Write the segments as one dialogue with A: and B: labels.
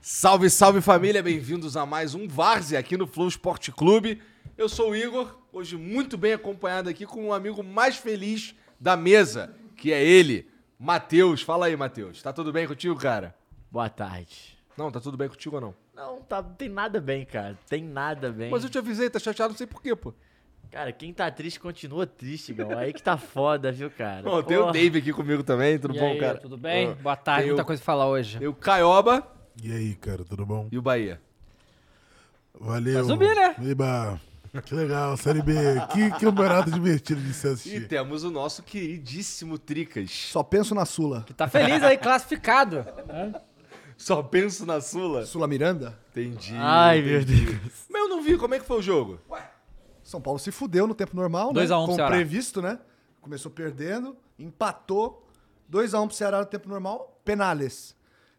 A: Salve, salve família, bem-vindos a mais um Várzea aqui no Flow Esporte Clube. Eu sou o Igor, hoje muito bem acompanhado aqui com o amigo mais feliz da mesa, que é ele, Matheus. Fala aí, Matheus. Tá tudo bem contigo, cara?
B: Boa tarde.
A: Não, tá tudo bem contigo ou não?
B: Não, tá, não tem nada bem, cara. Tem nada bem.
A: Mas eu te avisei, tá chateado, não sei porquê, pô.
B: Cara, quem tá triste continua triste, Gal. Aí que tá foda, viu, cara?
A: Bom, tem o
B: Porra.
A: Dave aqui comigo também, tudo
C: E
A: bom,
C: aí,
A: cara?
C: Tudo bem?
A: Ah.
C: Boa tarde,
A: Tem
C: muita
A: o-
C: coisa pra falar hoje.
A: Tem o Caioba
D: E aí, cara, tudo bom?
A: e o Bahia.
D: Valeu.
C: Vai subir, né?
D: Eba. Que legal, Série B. Que que campeonato divertido de se
A: E
D: assistir.
A: temos o nosso queridíssimo Tricas.
E: Só penso na Sula.
C: Tá feliz aí, classificado.
A: Só penso na Sula.
E: Sula Miranda?
A: Entendi.
C: Ah.
B: Ai, meu Deus.
A: Mas eu não vi, como é que foi o jogo?
E: São Paulo se fudeu no tempo normal, né?
C: 2x1 pro
E: Como
C: Ceará.
E: previsto, né? Começou perdendo, empatou. 2x1 pro Ceará no tempo normal, penales.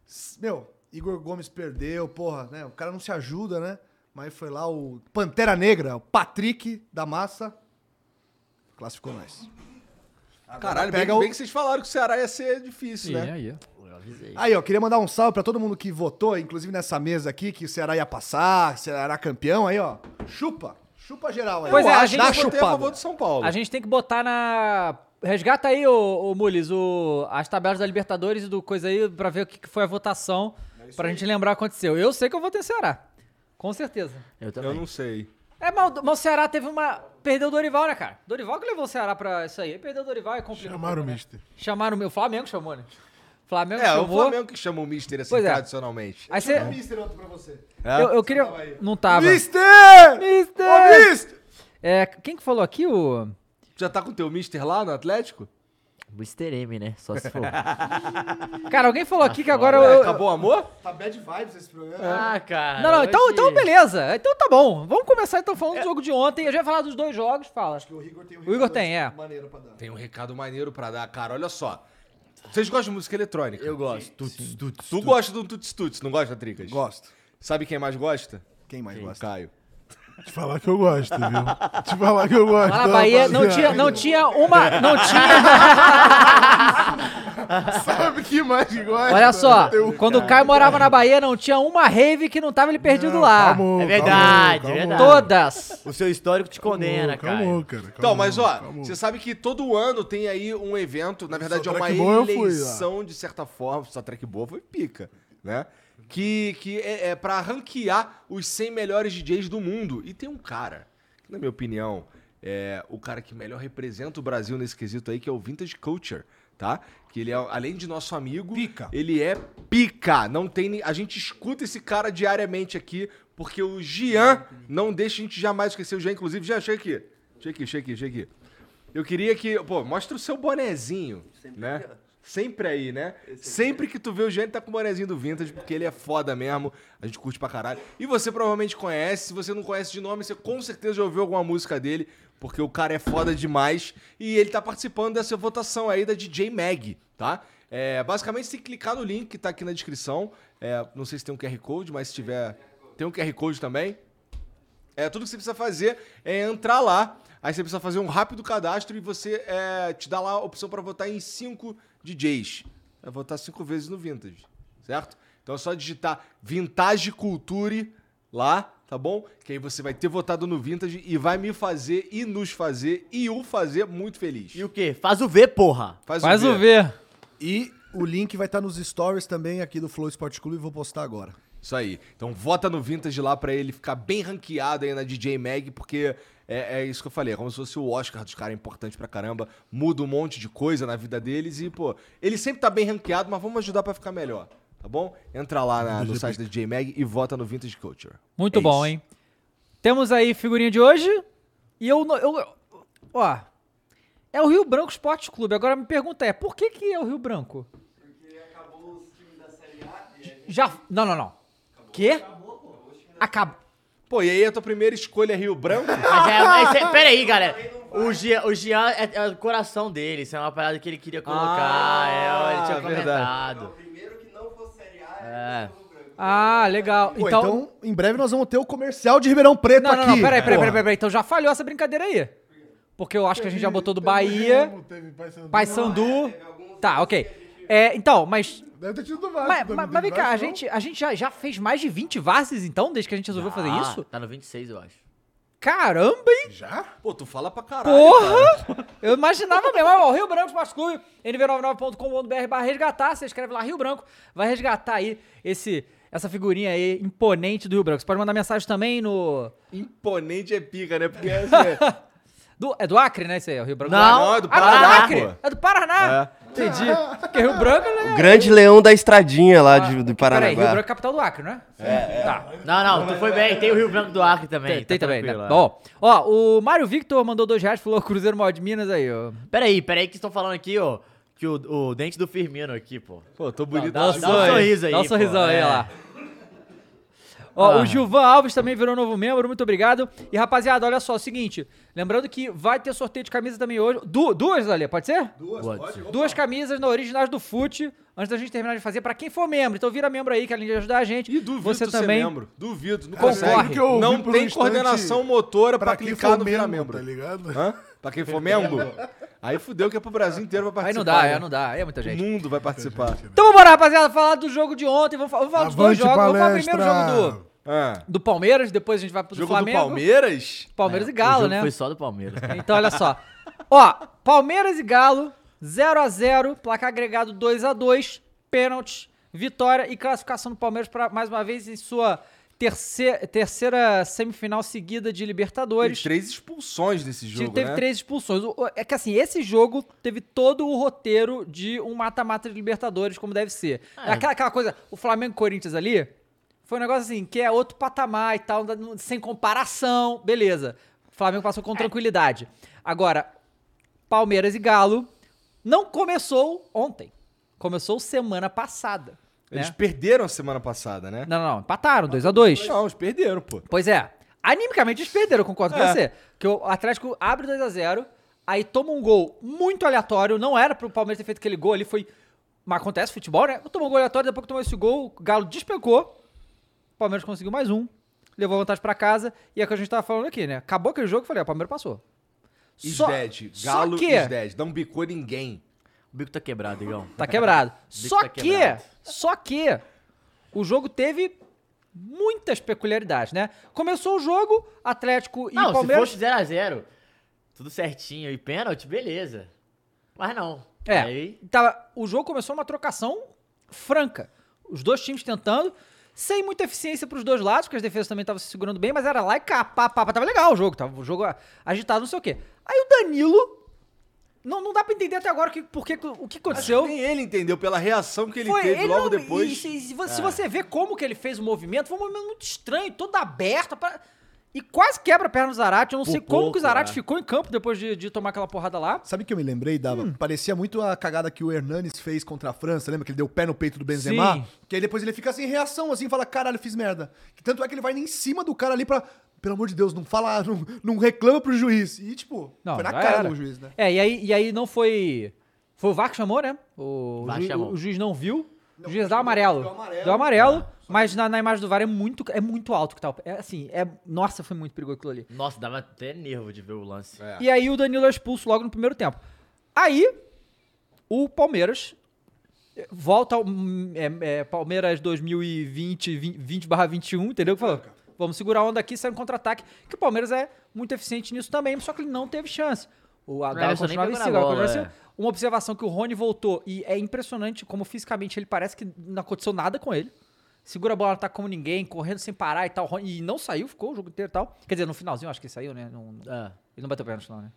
E: S- Meu, Igor Gomes perdeu, porra, né? O cara não se ajuda, né? Mas foi lá o Pantera Negra, o Patrick da Massa. Classificou nós.
A: Caralho,
E: pega
A: bem,
E: o-
A: bem que vocês falaram que o Ceará ia ser difícil, né?
C: É, aí.
B: Eu avisei.
E: Aí, ó, queria mandar um salve pra todo mundo que votou, inclusive nessa mesa aqui, que o Ceará ia passar, Ceará campeão, aí, ó. Chupa! Chupa geral aí.
C: Pois é,
E: Dá
C: a
A: Eu
C: gente
A: acho
E: a
A: que eu votei a
E: chupada.
A: favor do São Paulo.
C: A gente tem que botar na. Resgata aí, ô, ô Mules, o... as tabelas da Libertadores e do coisa aí pra ver o que que foi a votação. pra gente lembrar o que aconteceu. Eu sei que eu votei no Ceará. Com certeza.
B: Eu também.
A: Eu não sei.
C: É, mas, o- mas o Ceará teve uma. Perdeu o Dorival, né, cara? Dorival que levou o Ceará pra isso aí. Aí Perdeu o Dorival é complicado.
D: Chamaram o mister.
C: Chamaram o meu. Flamengo chamou, né? Flamengo
A: É,
C: chamou.
A: o Flamengo que chama o Mister assim,
C: Pois é.
A: tradicionalmente.
C: Aí você.
E: Mister outro pra você.
C: Eu, eu queria. Não tava.
E: Mister!
C: Mister!
E: Ô, Mister!
C: É, quem que falou aqui o.
A: Já tá com o teu Mister lá no Atlético?
B: Booster M, né? Só se for.
C: Cara, alguém falou aqui que agora eu.
A: Ué,
C: eu-
A: é, acabou o amor?
E: Tá bad vibes esse programa.
C: É.
B: ah, cara.
C: Não, não, então,
B: hoje-
C: então beleza. Então tá bom. Vamos começar então falando do jogo de ontem. Eu já ia falar dos dois jogos, fala.
E: O Igor tem um
C: O Igor tem, é.
E: maneiro pra dar.
A: Tem um recado maneiro pra dar, cara. Olha só. Vocês gostam de música eletrônica?
B: Eu gosto.
A: Tu gosta do Tuts Tuts, não gosta, Tricas?
E: Gosto.
A: Sabe quem mais gosta?
E: Quem mais
A: O
E: gosta?
A: Caio.
D: Te falar que eu gosto, viu? Te falar que eu gosto.
C: Lá na Bahia não
D: rapaziada.
C: tinha, não tinha uma. Não tinha.
D: Sabe que mais que gosta?
C: Olha só,
D: Tem um-
C: quando o Caio morava na Bahia, não tinha uma rave que não tava ele perdido
D: Não,
C: lá.
D: calma,
B: É verdade,
D: calma,
B: é
D: calma.
B: verdade.
C: Todas.
B: O seu histórico
A: Tá
B: te condena, cara.
D: Calma, cara. calma,
A: Então, mas ó,
D: calma.
A: você sabe que todo ano tem aí um evento, na verdade é
D: Só
A: uma
D: track boa eu fui lá.
A: eleição de certa forma, só track boa foi pica, né? Que, que é, é pra ranquear os 100 melhores DJs do mundo. E tem um cara, que na minha opinião, é o cara que melhor representa o Brasil nesse quesito aí, que é o Vintage Culture, tá? Que ele é, além de nosso amigo,
E: Pica.
A: ele é pica. Não tem, ni- a gente escuta esse cara diariamente aqui, porque o Jean não deixa a gente jamais esquecer o Jean. Inclusive, Jean, chega aqui. Chega aqui, chega aqui, chega aqui. Eu queria que. Pô, mostra o seu bonezinho, né? Sempre aí, né? Sempre que tu vê o Jean, ele tá com o bonezinho do Vintage, porque ele é foda mesmo. A gente curte pra caralho. E você provavelmente conhece. Se você não conhece de nome, você com certeza já ouviu alguma música dele, porque o cara é foda demais. E ele tá participando dessa votação aí da DJ Mag, tá? É, basicamente, você tem que clicar no link que tá aqui na descrição. É, não sei se tem um QR Code, mas se tiver. Tem um QR Code também? É, tudo que você precisa fazer é entrar lá, aí você precisa fazer um rápido cadastro e você é, te dá lá a opção para votar em cinco DJs. É votar cinco vezes no Vintage, certo? Então é só digitar Vintage Culture lá, tá bom? Que aí você vai ter votado no Vintage e vai me fazer e nos fazer e o fazer muito feliz.
B: E o quê? Faz o V, porra.
C: Faz o ver.
E: E o link vai estar nos stories também aqui do Flow Esporte Clube, vou postar agora.
A: Isso aí. Então vota no Vintage lá pra ele ficar bem ranqueado aí na DJ Mag, porque é, é isso que eu falei, é como se fosse o Oscar dos caras, é importante pra caramba, muda um monte de coisa na vida deles e, pô, ele sempre tá bem ranqueado, mas vamos ajudar pra ficar melhor. Tá bom? Entra lá na- no site da DJ Mag e vota no Vintage Culture.
C: Muito
A: É
C: bom,
A: isso.
C: hein? Temos aí figurinha de hoje. E eu, não- eu. Ó. É o Rio Branco Esporte Clube. Agora me pergunta é, por que, que é o Rio Branco? Porque acabou os times da Série A. Já. Não, não, não. Quê? Acabou, Acabou.
A: Pô, e aí a tua primeira escolha é Rio Branco?
B: Mas
C: Ah!
B: é, mas é- peraí, galera. O Jean, o Jean é, é o coração dele. Isso é uma parada que ele queria colocar. é, ele tinha
A: Ah, verdade.
B: comentado. É.
C: Ah, legal.
E: Pô,
C: então.
E: então... em breve nós vamos ter o comercial de Ribeirão Preto
C: Não, não,
E: aqui.
C: não, peraí, peraí,
E: porra.
C: peraí, peraí. Então já falhou essa brincadeira aí. Porque eu acho que a gente já botou do Bahia, Paysandu. Tá, ok. É, então, mas
D: Deve ter tido do Vasco.
C: Mas,
D: também,
C: mas-
D: do
C: mas vem cá,
D: Vasco,
C: a
D: não?
C: gente, a gente já, já fez mais de 20 vases, então, desde que a gente resolveu fazer
B: Ah,
C: isso?
B: Tá no 26, eu acho.
C: Caramba, hein?
D: Já?
A: Pô, tu fala pra caralho.
C: Porra! Eu imaginava mesmo. Ó, Rio Branco Esporte Clube, nv99.com.br barra resgatar. Você escreve lá Rio Branco, vai resgatar aí esse, essa figurinha aí imponente do Rio Branco. Você pode mandar mensagem também no...
A: Imponente é pica, né? Porque assim, é-
C: do- é do Acre, né? Esse aí, o Rio Branco.
B: Não,
A: não, é do
C: Ah, não,
A: Paraná,
C: é do Acre.
A: pô.
C: É do Paraná. Entendi. Porque Rio Branco, né?
F: Grande leão da estradinha lá de,
A: Ah,
F: do
C: Peraí, Rio Branco
F: Paranaguá.
C: é capital do Acre, né? É. Tá.
B: Não, não, tu foi bem. Tem o Rio Branco do Acre também.
C: Tem, tem
B: tá
C: também. Né?
B: tranquilo, é.
C: Bom, ó, o Mário Victor mandou dois reais, falou Cruzeiro Maior de Minas aí, ó.
B: Peraí, peraí que estão falando aqui, ó. Que o, o dente do Firmino aqui, pô.
A: Pô, tô bonito.
B: Dá um sorriso aí,
C: Dá um
B: pô.
C: sorrisão aí,
B: É.
C: olha lá. Ó,
B: Ah.
C: o Gilvan Alves também virou novo membro, muito obrigado. E rapaziada, olha só, é o seguinte, lembrando que vai ter sorteio de camisa também hoje. Du- duas, ali, pode ser?
B: Pode.
C: Duas camisas na Originais do Fute, antes da gente terminar de fazer, pra quem for membro. Então vira membro aí, que além de ajudar a gente,
A: E duvido
C: você
A: tu
C: também
A: ser membro. Duvido, não
C: Concorre.
A: consegue.
D: Que eu ouvi
A: Não
D: por um
A: tem
D: instante,
A: coordenação motora pra,
D: Pra quem
A: clicar
D: for
A: no virar
D: mesmo,
A: membro.
D: tá ligado?
A: Hã? Pra quem for membro? Aí fudeu que é pro Brasil inteiro pra
C: Aí não
A: participar.
C: dá,
A: né?
C: é, não dá, aí é muita
A: O
C: gente.
A: mundo vai participar.
C: Então vambora, rapaziada, falar do jogo de ontem, vamos falar, vamos falar dos dois
D: Avante
C: jogos, vamos falar
D: palestra!
C: primeiro do jogo do...
A: Ah,
C: do Palmeiras, depois a gente vai pro do
A: jogo
C: Flamengo.
A: do Palmeiras?
C: Palmeiras e
B: É, o
C: Galo,
B: jogo
C: né?
B: Foi só do Palmeiras.
C: Então olha só. Ó, Palmeiras e Galo, 0 a 0, placar agregado 2 a 2, pênaltis, vitória e classificação do Palmeiras para mais uma vez em sua terceira, terceira semifinal seguida de
A: Teve
C: Libertadores.
A: três expulsões nesse jogo,
C: teve
A: né?
C: três expulsões. O- o- É que assim, esse jogo teve todo o roteiro de um mata-mata de Libertadores, como deve ser.
A: Ah,
C: É
A: é.
C: Aquela, aquela coisa, o Flamengo e Corinthians ali, foi um negócio assim, que é outro patamar e tal, não- sem comparação, beleza. O Flamengo passou
A: É.
C: com tranquilidade. Agora, Palmeiras e Galo não começou ontem. Começou semana passada. né?
A: Eles perderam a semana passada, né?
C: Não, não, não. Empataram, 2 a 2
A: Não, eles perderam, pô.
C: Pois é. Animicamente eles perderam, eu concordo com
A: É.
C: você. Que o Atlético abre 2 a 0 aí toma um gol muito aleatório. Não era pro Palmeiras ter feito aquele gol ali, foi. Mas acontece futebol, né? Tomou um gol aleatório, depois que tomou esse gol, o Galo despencou. O Palmeiras conseguiu mais um, levou a vantagem pra casa, e é o que a gente tava falando aqui, né? Acabou aquele jogo, eu falei, ó, o Palmeiras passou.
A: Is
C: Só-
A: dead.
C: só
A: Galo
C: que-
A: is dead. Não bicou ninguém.
B: O bico tá quebrado, Igão.
C: Tá quebrado.
B: Bicho
C: só
B: tá
C: que,
B: quebrado.
C: só que o jogo teve muitas peculiaridades, né? Começou o jogo, Atlético e
B: Não,
C: Palmeiras.
B: se fosse 0x0, tudo certinho e pênalti, beleza. Mas não.
C: É.
B: Aí,
C: Tava, o jogo começou uma trocação franca. Os dois times tentando, sem muita eficiência pros dois lados, porque as defesas também estavam se segurando bem, mas era lá e cá, pá, pá, pá, tava legal o jogo, tava o jogo ah, agitado, não sei o quê. Aí o Danilo. Não, não dá pra entender até agora o que, por que- o que aconteceu.
A: Nem ele entendeu pela reação que ele
C: Foi,
A: teve
C: ele
A: logo
C: não-
A: depois.
C: e se, se vo- se você vê como que ele fez o movimento, foi um movimento muito estranho, todo aberto. pra- E quase quebra a perna do Zarate. Eu não
B: Por
C: sei como
B: pouco,
C: que o Zarate
B: é.
C: ficou em campo depois de, de tomar aquela porrada lá.
E: Sabe o que eu me lembrei, Dava?
C: Hum.
E: Parecia muito a cagada que o Hernanes fez contra a França, lembra? Que ele deu o pé no peito do Benzema?
C: Sim.
E: Que aí depois ele fica sem reação, assim, fala, caralho, fiz merda. Que tanto é que ele vai em cima do cara ali pra, pelo amor de Deus, não fala, não, não reclama pro juiz. E, tipo,
C: Não,
E: foi na
C: já
E: cara
C: era.
E: do juiz, né?
C: É, e aí, e aí não foi. Foi o VAR que chamou, né? O,
B: VAR
C: ju-
B: chamou.
C: o juiz não viu. o juiz dá o amarelo. Deu
E: deu
C: amarelo.
E: amarelo.
C: mas na, na imagem do VAR é muito, é muito alto que tal. É assim, é. Nossa, foi muito perigoso aquilo ali.
B: nossa, dava até nervo de ver o lance.
A: É.
C: E aí o Danilo é expulso logo no primeiro tempo. Aí, o Palmeiras eh, volta ao hum, é, é, Palmeiras 2020, 20 barra 21, entendeu? Que Falou, vamos segurar a onda aqui, sai um contra-ataque, que o Palmeiras é muito eficiente nisso também, só que ele não teve chance. O a-
B: O
C: Galo
B: Everson nem
C: continuava em
B: pegou na
C: cima, o Galo
B: bola,
C: continuava em
B: é.
C: cima. Uma observação que o Rony voltou, e é impressionante como fisicamente ele parece que não aconteceu nada com ele. Segura a bola, não tá como ninguém, correndo sem parar e tal. Rony- E não saiu, ficou o jogo inteiro e tal. Quer dizer, no finalzinho acho que saiu, né? Não- não-
B: É.
C: ele não bateu pênalti, não, né?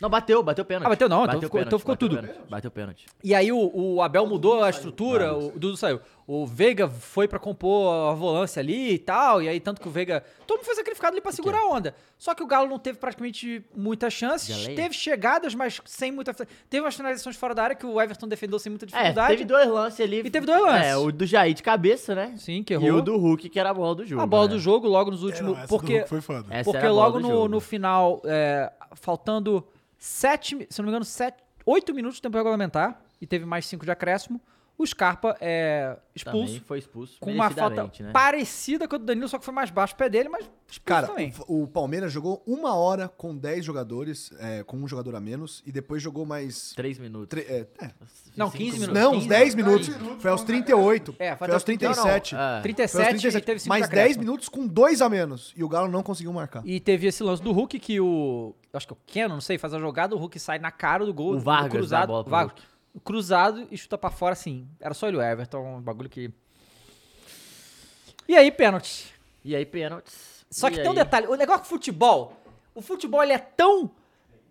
B: Não, bateu, bateu pênalti.
C: Ah, bateu não, então ficou- então ficou
B: bateu
C: tudo.
B: pênalti, bateu pênalti.
C: E aí o, o Abel mudou a estrutura, o Dudu saiu. O Veiga foi pra compor a volância ali e tal, e aí tanto que o Veiga. Todo mundo foi sacrificado ali pra segurar a onda. Só que o Galo não teve praticamente muitas chances.
B: Galeia.
C: Teve chegadas, mas sem muita. Teve umas finalizações fora da área que o Everton defendeu sem muita
B: É,
C: dificuldade.
B: teve dois lances ali.
C: E teve dois lances.
B: É, o do Jair de cabeça, né?
C: Sim, que errou.
B: E o do Hulk, que era a bola do jogo.
C: a bola
B: né?
C: do jogo logo nos
D: É,
C: últimos.
D: não, essa do
C: porque
D: Hulk foi foda.
B: Essa
C: porque
B: era a bola
C: logo
B: do
C: no,
B: jogo.
C: no final, é, faltando sete, mi- se não me engano, sete, oito minutos de tempo regulamentar, e teve mais cinco de acréscimo, o Scarpa é
B: Também
C: expulso
B: foi expulso.
C: com uma falta
B: merecidamente, né?
C: parecida com a do Danilo, só que foi mais baixo o pé dele, mas expulso
E: Cara,
C: também.
E: o, o Palmeiras jogou uma hora com 10 jogadores, é, com um jogador a menos, e depois jogou mais.
B: Três minutos.
E: tre- é, é,
C: Não, 15 minutos.
E: não, uns
C: 15,
E: 10 minutos. Foi aos 38.
C: É, foi
E: foi aos
C: até os- não, não,
E: 37.
B: é.
C: 37,
E: Foi aos
C: e teve cinco de
E: mais 10
C: acréscimo.
E: minutos com dois a menos. E o Galo não conseguiu marcar.
C: E teve esse lance do Hulk que o. eu Acho que é o Keno, não sei, faz a jogada, o Hulk sai na cara do gol.
B: O Vargas dá a
C: cruzado,
B: bola pro
C: Vargas,
B: Hulk.
C: cruzado e chuta pra fora assim. Era só ele o Everton, um bagulho que. E aí, pênalti.
B: E aí, pênaltis.
C: Só
B: E
C: que tem um
B: aí-
C: detalhe: o negócio com futebol. O futebol ele é tão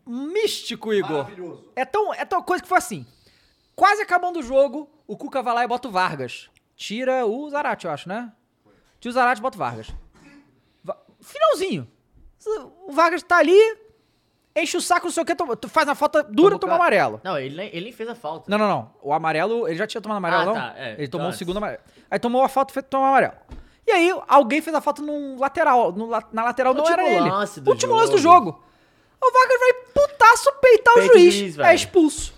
C: místico, Igor. É tão, é tão coisa que foi assim. Quase acabando o jogo, o Cuca vai lá e bota o Vargas. Tira o Zarate, eu acho, né? Tira o Zarate e bota o Vargas. Va- Finalzinho. O Vargas tá ali, enche o saco, não sei o que, toma- tu faz uma falta dura
B: Toma
C: e toma
B: ca-
C: amarelo.
B: Não, ele nem, ele nem fez a falta.
C: Não, não, não. O amarelo, ele já tinha tomado amarelo,
B: Ah,
C: não?
B: tá, é.
C: ele tomou o
B: Antes.
C: segundo amarelo. Aí tomou a falta, fez tomar amarelo. E aí, alguém fez a falta num lateral, no la- na lateral não
B: Último
C: era ele.
B: lance do
C: Último lance do jogo. O Vargas vai putaço peitar
B: Peita
C: o
B: o
C: juiz.
B: juiz, velho.
C: é expulso.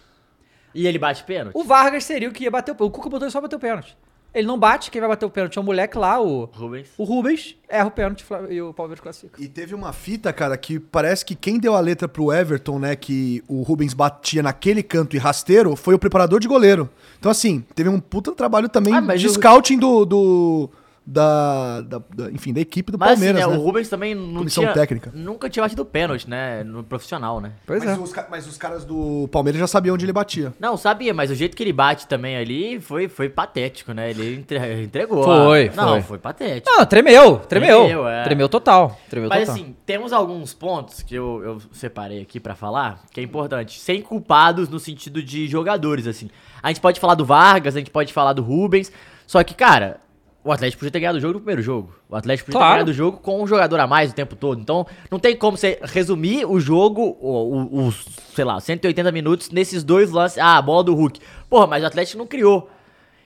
B: E ele bate pênalti?
C: O Vargas seria o que ia bater o pênalti. O Cuca botou ele só bater o pênalti. Ele não bate, quem vai bater o pênalti é o moleque lá, o,
B: Rubens.
C: o Rubens. Erra o pênalti Fla- e o Palmeiras classifica.
E: E teve uma fita, cara, que parece que quem deu a letra pro Everton, né, que o Rubens batia naquele canto e rasteiro, foi o preparador de goleiro. Então, assim, teve um puta trabalho também
B: Ah, mas
E: de
B: o-
E: scouting do. do da, da- da- enfim, da equipe do
B: Mas assim,
E: Palmeiras.
B: né,
E: né?
B: o Rubens também não
E: Comissão
B: tinha,
E: técnica.
B: nunca tinha batido pênalti, né? No profissional, né?
C: Pois
E: mas,
C: é.
E: os, ca- mas os caras do Palmeiras já sabiam onde ele batia.
B: Não, sabia, mas o jeito que ele bate também ali foi, foi patético, né? Ele entre- entregou.
C: Foi,
B: a- Não,
C: foi.
B: foi patético.
C: Não, tremeu, tremeu. Tremeu,
B: Tremeu, é.
C: total. Tremeu
B: Mas
C: total.
B: assim, temos alguns pontos que eu, eu separei aqui pra falar, que é importante. Sem culpados no sentido de jogadores, assim. A gente pode falar do Vargas, a gente pode falar do Rubens. Só que, cara, o Atlético podia ter ganhado o jogo no primeiro jogo. O Atlético podia
C: Claro.
B: ter ganhado o jogo com um jogador a mais o tempo todo. Então, não tem como você resumir o jogo, o- o- os, sei lá, 180 minutos nesses dois lances. Ah, a bola do Hulk. Porra, mas o Atlético não criou.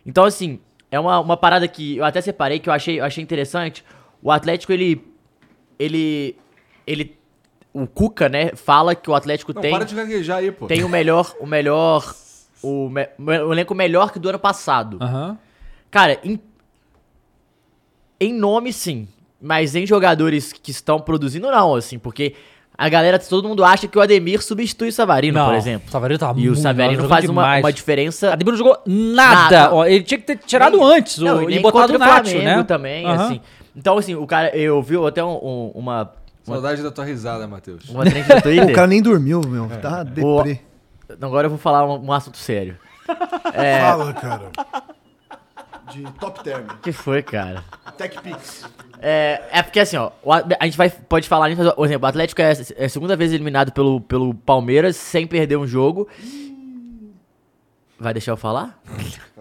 B: Então, assim, é uma, uma parada que eu até separei, que eu achei, eu achei interessante. O Atlético, ele. Ele. Ele. O Cuca, né? Fala que o Atlético
A: Não,
B: tem.
A: para de gaguejar aí, pô.
B: Tem o melhor. O melhor. O, me- o elenco melhor que do ano passado.
C: Aham.
B: Cara, em, em nome sim, mas em jogadores que estão produzindo não, assim, porque a galera, todo mundo acha que o Ademir substitui o Savarino, por exemplo.
C: O Savarino tá
B: E o
C: muito
B: Savarino
C: jogando
B: faz uma,
C: demais.
B: uma diferença.
C: Ademir não jogou nada.
B: Nada.
C: Ó, ele tinha que ter tirado
B: Nem-
C: antes
B: não,
C: o, e
B: nem
C: botado
B: contra
C: o Nacho,
B: Flamengo
C: né?
B: também,
C: Aham.
B: assim. Então, assim, o cara, eu vi até um- um- uma,
A: Saudade da tua risada, Matheus.
B: uma trend no Twitter.
E: Pô, o cara nem dormiu, meu.
B: É.
E: Tá deprê.
B: Não, Agora eu vou falar um, um assunto sério.
C: É.
D: Fala, cara.
E: De top term.
B: O que foi, cara?
E: Tech Pix.
B: É, é porque assim, ó, o a, a gente vai, pode falar nisso, mas, por exemplo, o Atlético é, é a segunda vez eliminado pelo, pelo Palmeiras sem perder um jogo. Vai deixar eu falar?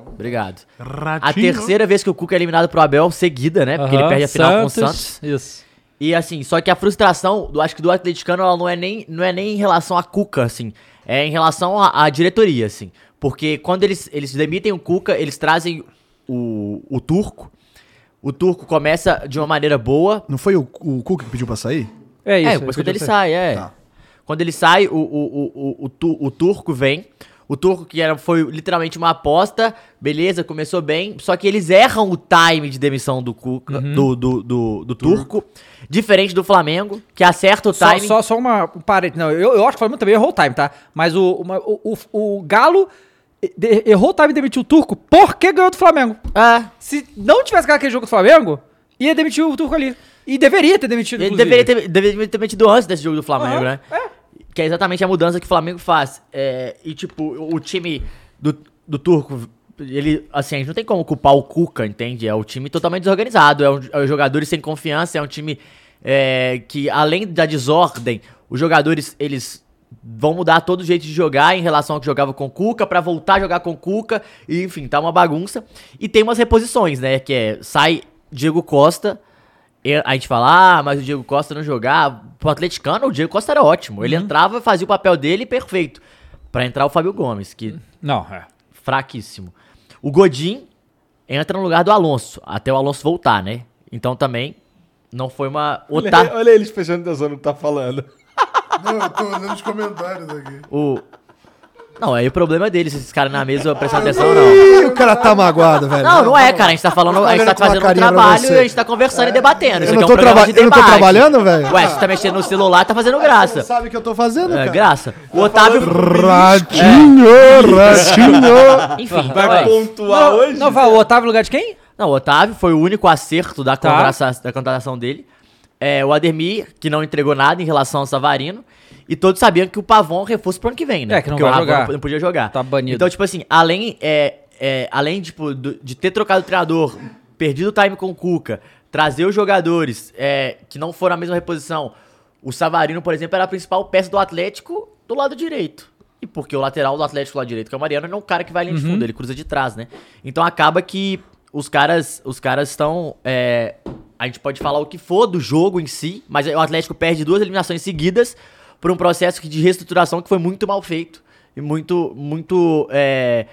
B: Obrigado. A
D: Ratinho.
B: terceira vez que o Cuca é eliminado pro Abel seguida, né? Porque ele
C: Aham,
B: perde a final com o Santos.
C: Isso.
B: E assim, só que a frustração, do, acho que do atleticano, ela não é nem, não é nem em relação a Cuca, assim. É em relação à à diretoria, assim. Porque quando eles, eles demitem o Cuca, eles trazem o, o Turco. O Turco começa de uma maneira boa.
E: Não foi o, o Cuca que pediu pra sair?
C: É isso.
B: é, depois quando ele sai, é.
E: Tá.
B: Quando ele sai, o, o, o, o, o, tu- o Turco vem. O Turco, que era, foi literalmente uma aposta, beleza, começou bem. Só que eles erram o time de demissão do, Cuca,
C: Uhum.
B: do, do, do, do Turco. Diferente do Flamengo, que acerta o
C: Só,
B: time.
C: só, só uma um parede. Não, eu, eu acho que o Flamengo também errou o time, tá? Mas o, uma- o, o, o Galo de- errou o time e demitiu o Turco porque ganhou do Flamengo.
B: Ah,
C: Se não tivesse ganho aquele jogo do Flamengo, ia demitir o Turco ali. E deveria ter demitido,
B: ele
C: inclusive.
B: deveria ter, deveria ter metido antes desse jogo do Flamengo,
C: Aham,
B: né?
C: é.
B: Que é exatamente a mudança que o Flamengo faz. É, e, tipo, o, o time do, do Turco, ele, assim, a gente não tem como culpar o Cuca, entende? É um time totalmente desorganizado, é um, é um jogadores sem confiança, é um time é, que, além da desordem, os jogadores, eles vão mudar todo o jeito de jogar em relação ao que jogava com o Cuca, pra voltar a jogar com o Cuca, e, enfim, tá uma bagunça. E tem umas reposições, né, que é, sai Diego Costa, e a gente fala, ah, mas o Diego Costa não jogava. Pro atleticano, o Diego Costa era ótimo,
C: Uhum.
B: ele entrava, fazia o papel dele perfeito. Pra entrar o Fábio Gomes, que
C: Não, é.
B: fraquíssimo. O Godin entra no lugar do Alonso, até o Alonso voltar, né? Então também não foi uma
A: Olha,
B: outra.
A: olha eles fechando o que tá falando.
E: Não, eu tô olhando os comentários aqui.
B: O... Não, aí o problema é deles, esses caras na mesa prestam
G: Ah,
B: atenção ou não.
G: Ih, o cara tá magoado, velho.
B: Não, não é, cara. A gente tá falando,
G: Tá
B: a gente tá
G: olhando com uma
B: fazendo um
G: carinha pra
B: trabalho
G: você.
B: e a gente tá conversando e debatendo. Isso
G: Eu não
B: aqui é um
G: tô
B: programa de
G: traba- eu não tô
B: debate.
G: trabalhando, velho?
B: Ué, você tá mexendo no celular, tá fazendo
G: Você
B: graça.
G: sabe o que eu tô fazendo,
B: É,
G: cara?
B: graça.
C: Tá
B: O Otávio.
E: Ratinho, ratinho.
B: Enfim, então
A: Vai
B: é isso.
A: pontuar
C: não,
A: hoje?
C: Não, vai, o Otávio no lugar de quem?
B: Não, o Otávio foi o único acerto
C: Tá.
B: da, contrata- da contratação dele. É, o Ademir, que não entregou nada em relação ao Savarino. E todos sabiam que o Pavon é reforço pro ano que vem, né?
C: É, que não
B: Porque o
C: vai
B: Pavon
C: jogar.
B: Não podia jogar.
C: Tá banido.
B: Então, tipo assim, além, é, é, além tipo, do- de ter trocado o treinador, perdido o time com o Cuca, trazer os jogadores é, que não foram a mesma reposição. O Savarino, por exemplo, era a principal peça do Atlético do lado direito. E porque o lateral do Atlético do lado direito, que é o Mariano, ele é um cara que vai linha de
C: Uhum.
B: fundo, ele cruza de trás, né? Então acaba que os caras os caras estão. é, a gente pode falar o que for do jogo em si, mas o Atlético perde duas eliminações seguidas por um processo que- de reestruturação que foi muito mal feito. E muito, muito, é,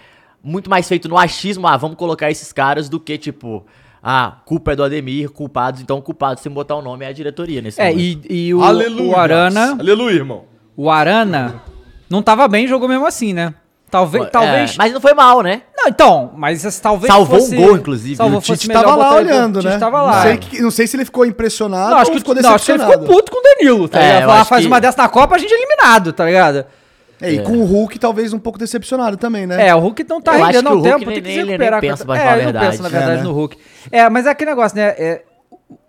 B: muito mais feito no achismo, ah, vamos colocar esses caras, do que tipo, ah, culpa é do Ademir, culpados, então culpados, sem botar o nome, é a diretoria nesse
C: É,
B: momento.
C: e, e o,
A: Aleluia.
C: o Arana.
A: Aleluia, irmão.
C: O Arana não tava bem, jogou mesmo assim, né? Talvez.
B: É,
C: talvez
B: mas não foi mal, né?
C: Não, então, mas esse talvez.
B: Salvou
C: fosse-
B: um gol, inclusive.
C: Salvou
B: O
C: fosse
G: Tite
C: melhor
G: tava lá
C: botar ele-
G: olhando,
C: o Tite
G: né?
C: tava
G: Não
C: lá.
G: sei, que- não sei se ele ficou impressionado
C: Não, acho
G: ou
C: que,
G: ficou
C: o- não, acho que ele
G: decepcionado.
C: ficou puto com o Danilo, tá
B: É,
C: ligado?
B: eu
C: Falar,
B: acho
C: faz
B: que-
C: uma dessa na Copa, a gente é eliminado, tá ligado?
G: É, e com o Hulk talvez um pouco decepcionado também, né?
C: É, o Hulk não tá
B: Eu acho
C: rendendo
B: que
C: há um
B: o Hulk
C: tempo,
B: nem-
C: tem que
B: nem-
C: se
B: ele nem
C: recuperar.
B: pensa, pra
C: é,
B: falar a
C: eu não
B: verdade.
C: penso, na verdade,
G: É, né?
C: no Hulk. É, mas é aquele negócio, né? é,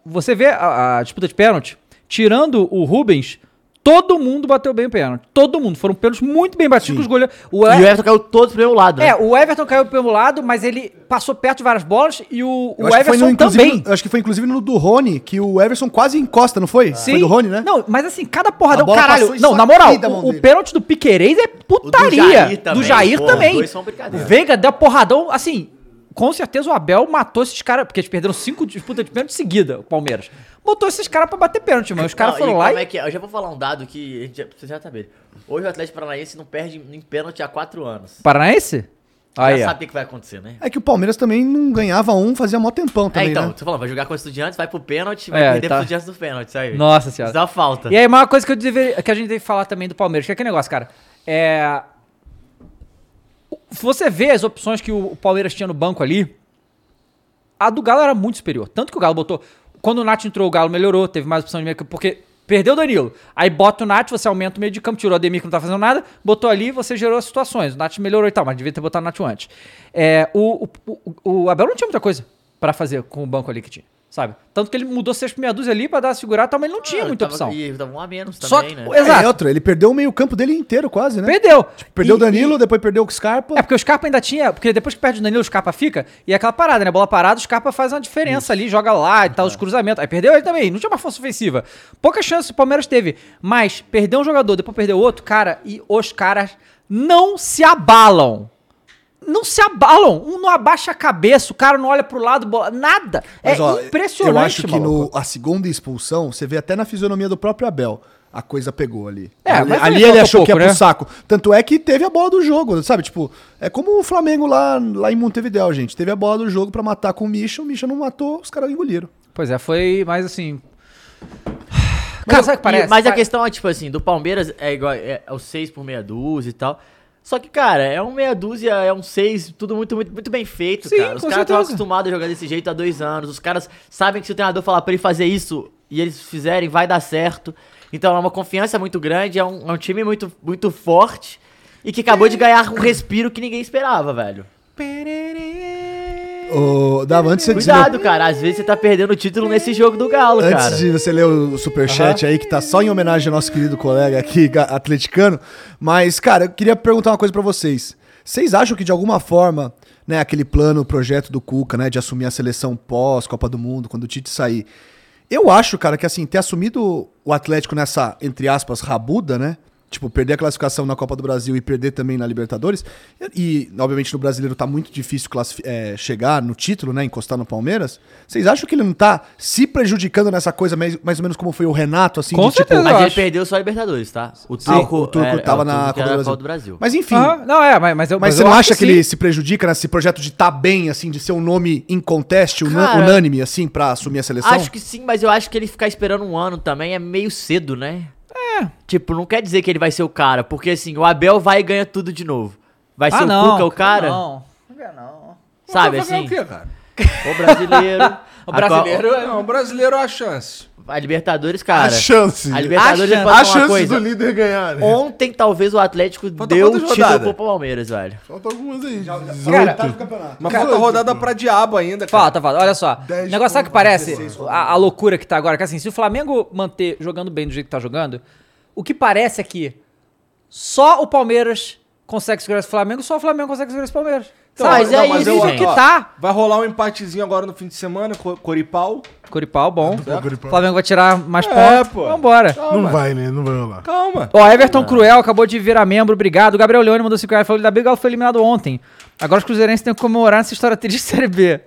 C: você vê a, a disputa de pênalti, tirando o Rubens, todo mundo bateu bem o pênalti. Todo mundo. Foram pênaltis muito bem batidos com os goleiros. O
B: E o
C: E-
B: Everton caiu todo pro meu lado, né?
C: É, o Everton caiu pelo lado, mas ele passou perto de várias bolas e o,
G: Eu
C: o
G: acho que foi no-
C: Everson
G: inclusive, ah,
C: também.
G: no- eu acho que foi inclusive no do Rony, que o Everson quase encosta, não foi? Foi do Rony, né?
C: Não, mas assim, cada porrada.
G: A bola
C: Caralho,
G: passou e
C: não,
G: só
C: na moral,
G: aqui da mão
C: o, o
G: dele.
C: pênalti do Piquerez é putaria.
B: O do Jair também,
C: Do Jair
B: pô,
C: também.
B: os dois são
C: o
B: brincadeira.
C: Veiga deu porradão, assim. Com certeza o Abel matou esses caras, porque eles perderam cinco disputas de pênalti seguida, o Palmeiras. Botou esses caras pra bater pênalti, mas os caras
B: Não,
C: foram
B: e
C: lá
B: como
C: e.
B: é que é? Eu já vou falar um dado que a gente já- vocês já sabem. Hoje o Atlético Paranaense não perde em pênalti há quatro anos.
C: Paranaense? Aí,
B: já
C: ó.
B: sabe o que que vai acontecer, né?
G: É que o Palmeiras também não ganhava um, fazia mó tempão
B: É,
G: também,
B: então,
G: né?
B: tô falando, vai jogar com o Estudiantes, vai pro pênalti, vai
C: É,
B: perder
C: tá.
B: pro Estudiantes no pênalti, sabe?
C: Nossa Senhora.
B: Isso dá falta.
C: E aí, uma coisa que, eu deveria, que a gente tem que falar também do Palmeiras, que é aquele negócio, cara. É. Você vê as opções que o Palmeiras tinha no banco ali. A do Galo era muito superior. Tanto que o Galo botou. Quando o Nath entrou, o Galo melhorou, teve mais opção de meio campo, porque perdeu o Danilo. Aí bota o Nath, você aumenta o meio de campo, tirou o Ademir que não tá fazendo nada, botou ali, você gerou as situações. O Nath melhorou e tal, mas devia ter botado o Nath antes. É, o, o, o- o Abel não tinha muita coisa pra fazer com o banco ali que tinha, sabe? Tanto que ele mudou seis meia dúzia ali pra dar uma segurada, e tal, mas ele não tinha
B: Ah,
C: muita
B: tava-
C: opção.
B: E tava um a menos
C: Só
B: também,
C: que,
B: né?
C: exato,
G: É, outro, ele perdeu o meio-campo dele inteiro quase, né?
C: perdeu.
G: Perdeu o
C: E-
G: Danilo,
C: e-
G: depois perdeu o Scarpa.
C: é, porque o Scarpa ainda tinha. Porque depois que perde o Danilo, o Scarpa fica. E é aquela parada, né? Bola parada, o Scarpa faz uma diferença ali, joga lá e tal,
G: É.
C: os cruzamentos. Aí perdeu ele também, não tinha uma força ofensiva. Pouca chance o Palmeiras teve. Mas perder um jogador, depois perder outro, cara, e os caras não se abalam. Não se abalam. Um não abaixa a cabeça, o cara não olha pro lado, bola, nada.
G: Mas,
C: é
G: ó,
C: impressionante,
G: Eu acho que
C: maluco.
G: no, a segunda expulsão, você vê até na fisionomia do próprio Abel. A coisa pegou ali.
C: É,
G: ali
C: mas
G: ali
C: ele
G: ele
C: falta
G: achou que ia
C: pouco,
G: pro
C: né?
G: saco. Tanto é que teve a bola do jogo, sabe? Tipo, é como o Flamengo lá, lá em Montevidéu, gente. Teve a bola do jogo pra matar com o Misha, o Misha não matou, os caras engoliram.
C: Pois é, foi mais assim.
B: Mas
C: Cara,
B: eu-
C: sabe o que parece?
B: e- mas a
C: Pa-
B: questão é, tipo assim, do Palmeiras é igual, é, é o 6 por meia dúzia e tal. Só que, cara, é um meia dúzia, é um 6, tudo muito, muito, muito bem feito,
C: Sim,
B: cara. Os
C: com
B: caras estão
C: certeza.
B: acostumados a jogar desse jeito há dois anos. Os caras sabem que se o treinador falar pra ele fazer isso e eles fizerem, vai dar certo. Então é uma confiança muito grande, é um, é um time muito, muito forte e que acabou de ganhar um respiro que ninguém esperava, velho.
C: É,
G: Ô, Dava, antes de você dizer meu-
B: Cuidado, cara. Às vezes você tá perdendo o título nesse jogo do Galo,
G: Antes
B: cara.
G: de você ler o superchat aí, que tá só em homenagem ao nosso querido colega aqui, ga- atleticano. Mas, cara, eu queria perguntar uma coisa pra vocês. Vocês acham que de alguma forma, né, aquele plano, o projeto do Cuca, né, de assumir a seleção pós Copa do Mundo, quando o Tite sair. Eu acho, cara, que assim, ter assumido o Atlético nessa, entre aspas, rabuda, né?
E: Tipo, perder a classificação na Copa do Brasil e perder também na Libertadores. E, e, obviamente, no brasileiro tá muito difícil classifi- eh, chegar no título, né? Encostar no Palmeiras. Vocês acham que ele não tá se prejudicando nessa coisa, mais, mais ou menos como foi o Renato, assim,
C: Com
E: de tipo.
C: certeza, eu
B: Mas ele
C: acho.
B: perdeu só a Libertadores, tá? O
E: ah,
B: Turco,
E: o Turco
B: era- era
E: tava
B: o
E: na
B: Turco que
E: Copa
B: era
E: do Brasil.
B: Copa do Brasil.
E: Mas enfim.
C: Aham, não, é, mas, mas eu
E: Mas
C: mas
E: você
C: eu
E: não
C: acho
E: acha que,
C: sim.
E: ele se prejudica nesse projeto de estar tá bem, assim, de ser um nome em conteste, unu-
B: Cara,
E: unânime, assim, pra assumir a seleção?
B: Acho que sim, mas eu acho que ele ficar esperando um ano também é meio cedo, né? É. Tipo, não quer dizer que ele vai ser o cara, porque assim, o Abel vai e ganha tudo de novo. Vai ser
C: Ah,
B: o
C: não.
B: Cuca é o cara,
C: Não, não é não.
B: sabe
A: Vai ganhar
B: assim?
A: o quê, cara?
B: O brasileiro.
C: O brasileiro é...
A: Não, o brasileiro é a chance.
B: A, Libertadores, cara.
D: a chance.
B: A Libertadores,
C: A
B: ele
C: chance.
B: falar
D: A
B: uma
D: chance
B: coisa.
D: do líder ganhar. né?
B: Ontem, talvez, o Atlético
A: Falta
B: deu
A: quantas
B: título
A: rodadas?
B: pro Palmeiras, velho.
D: Falta algumas aí.
C: Cara,
D: 18.
A: Mas falta rodada pra diabo ainda, cara.
C: Falta, falta. Olha só. O
D: 10
C: negócio sabe que
D: pontos,
C: parece?
D: 16
C: A, a loucura que tá agora. Que assim, se o Flamengo manter jogando bem do jeito que tá jogando, o que parece é que só o Palmeiras consegue segurar esse Flamengo, só o Flamengo consegue segurar esse Palmeiras.
A: Então,
C: Sabe?
B: mas é
C: o
B: isso,
C: nível
B: gente.
C: que
A: ó,
C: tá.
A: Vai rolar um empatezinho agora no fim de semana, co- Coripau.
C: Coripau, bom. O
D: Coripau.
C: Flamengo vai tirar mais
A: É,
C: pontos.
A: pô.
C: Vambora.
D: Não vai, né? Não vai rolar.
A: Calma.
C: Ó, Everton Cruel acabou de virar membro, obrigado. Gabriel Leone mandou 5 reais, falou da Bigal foi eliminado ontem. Agora os cruzeirenses têm que comemorar essa história triste de Série B.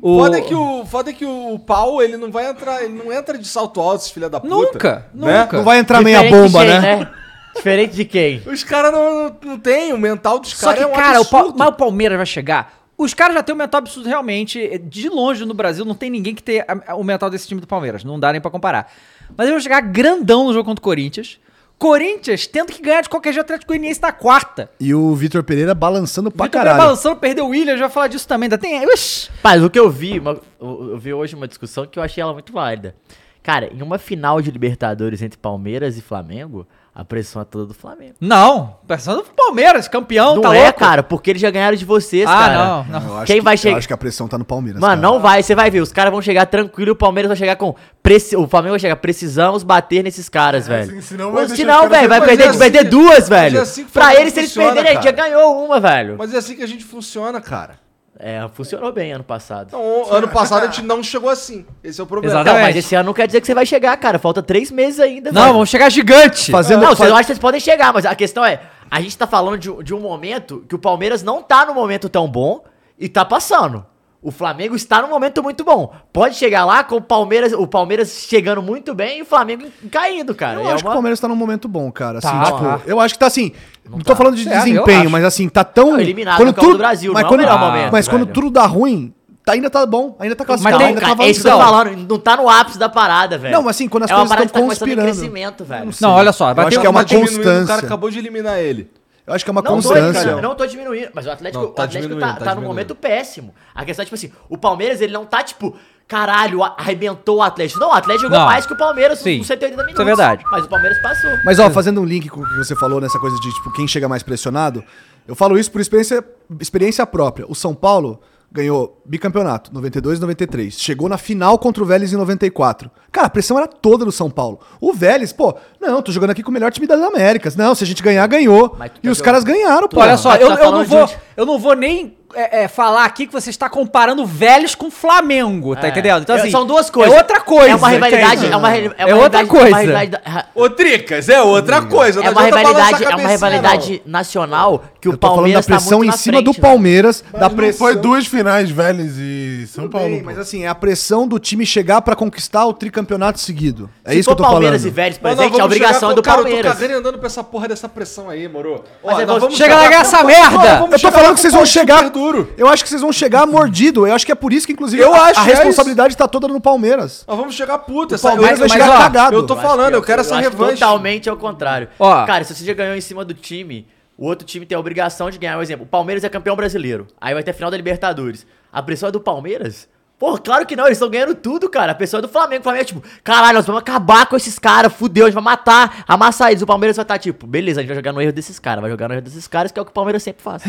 C: O...
A: Foda é que o, foda é que o pau, ele não vai entrar, ele não entra de salto alto, esse filho da puta.
C: Nunca,
A: né?
C: nunca.
E: Não vai entrar meia
B: Diferente de
E: bomba,
B: quem,
E: né?
B: Diferente de quem?
A: Os caras não, não, não tem, o mental dos
C: Só
A: caras
C: que,
A: é um
C: cara, o Pal-
A: absurdo.
C: mas o Palmeiras vai chegar. Os caras já têm um mental absurdo realmente. De longe no Brasil, não tem ninguém que tenha a- o mental desse time do Palmeiras. Não dá nem pra comparar. Mas eles vão chegar grandão no jogo contra o Corinthians. Corinthians tendo que ganhar de qualquer jeito. O Atlético Goianiense tá quarta.
E: E o Vitor Pereira balançando pra
C: Vitor Pereira
E: caralho.
C: balançando, perdeu o William. Já vai falar disso também. Ainda tem. Ush.
B: Mas o que eu vi, uma- eu eu vi hoje uma discussão que eu achei ela muito válida. Cara, em uma final de Libertadores entre Palmeiras e Flamengo, a pressão é toda do Flamengo.
C: Não. Pensando no Palmeiras, campeão.
B: não
C: tá
B: é,
C: louco?
B: cara, porque eles já ganharam de vocês,
C: Ah,
B: cara.
C: não, não.
E: Eu acho
B: Quem
E: que-
B: vai
E: Eu
B: chegar?
G: é
E: acho que a pressão tá no Palmeiras.
B: Mano,
E: cara.
B: não vai, você vai ver. Os caras vão chegar tranquilo, o Palmeiras vai chegar com. preci- O Flamengo vai chegar, precisamos bater nesses caras, velho.
D: assim, senão vai
B: Ou
D: deixar
B: Se
D: os
B: não,
D: caras
B: velho, vai
A: depois. Mas
B: perder,
A: é assim
B: perder
A: que-
B: duas,
A: mas é
B: velho.
A: assim que o
B: pra
A: Flamengo
B: eles, se eles
A: funciona,
B: perderem, a gente já
A: cara.
B: ganhou uma, velho.
A: Mas é assim que a gente funciona, cara.
B: É, funcionou bem ano passado.
A: Então, o- ano passado a gente não chegou assim. Esse é o problema.
C: Exatamente.
B: Não, mas esse ano não quer dizer que você vai chegar, cara. Falta três meses ainda,
C: Não, vão chegar gigante.
E: Fazendo,
B: Não,
E: fa-
B: vocês acham que vocês podem chegar, mas a questão é, a gente tá falando de, de um momento que o Palmeiras não tá num momento tão bom e tá passando. O Flamengo está num momento muito bom. Pode chegar lá com o Palmeiras, o Palmeiras chegando muito bem e o Flamengo caindo, cara.
E: Eu
B: É
E: acho que o
B: uma-
E: Palmeiras tá num momento bom, cara. Assim,
C: Tá.
E: tipo,
C: Tá.
E: eu acho que tá assim. Não, tô falando de
C: Será? É, Eu acho.
E: desempenho, mas assim, tá tão.
B: Não, eliminado
E: quando
B: na Copa do
E: tudo-
B: Brasil,
E: mas
B: não é o
E: quando,
B: melhor momento,
E: Mas quando
B: velho.
E: tudo dá ruim, tá- ainda tá bom, ainda tá classificado.
C: tem-
E: ainda
B: Cara,
E: tá
B: é isso que eu tô falando, não tá no ápice da parada, velho.
E: Não, mas assim, quando as
B: é
E: coisas
B: uma parada que
E: estão
B: tá começando em
E: conspirando.
B: crescimento, velho.
C: Não, olha só. Vai
E: Eu
C: ter
E: acho que é uma
A: Tá diminuindo, O cara
E: constância.
A: acabou de eliminar ele.
E: Eu acho que é uma
B: Não tô,
E: constância.
B: cara, não tô diminuindo, mas o Atlético,
A: Não, tá
B: o Atlético tá,
A: diminuindo, tá
B: tá num
A: diminuindo.
B: momento péssimo. A questão é, tipo assim, o Palmeiras, ele não tá, tipo, caralho, arrebentou o Atlético. Não, o Atlético jogou
C: Não.
B: mais que o Palmeiras
C: Sim.
B: nos 180 minutos.
C: Isso é verdade.
B: Mas o Palmeiras passou.
E: Mas ó, fazendo um link com o que você falou nessa coisa de tipo quem chega mais pressionado, eu falo isso por experiência, experiência própria. O São Paulo ganhou bicampeonato 92 e 93, chegou na final contra o Vélez em 94. Cara, a pressão era toda do São Paulo. O Vélez, pô, não, tô jogando aqui com o melhor time das Américas. Não, se a gente ganhar, ganhou.
B: Mas tu tá
E: e os
B: jogando-
E: caras ganharam, pô.
C: Olha só,
B: Mas
C: eu,
B: tá
C: eu não
B: falando de
C: vou,
B: onde?
C: eu não vou nem é, é, falar aqui que você está comparando o Vélez com o Flamengo, tá
B: É.
C: entendendo? Então,
B: É,
C: assim,
B: são duas coisas.
C: É outra coisa.
B: É uma rivalidade,
C: entende?
B: é uma, ri-
C: É
B: uma rivalidade-
C: outra
B: é uma
C: coisa.
B: rivalidade-
A: Ô, Tricas, é outra coisa.
B: É uma rivalidade, é uma rivalidade nacional que o
E: eu tô falando da
B: Palmeiras tá
E: pressão
B: muito
E: em
B: na
E: cima
B: frente,
E: do
B: velho.
E: Palmeiras, da
D: Não
E: pressão
D: foi duas finais, Vélez e São
E: Tudo
D: Paulo.
E: bem,
D: pô.
E: mas assim, é a pressão do time chegar pra conquistar o tricampeonato seguido. É
B: Se
E: isso que eu
B: for
E: tô falando.
B: Palmeiras e Vélez, por exemplo, a obrigação é do
A: Cara, eu
B: Palmeiras.
A: tô cagando e andando pra essa porra dessa pressão aí, moro. Ó,
B: Mas é
A: nós
B: você-
A: vamos
C: Chega
A: chegar-
C: lá ganhar essa
A: Nós
C: merda!
A: vamos
E: Eu tô falando
A: com
E: que vocês
A: o
E: vão
A: pau
E: chegar.
A: super duro.
E: Eu acho que vocês vão chegar mordido. Eu acho que é por isso que, inclusive,
A: Eu
E: a,
A: acho
E: a
A: que é
E: responsabilidade tá toda no Palmeiras.
A: Nós vamos chegar puta.
E: O Palmeiras vai chegar
A: ó,
E: cagado.
A: Eu tô
E: Eu
A: falando, eu quero
B: acho
A: essa
B: que
A: revanche.
B: Totalmente ao contrário.
C: Ó.
B: Cara, se você já ganhou em cima do time, o outro time tem a obrigação de ganhar. Por exemplo, o Palmeiras é campeão brasileiro. Aí vai ter final da Libertadores. A pressão é do Palmeiras? Pô, claro que não, eles estão ganhando tudo, cara. A pressão é do Flamengo. O Flamengo é tipo, caralho, nós vamos acabar com esses caras, fudeu, a gente vai matar, amassar eles. O Palmeiras vai estar tipo, beleza, a gente vai jogar no erro desses caras, vai jogar no erro desses caras, que é o que o Palmeiras sempre faz.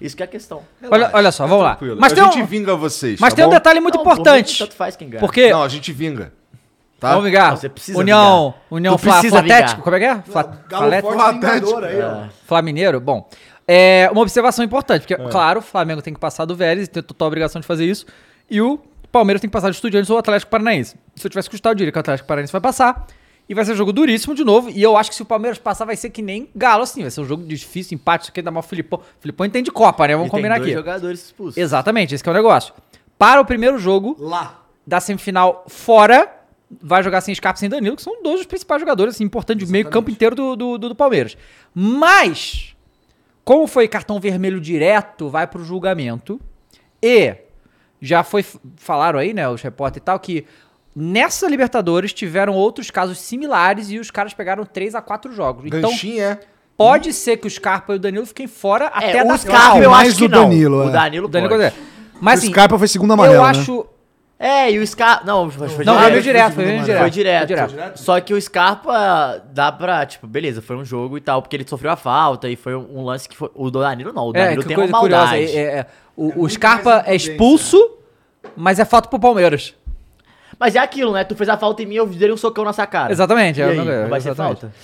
B: Isso que é a questão.
C: Olha, olha só, vamos lá.
A: Tranquilo.
C: Mas
A: a
C: tem,
A: gente
C: um,
A: vinga vocês.
C: mas
A: tá
C: tem um
A: bom?
C: detalhe muito
B: Não, por mim,
C: importante.
B: tanto faz quem ganha.
C: Porque.
A: Não, a gente vinga. Tá?
C: Vamos ligar.
B: Não, você precisa
C: União.
B: vingar.
C: União
B: Tu
C: Fla,
B: precisa
C: Flatético,
B: vingar.
C: como é que é? Fla, Flatético?
A: tá
E: Atlético. aí, ó.
C: Flamineiro? Bom. É uma observação importante,
B: É.
C: porque, claro, o Flamengo tem que passar do Vélez, tem total obrigação de fazer isso, e o Palmeiras tem que passar do Estudiantes ou Atlético Paranaense. Se eu tivesse que chutar, eu diria que o Atlético Paranaense vai passar, E vai ser um jogo duríssimo de novo. E eu acho que se o Palmeiras passar, vai ser que nem galo, assim. Vai ser um jogo difícil, empate, isso aqui dá mal o Filipão. Filipão entende Copa, né? Vamos
B: E tem
C: combinar
B: dois
C: aqui.
B: jogadores expulsos.
C: Exatamente, esse que é o negócio. Para o primeiro jogo
E: Lá.
C: da semifinal fora, vai jogar sem Scarpa e sem Danilo, que são dois dos principais jogadores, assim, importantes do meio campo inteiro do, do, do- do Palmeiras. Mas, como foi cartão vermelho direto, vai pro julgamento. E já foi, falaram aí, né, os repórteres e tal, que nessa Libertadores tiveram outros casos similares e os caras pegaram 3 a 4 jogos. Então,
A: Ganchinho é.
C: pode ser que o Scarpa e o Danilo fiquem fora até
B: É,
C: da
B: o
C: final.
B: Scarpa eu
E: Mais
B: acho que
E: do
B: não.
E: Danilo,
B: o
E: é.
B: Danilo,
C: Danilo
B: pode.
C: Coisa. Mas
E: o
C: assim,
E: Scarpa foi segundo amarelo,
C: eu
E: né?
C: acho.
B: É, e o Scarpa... Não, foi, foi
C: Não,
B: direto.
C: foi direto, foi
E: Foi
C: direto.
B: Foi direto.
C: Foi
B: Só que o Scarpa dá pra, tipo, beleza, foi um jogo e tal, porque ele sofreu a falta e foi um um lance que foi. O Danilo não, o
C: É,
B: Danilo
C: que
B: tem
C: coisa
B: uma
C: curiosa.
B: maldade.
C: É, é, é. o, o Scarpa é expulso, mas é fato pro Palmeiras.
B: Mas é aquilo, né? Tu fez a falta em mim, eu dei um socão na sua cara.
C: Exatamente.
B: E
C: é,
B: aí,
C: não é,
B: não vai ser
C: exatamente.
B: falta?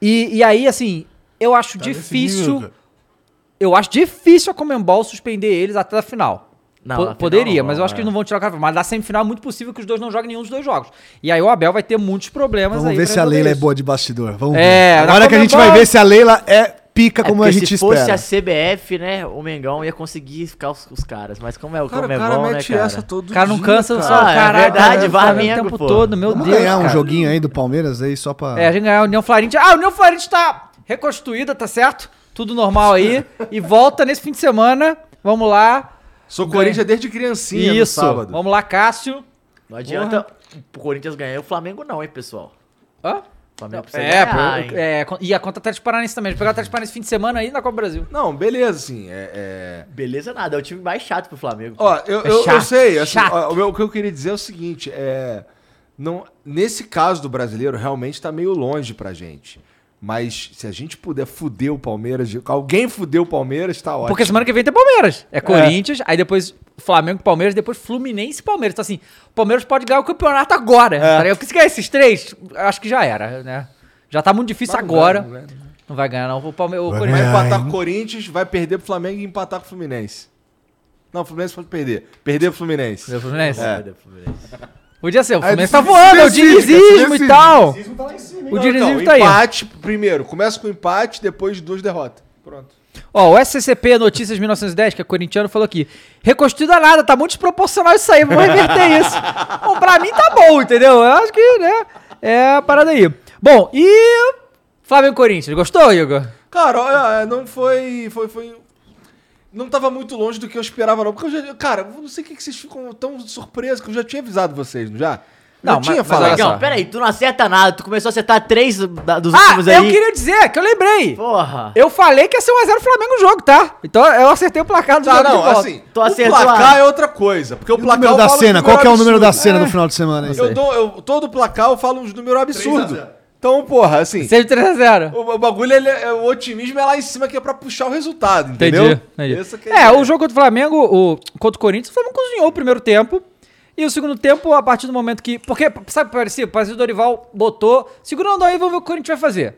C: E, e aí, assim, eu acho
D: Tá nesse
C: difícil.
D: nível, cara.
C: eu acho difícil a Comembol suspender eles até a final.
B: Não,
C: Po-
B: na final
C: poderia,
B: não,
C: mas eu acho que
B: é.
C: eles não vão tirar o cara. Mas na semifinal é muito possível que os dois não joguem nenhum dos dois jogos. E aí o Abel vai ter muitos problemas
E: Vamos
C: aí.
E: ver
C: pra
E: se a
C: resolver
E: Leila é
C: isso.
E: boa de bastidor. Vamos
C: É,
E: ver.
C: na
E: Agora que a gente vai
C: Comembol-
E: ver se a Leila é pica como
B: porque
E: a gente
B: se
E: espera.
B: fosse assim, a CBF, né, o Mengão ia conseguir ficar os, os caras. Mas como é o
A: Cara, o
B: como é
A: cara
B: bom, né,
A: mete
B: cara?
A: essa todo
C: O cara não
A: dia,
C: cansa,
B: cara.
C: só
B: Ah, é
C: caralho.
B: verdade,
C: né?
B: vai
C: Flamengo o
B: mesmo,
C: tempo
B: pô.
C: todo, meu
E: Vamos
C: Deus.
E: ganhar um
C: cara.
E: joguinho aí do Palmeiras aí só pra...
C: É, a gente ganhar a União Florente. Ah, a União Florente tá reconstituída, tá certo? Tudo normal aí. e volta nesse fim de semana. Vamos lá.
A: Sou
C: Ganha.
A: Corinthians desde criancinha é no
C: Isso.
A: sábado.
C: Vamos lá, Cássio.
B: Não adianta o Corinthians ganhar e o Flamengo não, hein, pessoal.
C: Hã?
B: O Flamengo precisa
C: É, pô,
B: ganhar, hein.
C: é, con- e a conta Atlético Paranaense também. A gente pegou o Atlético Paranaense fim de semana aí na Copa do Brasil.
A: Não, beleza, assim. É, é-
B: Beleza nada, é o time mais chato pro Flamengo. É
A: Ó, eu,
C: É
A: eu, eu
B: chato,
A: sei. assim,
B: chato.
A: ó, o, meu- o que eu queria dizer é o seguinte: é. Não, nesse caso do brasileiro, realmente tá meio longe pra gente. Mas se a gente puder fuder o Palmeiras, de- alguém fuder o Palmeiras, tá ótimo.
C: Porque semana que vem tem Palmeiras. É Corinthians, aí depois Flamengo, Palmeiras, depois Fluminense e Palmeiras. Então, assim, o Palmeiras pode ganhar o campeonato agora. Tá ligado? Porque se ganhar esses três, acho que já era, né? Já tá muito difícil agora. Não, vai ganhar, não. O Palmeiras.
D: Vai
A: Vai
D: É,
A: empatar
D: aí-
A: com o Corinthians, vai perder pro Flamengo e empatar com o Fluminense. Não, o Fluminense pode perder. Perder pro Fluminense.
C: O Fluminense.
A: É.
C: Podia ser, o Fluminense tá
D: decide-
C: voando, é o
D: decide, cara, se
C: dinizismo e
D: decide.
C: tal. O
A: tá Não,
C: dinizismo
A: então,
C: tá aí.
A: empate primeiro. Começa com empate, depois duas derrotas. Pronto.
C: Ó, o SCP Notícias 1910, que é corintiano, falou aqui. Reconstituída nada, tá muito desproporcional isso aí, vamos reverter isso. bom, pra mim tá bom, entendeu? Eu acho que, né, é a parada aí. Bom, e Flamengo e Corinthians, gostou, Igor?
A: Cara, olha, é, não foi, foi, foi. Não tava muito longe do que eu esperava, não. Porque eu já. Cara, eu não sei o que que vocês ficam tão surpresos, que eu já tinha avisado vocês, não já?
C: Não,
A: eu
C: mas-
A: tinha
C: mas
A: falado. assim,
C: olha só.
B: Mengão, peraí, tu não acerta nada, tu começou a acertar três da- dos
C: Ah,
B: últimos aí.
C: eu queria dizer, que eu lembrei.
B: Porra.
C: Eu falei que ia ser 1x0 Flamengo o jogo, tá? Então eu acertei o placar do
A: Tá,
C: jogo de
A: não,
C: volta.
A: assim.
B: Tô
A: o
B: acertando.
A: placar é outra coisa. Porque o
E: E o
A: placar.
E: número
A: eu
E: da
A: falo
E: cena,
A: um
E: qual que é o número da
A: absurdo. É,
E: cena no final de semana aí?
A: Eu dou, eu, todo placar eu falo uns números absurdos. Então, porra, assim.
C: Seja 3x0.
A: O, o bagulho, ele é, o otimismo é lá em cima que é pra puxar o resultado,
C: Entendi.
A: entendeu?
C: entendi.
A: Essa que
C: É, o jogo contra o Flamengo, o, contra o Corinthians, o Flamengo cozinhou o primeiro tempo. E o segundo tempo, a partir do momento que. Porque, sabe o que parecia? Parecia que o Dorival botou. Segurando aí, vamos ver o que o Corinthians vai fazer.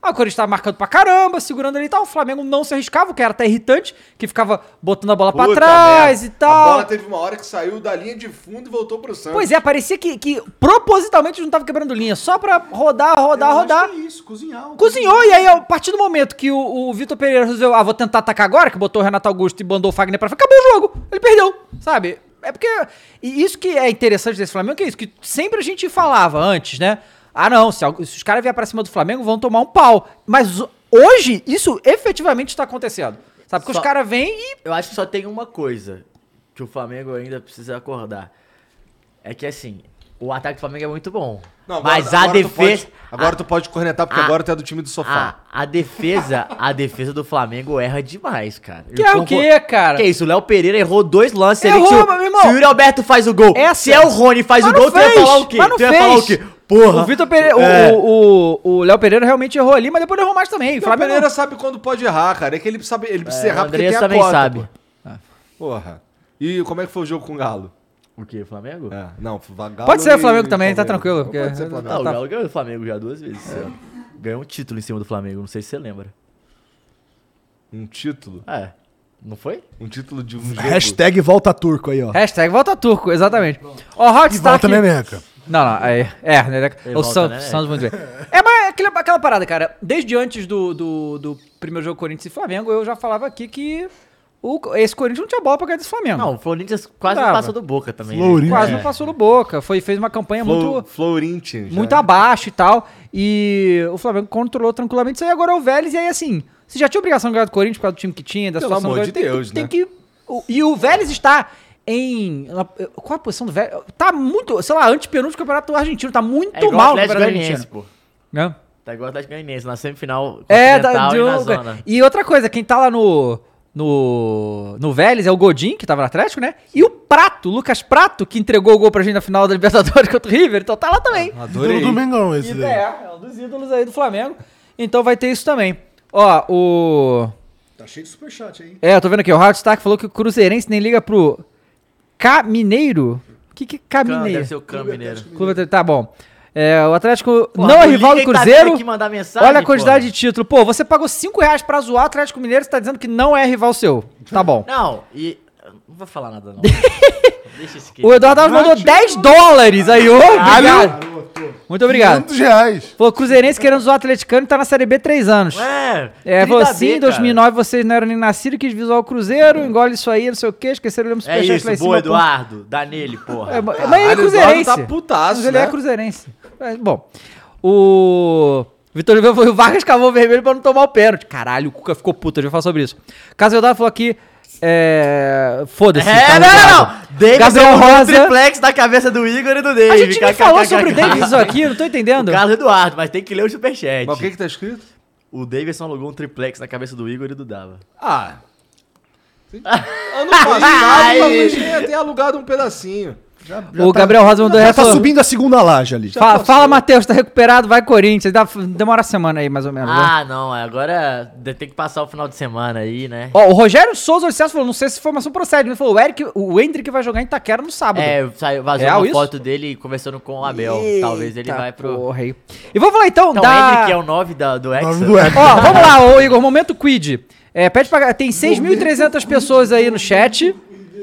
C: Ah, o Corinthians tava marcando pra caramba, segurando ali e tal. O Flamengo não se arriscava, o que era até irritante, que ficava botando a bola pra
A: Puta
C: trás
A: merda.
C: e tal.
A: A bola teve uma hora que saiu da linha de fundo e voltou pro Santos.
C: Pois é, parecia que, que propositalmente eles não estavam quebrando linha, só pra rodar, rodar, rodar.
E: é isso, cozinhar.
C: Cozinhou, e aí, a partir do momento que o, o Vitor Pereira resolveu, ah, vou tentar atacar agora, que botou o Renato Augusto e mandou o Fagner pra frente, acabou o jogo. Ele perdeu, sabe? É porque. E isso que é interessante desse Flamengo, que é isso, que sempre a gente falava antes, né? Ah, não, se, algu- se os caras vier pra cima do Flamengo, vão tomar um pau. Mas ho- hoje, isso efetivamente está acontecendo. Sabe? Porque
B: Só-
C: os caras vêm e.
B: Eu acho que só tem uma coisa que o Flamengo ainda precisa acordar. É que assim, o ataque do Flamengo é muito bom.
A: Não, agora-
B: mas a
A: agora tu
B: defesa.
A: pode- agora
B: a-
A: tu pode cornetar, porque
C: Ah,
B: a-
A: agora tu é do time do sofá.
B: a, a defesa, a defesa do Flamengo erra demais, cara.
C: Que é o quê, cara?
B: Que isso, o Léo Pereira errou dois lances ali.
C: Errou,
B: se o-
C: mas, meu irmão,
B: se o Yuri Alberto faz o gol,
C: essa-
B: se é o Rony faz
C: Mas
B: o gol,
C: não
B: tu ia
C: fez,
B: falar o quê?
C: mas não
B: tu ia falar
C: fez.
B: o quê? Porra.
C: O Vitor Pereira. o-
B: É.
C: O, o, o Léo Pereira realmente errou ali, mas depois errou mais também. O
A: O Flamengo
C: Flamengo.
A: Pereira sabe quando pode errar, cara. É que ele sabe, ele precisa
B: É, o
A: errar porque
B: Andrés
A: tem a
B: também
A: cota,
B: sabe.
A: pô. Porra. E como é que foi o jogo com o Galo?
B: O quê, Flamengo?
A: É, não, foi Galo
C: Pode ser
A: e-
C: Flamengo também,
A: Palmeiras.
C: tá tranquilo, porque-
A: Pode ser Flamengo.
B: Não, o
C: tá-
B: Galo ganhou o Flamengo já duas vezes. Ganhou um título em cima do Flamengo, não sei se você lembra.
A: Um título.
B: É. Não foi?
A: Um título de um jogo.
E: Hashtag volta turco aí, ó.
C: Hashtag volta turco, exatamente. Ó,
D: E
C: Hot tá
D: volta
C: aqui.
D: Neneca.
C: Não, não, é, é, né,
B: né, Ele
C: o
B: volta,
C: San-
B: né?
C: Santos muito bem. É, mas é aquela, aquela parada, cara, desde antes do, do, do primeiro jogo Corinthians e Flamengo, eu já falava aqui que o, esse Corinthians não tinha bola pra ganhar desse Flamengo.
B: Não, o Florinthians quase
C: Dava.
B: não passou do Boca também. né?
D: Florinthians.
C: Quase não passou no Boca, foi, fez uma campanha é muito...
A: Florinthians.
C: muito
A: né?
C: abaixo e tal. E o Flamengo controlou tranquilamente. Isso aí agora é o Vélez. E aí, assim, você já tinha obrigação de ganhar do Corinthians por causa do time que tinha, da
A: Pelo
C: situação
A: amor
C: do
A: de
C: Corinthians, tem,
A: Deus, né?
C: que- tem que. o- e o Vélez está em. na- Qual é a posição do Vélez? Tá muito, sei lá, antepenúltimo do campeonato argentino. Tá muito
B: É igual
C: mal
B: o
C: no
B: Atlético
C: campeonato
B: Goianiense,
C: argentino.
B: pô.
C: Né?
B: Tá igual o Atlético Goianiense, na semifinal
C: É,
B: continental
C: tá, de
B: e na
C: um-
B: zona.
C: E outra coisa, quem tá lá no. No, no Vélez é o Godin, que tava no Atlético, né? E o Prato, o Lucas Prato, que entregou o gol pra gente na final da Libertadores contra o River, então tá lá também.
D: Ídolo do Mengão esse
C: Ida
D: daí.
C: é, é um dos ídolos aí do Flamengo. Então vai ter isso também. Ó, o.
E: Tá cheio de superchat aí.
C: É, eu tô vendo aqui, o Rádio Stark falou que o Cruzeirense nem liga pro Camineiro. O que, que é
B: Cam-
C: Camineiro?
B: Deve ser o Cam Mineiro.
C: Clube Atlético- Tá bom. É, o Atlético
B: Pô,
C: não é
B: o
C: rival do
B: Liga tá
C: Cruzeiro.
B: tendo que mandar mensagem,
C: Olha a quantidade
B: pô.
C: de título. Pô, você pagou 5 reais pra zoar o Atlético Mineiro, você tá dizendo que não é rival seu. Tá bom.
B: Não, e... Não vou falar nada, não. Deixa isso aqui.
C: O Eduardo Alves mandou 10 dólares aí, ô, obrigado. Muito obrigado.
D: 500 reais.
C: Falou, Cruzeirense querendo zoar o Atleticano e tá na Série B 3 anos.
B: É,
C: É,
B: querida B,
C: você em
B: cara. Uhum.
C: 2009 vocês não eram nem nascidos, quis visual o Cruzeiro, engole isso aí, não sei o quê, esqueceram o
B: É isso, boa, Eduardo. Dá nele, porra.
C: É, mas ele
A: Caralho,
C: é
A: o Eduardo
C: cruzeirense.
A: tá putaço,
C: Mas ele
A: né?
C: é cruzeirense. Mas, bom, o Vitor Oliveira falou, o Vargas cavou o vermelho pra não tomar o pênalti. Caralho, o Cuca ficou puta, a gente vai falar sobre isso. Caseldado falou aqui, é... Foda-se.
B: É, não,
C: Carlos Eduardo.
B: não, não. Davis
C: Gabriel
B: derrubou um
C: Rosa.
B: triplex da cabeça do Igor e do David.
C: A gente nem
B: KKKK.
C: falou sobre o Davis aqui, eu não tô entendendo.
B: O Carlos Eduardo, mas tem que ler o superchat.
A: Mas o que que tá escrito?
B: O Davidson alugou um triplex na cabeça do Igor e do Dava.
A: Ah. Ano passado, talvez tenha até alugado um pedacinho.
E: Já, já
C: O
E: tá-
C: Gabriel Rosa mandou
E: já
C: reto.
E: tá subindo a segunda laje ali. Tá
C: Fa- fala, Matheus, tá recuperado, vai Corinthians. Dá- Demora a semana aí, mais ou menos. né?
B: Ah, não, é, agora de- tem que passar o final de semana aí, né?
C: Ó, o Rogério Souza Orcesso falou, não sei se essa informação procede, mas falou, o Eric, o Hendrick vai jogar em Itaquera no sábado.
B: É, saiu, vazou
C: Real
B: uma
C: isso?
B: foto dele conversando com o Abel. Talvez ele vai pro.
C: Porra aí. E vamos lá então,
B: Então, o
C: da...
B: Hendrick é o 9 da, do Hexa.
D: Nome do app.
C: Ó, vamos lá, ô Igor, momento quid. É, pede pra... Tem 6.300 pessoas aí no chat.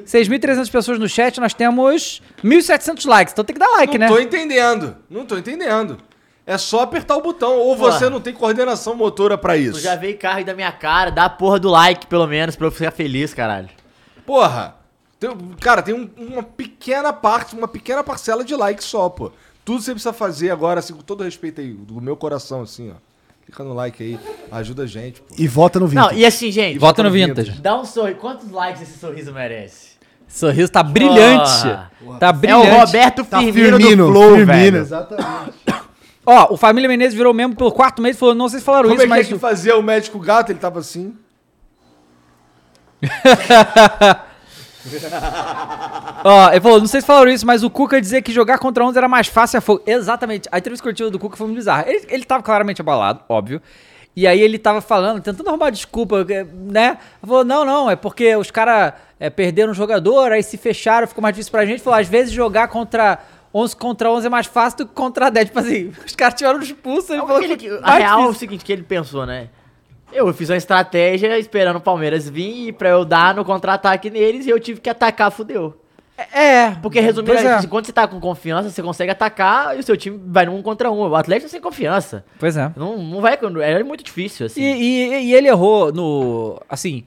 C: 6.300 pessoas no chat, nós temos 1.700 likes, então tem que dar like,
A: Não
C: né?
A: tô entendendo. Não tô entendendo. É só apertar o botão. Ou você não tem coordenação motora pra
B: Tu
A: isso.
B: já veio carro aí da minha cara, dá a porra do like, pelo menos, pra eu ficar feliz, caralho.
A: Porra. Tem- cara, tem um- uma pequena parte, uma pequena parcela de like só, pô. Tudo você precisa fazer agora, assim, com todo respeito aí, do meu coração, assim, ó. Clica no like aí, ajuda a gente, pô.
E: E vota no vídeo.
B: Não, e assim, gente.
C: Vota no Vintage.
B: Dá um sorriso. Quantos likes esse sorriso merece?
C: Sorriso tá brilhante. Tá brilhante.
B: É o Roberto
E: Tá
B: Firmino, do Flow, velho.
E: Exatamente.
C: Ó, o Família Menezes virou membro pelo quarto mês e falou, não sei se falaram
A: Como
C: isso,
A: é que, é
C: mas...
A: que fazia o médico gato? Ele tava assim.
C: Ó, ele falou, não sei se falaram isso, mas o Cuca dizer que jogar contra 11 era mais fácil a fogo. Exatamente. A entrevista coletiva do Cuca foi muito bizarra. Ele, ele tava claramente abalado, óbvio. E aí ele tava falando, tentando arrumar desculpa, eh, né? Ele Falou, não, não, é porque os caras perderam um jogador, aí se fecharam, ficou mais difícil pra gente. Ele Falou, às vezes jogar contra 11 contra 11 é mais fácil do que contra 10. Tipo assim, os caras tiveram expulso, ele falou
B: Ele-
C: que
B: a
C: mais
B: real é o
C: difícil.
B: seguinte, que ele pensou, né? Eu fiz uma estratégia esperando o Palmeiras vir pra eu dar no contra-ataque neles e eu tive que atacar, fudeu.
C: É,
B: Porque, resumindo,
C: pois é.
B: quando você tá com confiança, você consegue atacar e o seu time vai num contra um. O Atlético sem confiança.
C: Pois é.
B: Não, não vai. quando- É muito difícil, assim.
C: E, e- e ele errou no. Assim.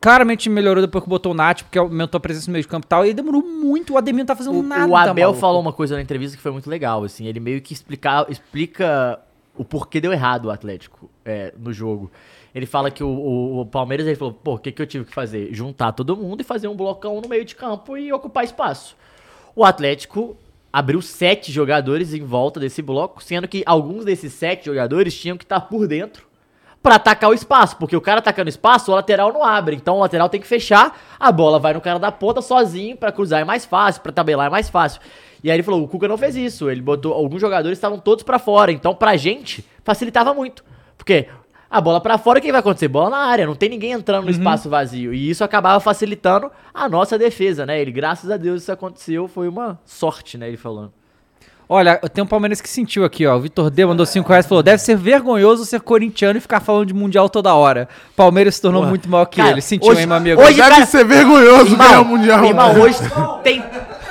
C: Claramente melhorou depois que botou o Nath, porque aumentou a presença no meio de campo e tal. E demorou muito, o Ademir não tá fazendo
B: O,
C: nada.
B: o Abel
C: maluco.
B: falou uma coisa na entrevista que foi muito legal, assim, ele meio que explica, explica o porquê deu errado o Atlético é, no jogo. Ele fala que o, o- o Palmeiras, ele falou, pô, o que, que eu tive que fazer? Juntar todo mundo e fazer um blocão no meio de campo e ocupar espaço. O Atlético abriu sete jogadores em volta desse bloco, sendo que alguns desses sete jogadores tinham que estar por dentro pra atacar o espaço, porque o cara atacando espaço, o lateral não abre, então o lateral tem que fechar, a bola vai no cara da ponta sozinho pra cruzar é mais fácil, pra tabelar é mais fácil. E aí ele falou, o Cuca não fez isso, ele botou alguns jogadores estavam todos pra fora, então pra gente facilitava muito. Porque a bola pra fora, o que vai acontecer? Bola na área, não tem ninguém entrando no espaço vazio. E isso acabava facilitando a nossa defesa, né? Ele, graças a Deus, isso aconteceu, foi uma sorte, né? Ele falando.
C: Olha, tem um palmeirense que sentiu aqui, ó. O Vitor D mandou 5 reais e falou: deve ser vergonhoso ser corintiano e ficar falando de Mundial toda hora. Palmeiras se tornou muito maior que
B: Cara,
C: ele. Sentiu,
B: hoje-
C: hein, meu amigo?
B: hoje-
D: Deve
B: cara-
C: Tá
D: ser vergonhoso ganhar né?
B: Irmão,
D: o Mundial.
B: irmão, hoje tem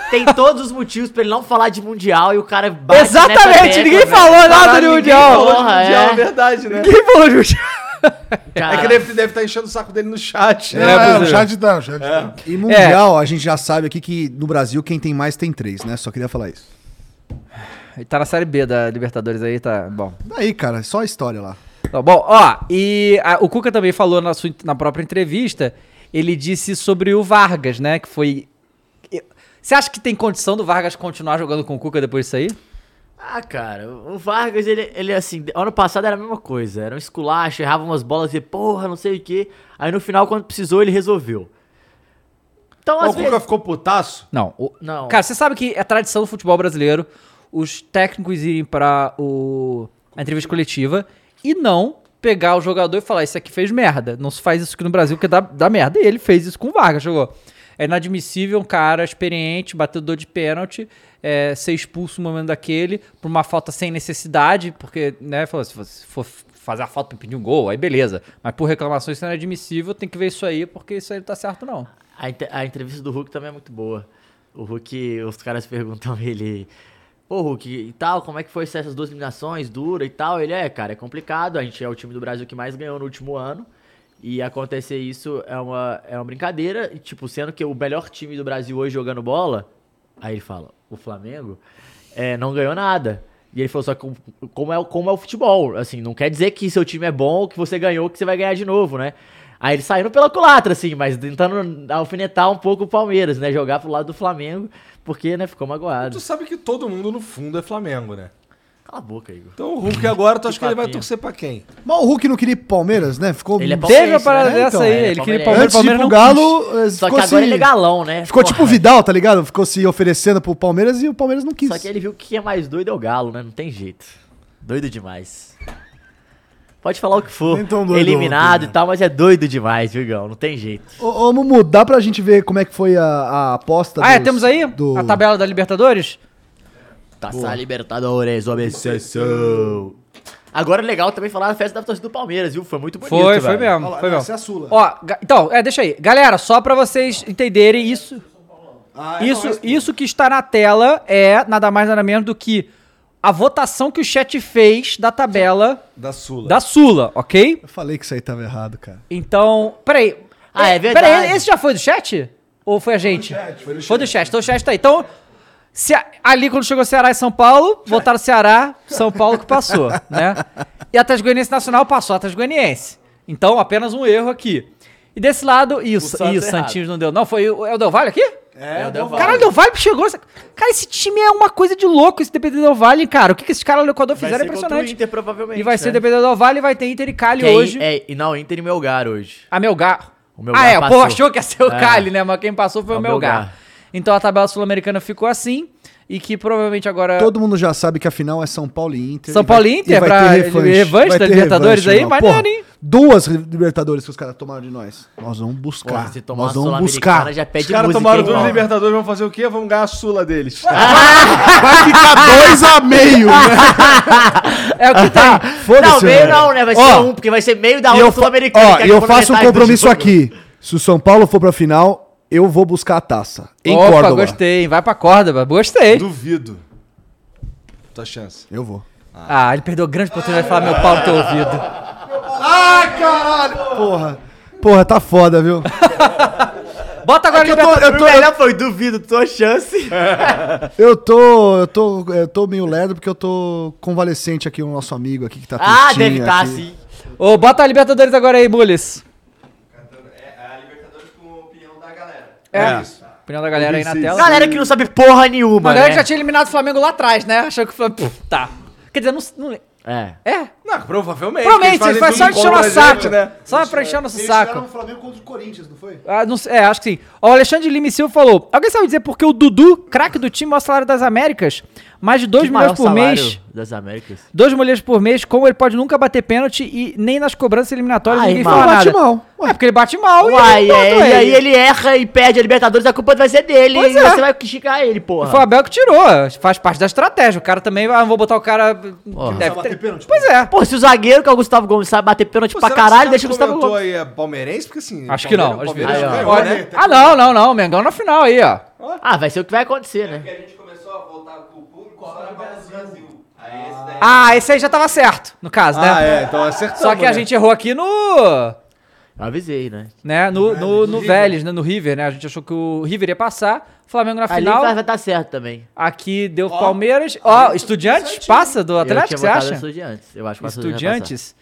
B: tem todos os motivos pra ele não falar de Mundial e o cara é bate né?
C: Exatamente, ninguém falou nada de Mundial.
B: Porra,
A: Porra,
B: é.
A: é verdade, né?
C: Quem falou de Mundial?
B: Cara,
A: É que deve, deve estar enchendo o saco dele no chat, né?
D: É, o chat dá, o chat dá.
B: É.
E: E Mundial, a gente já sabe aqui que no Brasil quem tem mais tem três, né? Só queria falar isso.
C: Ele tá na Série B da Libertadores aí, tá bom.
E: Daí, cara, só a história lá.
C: Tá bom, ó, e a- o Cuca também falou na, sua, na própria entrevista, ele disse sobre o Vargas, né, que foi... eu- Você acha que tem condição do Vargas continuar jogando com o Cuca depois disso aí?
B: Ah, cara, o Vargas, ele, ele assim, ano passado era a mesma coisa, era um esculacho, errava umas bolas e porra, não sei o quê. Aí no final, quando precisou, ele resolveu. Então,
A: Ó,
B: às
A: O Cuca
B: vezes...
A: ficou putaço.
C: Não. o-
B: Não.
C: Cara, você sabe que é tradição do futebol brasileiro os técnicos irem pra o... a entrevista coletiva e não pegar o jogador e falar, isso aqui fez merda, não se faz isso aqui no Brasil porque dá, dá merda. E ele fez isso com o Vargas, jogou. É inadmissível um cara experiente, batedor de pênalti, é, ser expulso no momento daquele por uma falta sem necessidade, porque, né, falou, se você for fazer a falta pra pedir um gol, aí beleza. Mas por reclamações isso é inadmissível, tem que ver isso aí, porque isso aí não tá certo não.
B: A, inte- a entrevista do Hulk também é muito boa. O Hulk, os caras perguntam ele, pô, Hulk, e tal, como é que foi essas duas eliminações, dura e tal? Ele, é, cara, é complicado, a gente é o time do Brasil que mais ganhou no último ano, e acontecer isso é uma, é uma brincadeira, e, tipo, sendo que o melhor time do Brasil hoje jogando bola, aí ele fala, o Flamengo, é, não ganhou nada. E ele falou, só que como- como é, o- como é o futebol, assim, não quer dizer que seu time é bom, que você ganhou, que você vai ganhar de novo, né? Aí ele saindo pela culatra, assim, mas tentando alfinetar um pouco o Palmeiras, né? Jogar pro lado do Flamengo, porque, né, ficou magoado.
A: Tu sabe que todo mundo no fundo é Flamengo, né?
B: Cala a boca, Igor.
A: Então o Hulk agora, tu acha que ele vai
B: papinho.
A: torcer pra quem?
E: Mas o Hulk não queria ir pro Palmeiras, né? Ficou.
B: Ele é
C: Teve uma
B: Palmeirense,
C: parada
B: né?
C: dessa
B: Então,
C: aí,
B: é,
C: ele queria ir pro
B: Palmeirense.
C: Palmeiras,
E: Antes de ir pro
C: Palmeiras não
E: Galo, eh,
B: Só
E: ficou
B: que agora
E: se-
G: assim,
B: ele é galão, né?
E: Ficou
B: Porra.
E: tipo o Vidal, tá ligado? Ficou se oferecendo pro Palmeiras e o Palmeiras não quis.
B: Só que ele viu que quem é mais doido é o Galo, né? Não tem jeito. Doido demais. Pode falar o que for.
D: Nem tão doido
B: Eliminado
D: ontem, né?
B: e tal, mas é doido demais, viu, Igão? Não tem jeito.
E: Ô, ô, Mumu, dá pra gente ver como é que foi a, a aposta
C: Ah, é,
E: dos-
C: temos aí
E: do-
C: a tabela da Libertadores?
B: Taça Libertadores, obsessão. Agora é legal também falar da festa da torcida do Palmeiras, viu? Foi muito bonito,
C: Foi, foi
B: velho.
C: mesmo.
E: Olha lá,
C: foi
E: não,
C: mesmo.
E: essa é a Sula.
C: Ó, ga- então, é, deixa aí. Galera, só pra vocês entenderem isso.
E: Ah, então é
C: isso, isso que está na tela é nada mais nada menos do que a votação que o chat fez da tabela
A: Da Sula.
C: da Sula, ok?
E: Eu falei que isso aí tava errado, cara.
C: Então, peraí.
B: Ah, é
C: Eh,
B: verdade.
C: esse já foi do chat? Ou foi a gente? Foi do chat. Foi do chat, então o chat tá aí. Então, se a- ali quando chegou Ceará e São Paulo, votaram Ceará, São Paulo que passou, né? E Atlético Goianiense Nacional passou Atlético Goianiense. Então, apenas um erro aqui. E desse lado, isso,
B: Santos tá
C: e o
B: errado.
C: Santinhos não deu. Não, foi o, é o Del Valle aqui?
B: É, o Del Valle.
C: Caralho, o Del Valle chegou. essa- Cara, esse time é uma coisa de louco, esse dependendo do Del Valle, cara. O que, que esses caras no Equador
B: Vai
C: fizeram é
B: ser contra o
C: impressionante.
B: Inter, provavelmente.
C: E vai ser
B: né?
C: dependendo do Del Valle, vai ter Inter e Cali
B: Que é-
C: hoje.
B: É, e não, Inter e Melgar hoje.
C: A Melgar.
B: O Melgar
C: ah, é, o
B: passou.
C: povo achou que ia ser o
B: É.
C: Cali, né? Mas quem passou
E: Ah,
C: foi
B: É
C: o
B: o
C: Melgar.
B: Melgar.
C: Então a tabela sul-americana ficou assim e que provavelmente agora
E: Todo mundo já sabe que a final é São Paulo e Inter.
C: É. São
E: e vai-
C: Paulo e Inter, pra revanche da Libertadores aí,
E: não.
C: maneiro,
E: Porra,
C: hein?
E: Duas re- Libertadores que os caras tomaram de nós. Nós vamos buscar.
B: Porra, se tomar
E: nós vamos
B: Sul-Americana,
E: buscar.
B: já pede
A: Os caras
B: música,
A: tomaram
B: hein,
A: dois
B: Paulo?
A: Libertadores, vão fazer o quê? Vão ganhar a Sula deles. Tá,
E: Vai ficar Tá
B: tá
E: dois a meio, né?
C: é o que tá. aí.
E: Foda-se,
B: Não, meio
E: velho.
B: não, né? Vai ser
E: Ó,
B: um, porque vai ser meio da
E: E eu,
B: outra
E: fa- ó,
B: Sul-Americana. que é
E: e eu
B: quando
E: faço um
B: metade do
E: compromisso
B: jogo.
E: aqui. Se o São Paulo for pra final, eu vou buscar a taça. Em
C: Opa,
E: Córdoba.
C: gostei, hein? Vai pra Córdoba. Gostei.
A: Duvido. Tua chance.
E: Eu vou.
C: Ah, ele perdeu grande oportunidade de falar meu pau no teu ouvido.
E: Ah, caralho! Porra. Porra, tá foda, viu?
C: Bota agora
E: É Eu
C: a
E: tô,
C: Libertadores.
E: eu tô,
B: O melhor foi, duvido, tua chance.
E: É, eu tô, eu tô, eu tô meio lerdo porque eu tô convalescente aqui, o nosso amigo aqui que tá
B: Ah,
E: tristinho
B: deve estar,
E: aqui.
B: sim.
C: Ô, bota a Libertadores agora aí, Bullis. É, isso. Opinião da galera aí na
A: Vocês-
E: É
C: tela.
B: Galera que não sabe porra nenhuma,
C: a galera
B: né?
C: que já tinha eliminado o Flamengo lá atrás, né? Achou que o Flamengo. Puf, Tá. Quer dizer, não. não
B: É.
C: é,
A: Não, provavelmente.
C: Provavelmente,
A: eles
C: ele faz só
A: fazem tudo
C: encher o
A: contra
C: nosso
A: a gente, né?
C: saco. né? Só pra encher o nosso saco.
D: Flamengo contra o Corinthians, não foi?
C: Ah, não sei- é, acho que sim. Ó, O Alexandre Lima e Silva falou: Alguém sabe dizer por que o Dudu, craque do time, maior salário das Américas, mais de 2
B: Que maior
C: milhões por
B: salário
C: mês.
B: das Américas.
C: 2 milhões por mês, como ele pode nunca bater pênalti e nem nas cobranças eliminatórias
B: Ah,
C: ninguém
B: irmão.
C: fala
E: Bate
C: nada.
E: mal.
C: É porque ele bate mal
B: Uai,
C: e ele
B: é,
C: bota
B: e aí ele erra e perde a Libertadores, a culpa vai ser dele.
C: Pois
B: e
C: é.
B: você vai quicar ele, porra.
C: Foi o Abel que tirou, faz parte da estratégia. O cara também, ah, não vou botar o cara. que deve ter... Pois é.
B: Pô, se o zagueiro que é o Gustavo Gomes sabe bater pênalti pra caralho, deixa o Gustavo
A: comentou
B: Gomes.
A: aí é palmeirense, porque assim...
C: Acho que não.
A: Palmeiras-
C: acho que não.
A: Palmeiras
B: Aí, ó.
A: ganhou, né?
C: Ah, não, não, não. Mengão na final aí, ó.
B: Ah, vai ser o que vai acontecer, né?
H: a gente começou a voltar pro público só na Copa do Brasil. Aí esse
D: É.
H: daí.
C: Ah, esse aí já tava certo, no caso, né?
A: Ah, é, então acertamos.
C: Só que a
A: né?
C: gente errou aqui no.
B: Eu avisei, né?
C: Né, no, no, no Vélez, né? No River, né? A gente achou que o River ia passar. Flamengo na
B: Ali
C: final.
B: vai vai dar certo também.
C: Aqui deu Palmeiras. Ó, Estudiantes passa do Atlético,
B: eu tinha
C: você
B: votado
C: acha?
B: Estudiantes. Eu acho que o Estudiantes vai passar.
C: Estudiantes.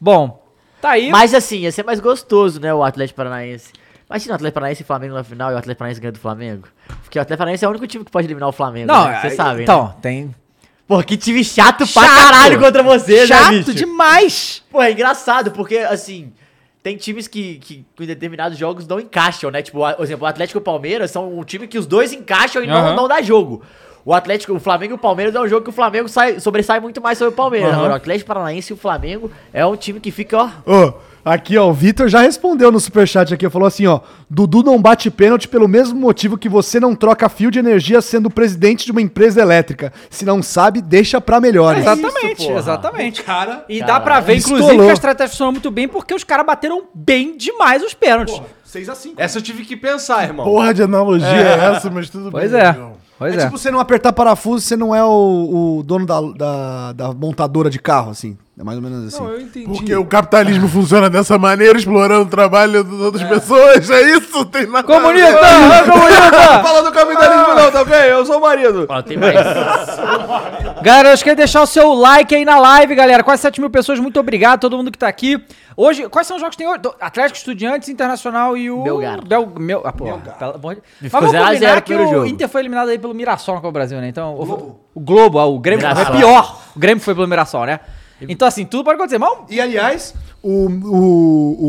C: Bom, tá aí.
B: Mas assim, ia ser mais gostoso, né, o Atlético Paranaense. Imagina o Atlético Paranaense e o Flamengo na final e o Atlético Paranaense ganha do Flamengo. Porque o Atlético Paranaense é o único time que pode eliminar o Flamengo,
C: não,
B: né? Vocês
C: é-
B: sabem, né?
C: Então, tem.
B: Pô, que time chato, pra
C: Chato!
B: caralho contra vocês, né,
C: Chato
B: bicho?
C: demais!
B: Pô, é engraçado, porque, assim, tem times que, que em determinados jogos não encaixam, né? Tipo, a- por exemplo, o Atlético e o Palmeiras são um time que os dois encaixam e não,
C: Aham.
B: não dá jogo. O Atlético, o Flamengo e o Palmeiras é um jogo que o Flamengo sai, sobressai muito mais sobre o Palmeiras.
C: Aham.
B: Agora, o Atlético Paranaense e o Flamengo é um time que fica, ó.
G: Ô, aqui, ó, o Vitor já respondeu no superchat aqui, falou assim, ó, Dudu não bate pênalti pelo mesmo motivo que você não troca fio de energia sendo presidente de uma empresa elétrica. Se não sabe, deixa pra
E: É
G: melhores.
C: exatamente, exatamente.
E: Cara,
C: E dá
B: Caralho.
C: pra ver, inclusive,
G: Pistolou.
C: que a estratégia funcionou muito bem, porque os caras bateram bem demais os pênaltis.
E: 6x5.
A: Essa eu tive que pensar, irmão.
D: Porra de analogia é essa, mas tudo
C: Pois
D: bem.
C: é.
D: João.
C: Pois
G: é
C: é.
G: tipo você não apertar parafuso, você não é o, o dono da, da, da montadora de carro, assim. É mais ou menos assim.
A: Não, eu entendi.
D: Porque o capitalismo funciona dessa maneira, explorando o trabalho das outras pessoas. É isso, tem nada.
C: Comunista!
A: Não fala Tá do capitalismo, não, tá ok? Eu sou o marido.
B: Ó, tem mais.
C: Galera, não esqueça de deixar o seu like aí na live, galera. Quase 7 mil pessoas, muito obrigado a todo mundo que tá aqui. Hoje, quais são os jogos que tem hoje? Do- Atlético Estudiantes, Internacional e o...
B: Belgrado.
C: Bel... Meu... Ah, porra, pelo amor de... Mas
B: Ficou
C: vamos
B: zero a
C: combinar
B: zero o
C: que o
B: primeiro jogo.
C: Inter foi eliminado aí pelo Mirassol na Copa do Brasil, né? Então, o o Globo, ah, o Grêmio
B: Mirassol.
C: é pior. O Grêmio foi pelo Mirassol, né? Então, assim, tudo pode acontecer. Mas um-
E: E aliás,
G: O, o,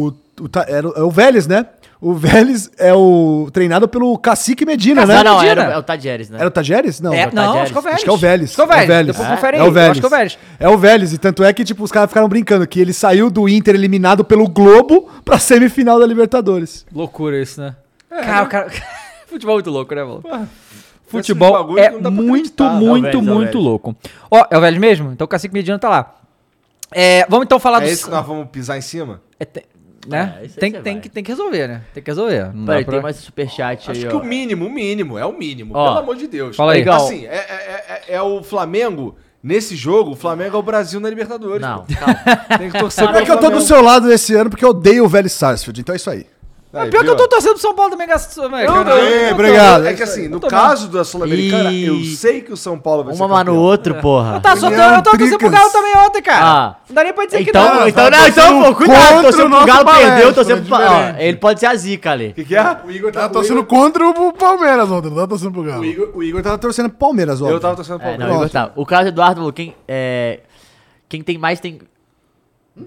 G: o, o, ta- era o- é o Vélez, né? O Vélez é o treinado pelo Cacique Medina,
C: Cacique
G: né?
B: não, não, era,
C: Medina.
B: é o Tadieres, né?
G: Era o Tajeres? Não.
C: É,
G: o
C: não,
B: Tadieres.
C: acho que é o Vélez.
G: Acho que é o Vélez.
C: Acho que é o Vélez. Depois confere
G: É
C: aí.
G: o Vélez.
C: Acho que é o Vélez.
G: É o Vélez. E tanto é que, tipo, os caras ficaram brincando que ele saiu do Inter eliminado pelo Globo pra semifinal da Libertadores.
C: Loucura isso, né? cara, o cara... Futebol é muito louco, né, mano?
A: Esses
C: Futebol
A: bagulho
C: é
A: não dá pra
C: muito,
A: acreditar.
B: É
C: muito,
B: o Vélez, é o
C: muito
B: Vélez.
C: louco. Ó, é o velho mesmo? Então o Cacique Medina tá lá. É, vamos então falar
A: É
C: do...
A: isso que nós vamos pisar em cima?
C: É, te- né?
B: É, isso aí
C: tem,
B: você
C: tem,
B: vai.
C: que, tem que resolver, né? Tem que resolver. Não
B: Peraí,
C: dá pra-
B: tem mais um superchat aí,
A: Acho que
B: ó.
A: o mínimo, o mínimo, é o mínimo,
B: Ó,
A: pelo amor de Deus.
C: fala aí.
A: Assim, é, é- é- é o Flamengo, nesse jogo, o Flamengo é o Brasil na Libertadores.
B: Não,
A: pô.
B: calma.
A: Tem É que torcer
G: Pior É que eu tô do seu lado nesse ano porque eu odeio o Vélez Sarsfield. Então é isso aí.
A: Aí,
C: Ah, Pior que eu
A: viu?
C: tô torcendo pro São Paulo também, Gasto.
A: Eu tô-
G: Ei,
A: eu tô-
G: obrigado.
A: É que assim, no
C: tô
A: caso da Sul-Americana, eu
B: Ih.
A: sei que o São Paulo vai ser
B: Uma mano
A: campeão.
B: no outro, porra.
C: Eu tava soltando, eu tava torcendo pro
G: Tricas.
C: Galo também ontem, cara.
B: Ah.
C: Não dá nem pra dizer Tá que
B: Então,
C: não.
B: então, não,
D: tá
B: então,
D: torcendo
B: pô, cuidado,
D: contra o
B: torcendo pro
D: nosso
B: Galo
D: palestra,
B: perdeu, torcendo
D: é
B: pro ó,
D: diferente.
B: Ele pode ser a zica ali.
A: O que, que é?
E: o Igor
D: Tá
E: tava,
D: torcendo contra o Palmeiras ontem, não tá torcendo pro Galo.
E: o Igor, o Igor
G: Eu tava torcendo pro Palmeiras, ó.
A: Eu tava torcendo pro
B: É,
A: Palmeiras.
B: não, Igor tá. O Carlos Eduardo falou, quem, é, quem tem mais tem...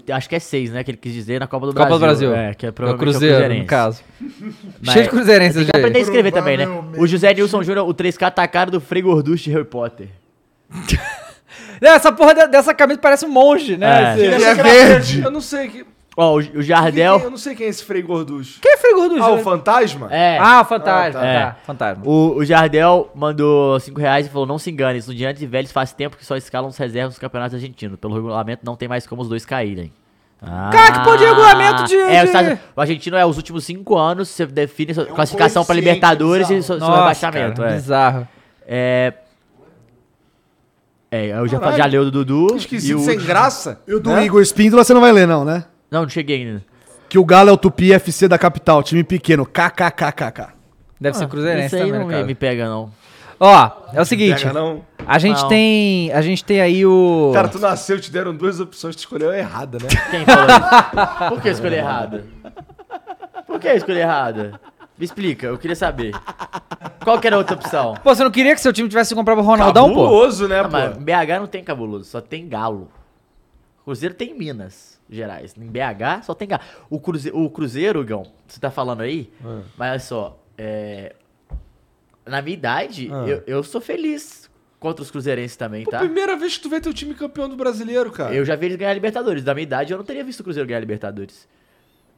B: Acho que é seis, né, que ele quis dizer, na Copa do
C: Copa do
B: Brasil.
C: Brasil.
B: É, que é
C: o
B: provavelmente
C: Cruzeiro, no caso. Cheio de cruzeirenses,
B: Tem é que aprender a
C: gente.
B: escrever também, né?
D: Provavelmente.
B: O José Nilson Júnior, o 3K tá a cara do Frei Gorducho de Harry Potter.
C: Não, Essa porra de- dessa camisa parece um monge, né?
B: É.
C: Esse-
A: Ele
D: é verde.
A: Eu não sei que.
B: Ó, o, o
A: Eu
B: Jardel...
A: não sei quem é esse Frei Gorducho.
C: Quem é Frigor do
A: Ah, o
C: Júnior?
A: fantasma?
B: É,
C: Ah, o fantasma.
A: Ah,
B: tá.
C: tá, fantasma.
B: o, o Jardel mandou 5 reais e falou, não se engane, estudiantes e velhos faz tempo que só escalam os reservas nos campeonatos argentinos. Pelo regulamento, não tem mais como os dois caírem. Ah.
C: Cara, que porra de regulamento de-
B: É,
C: de-
B: os Estados- o argentino é os últimos cinco anos, você define sua classificação pra
E: É um coeficiente
B: Libertadores e
E: bizarro.
B: seu, seu rebaixamento.
C: cara,
B: é.
C: bizarro.
B: É. É, eu já, fa- já leu o do Dudu. e
A: Esquisito,
B: o
A: sem
B: último-
A: graça.
G: E o do Igor Espíndola você não vai ler, não, né?
B: Não, não cheguei ainda.
G: Que o Galo é o Tupi FC da capital, time pequeno. KKKKK.
C: Deve ser
B: Ah,
C: cruzeirense
B: Isso aí
C: também,
B: não
C: no
B: me,
C: caso.
B: me pega, não.
C: Ó, é o seguinte.
A: Pega, não.
C: A gente
B: Não.
C: tem... A gente tem aí o...
A: Cara, tu nasceu, te deram duas opções, tu escolheu a errada, né?
B: Quem falou isso? Por que eu escolhi errado? Por que eu escolhi errado? Me explica, eu queria saber. Qual que era a outra opção?
C: Pô, você não queria que seu time tivesse comprado o Ronaldão, pô?
A: Cabuloso, né,
B: Não,
A: pô?
B: Ah, mas BH não tem cabuloso, só tem galo. Cruzeiro tem Minas Gerais. Em BH só tem galo. O Cruzeiro, o Cruzeiro Gão, você tá falando aí, mas olha só, é, na minha idade, eu, eu sou feliz contra os cruzeirenses também,
A: É. Pô,
B: tá?
A: primeira vez que tu vê teu time campeão do brasileiro,
G: Tá.
A: cara.
B: Eu já vi eles ganhar Libertadores. Na minha idade, eu não teria visto o Cruzeiro ganhar Libertadores.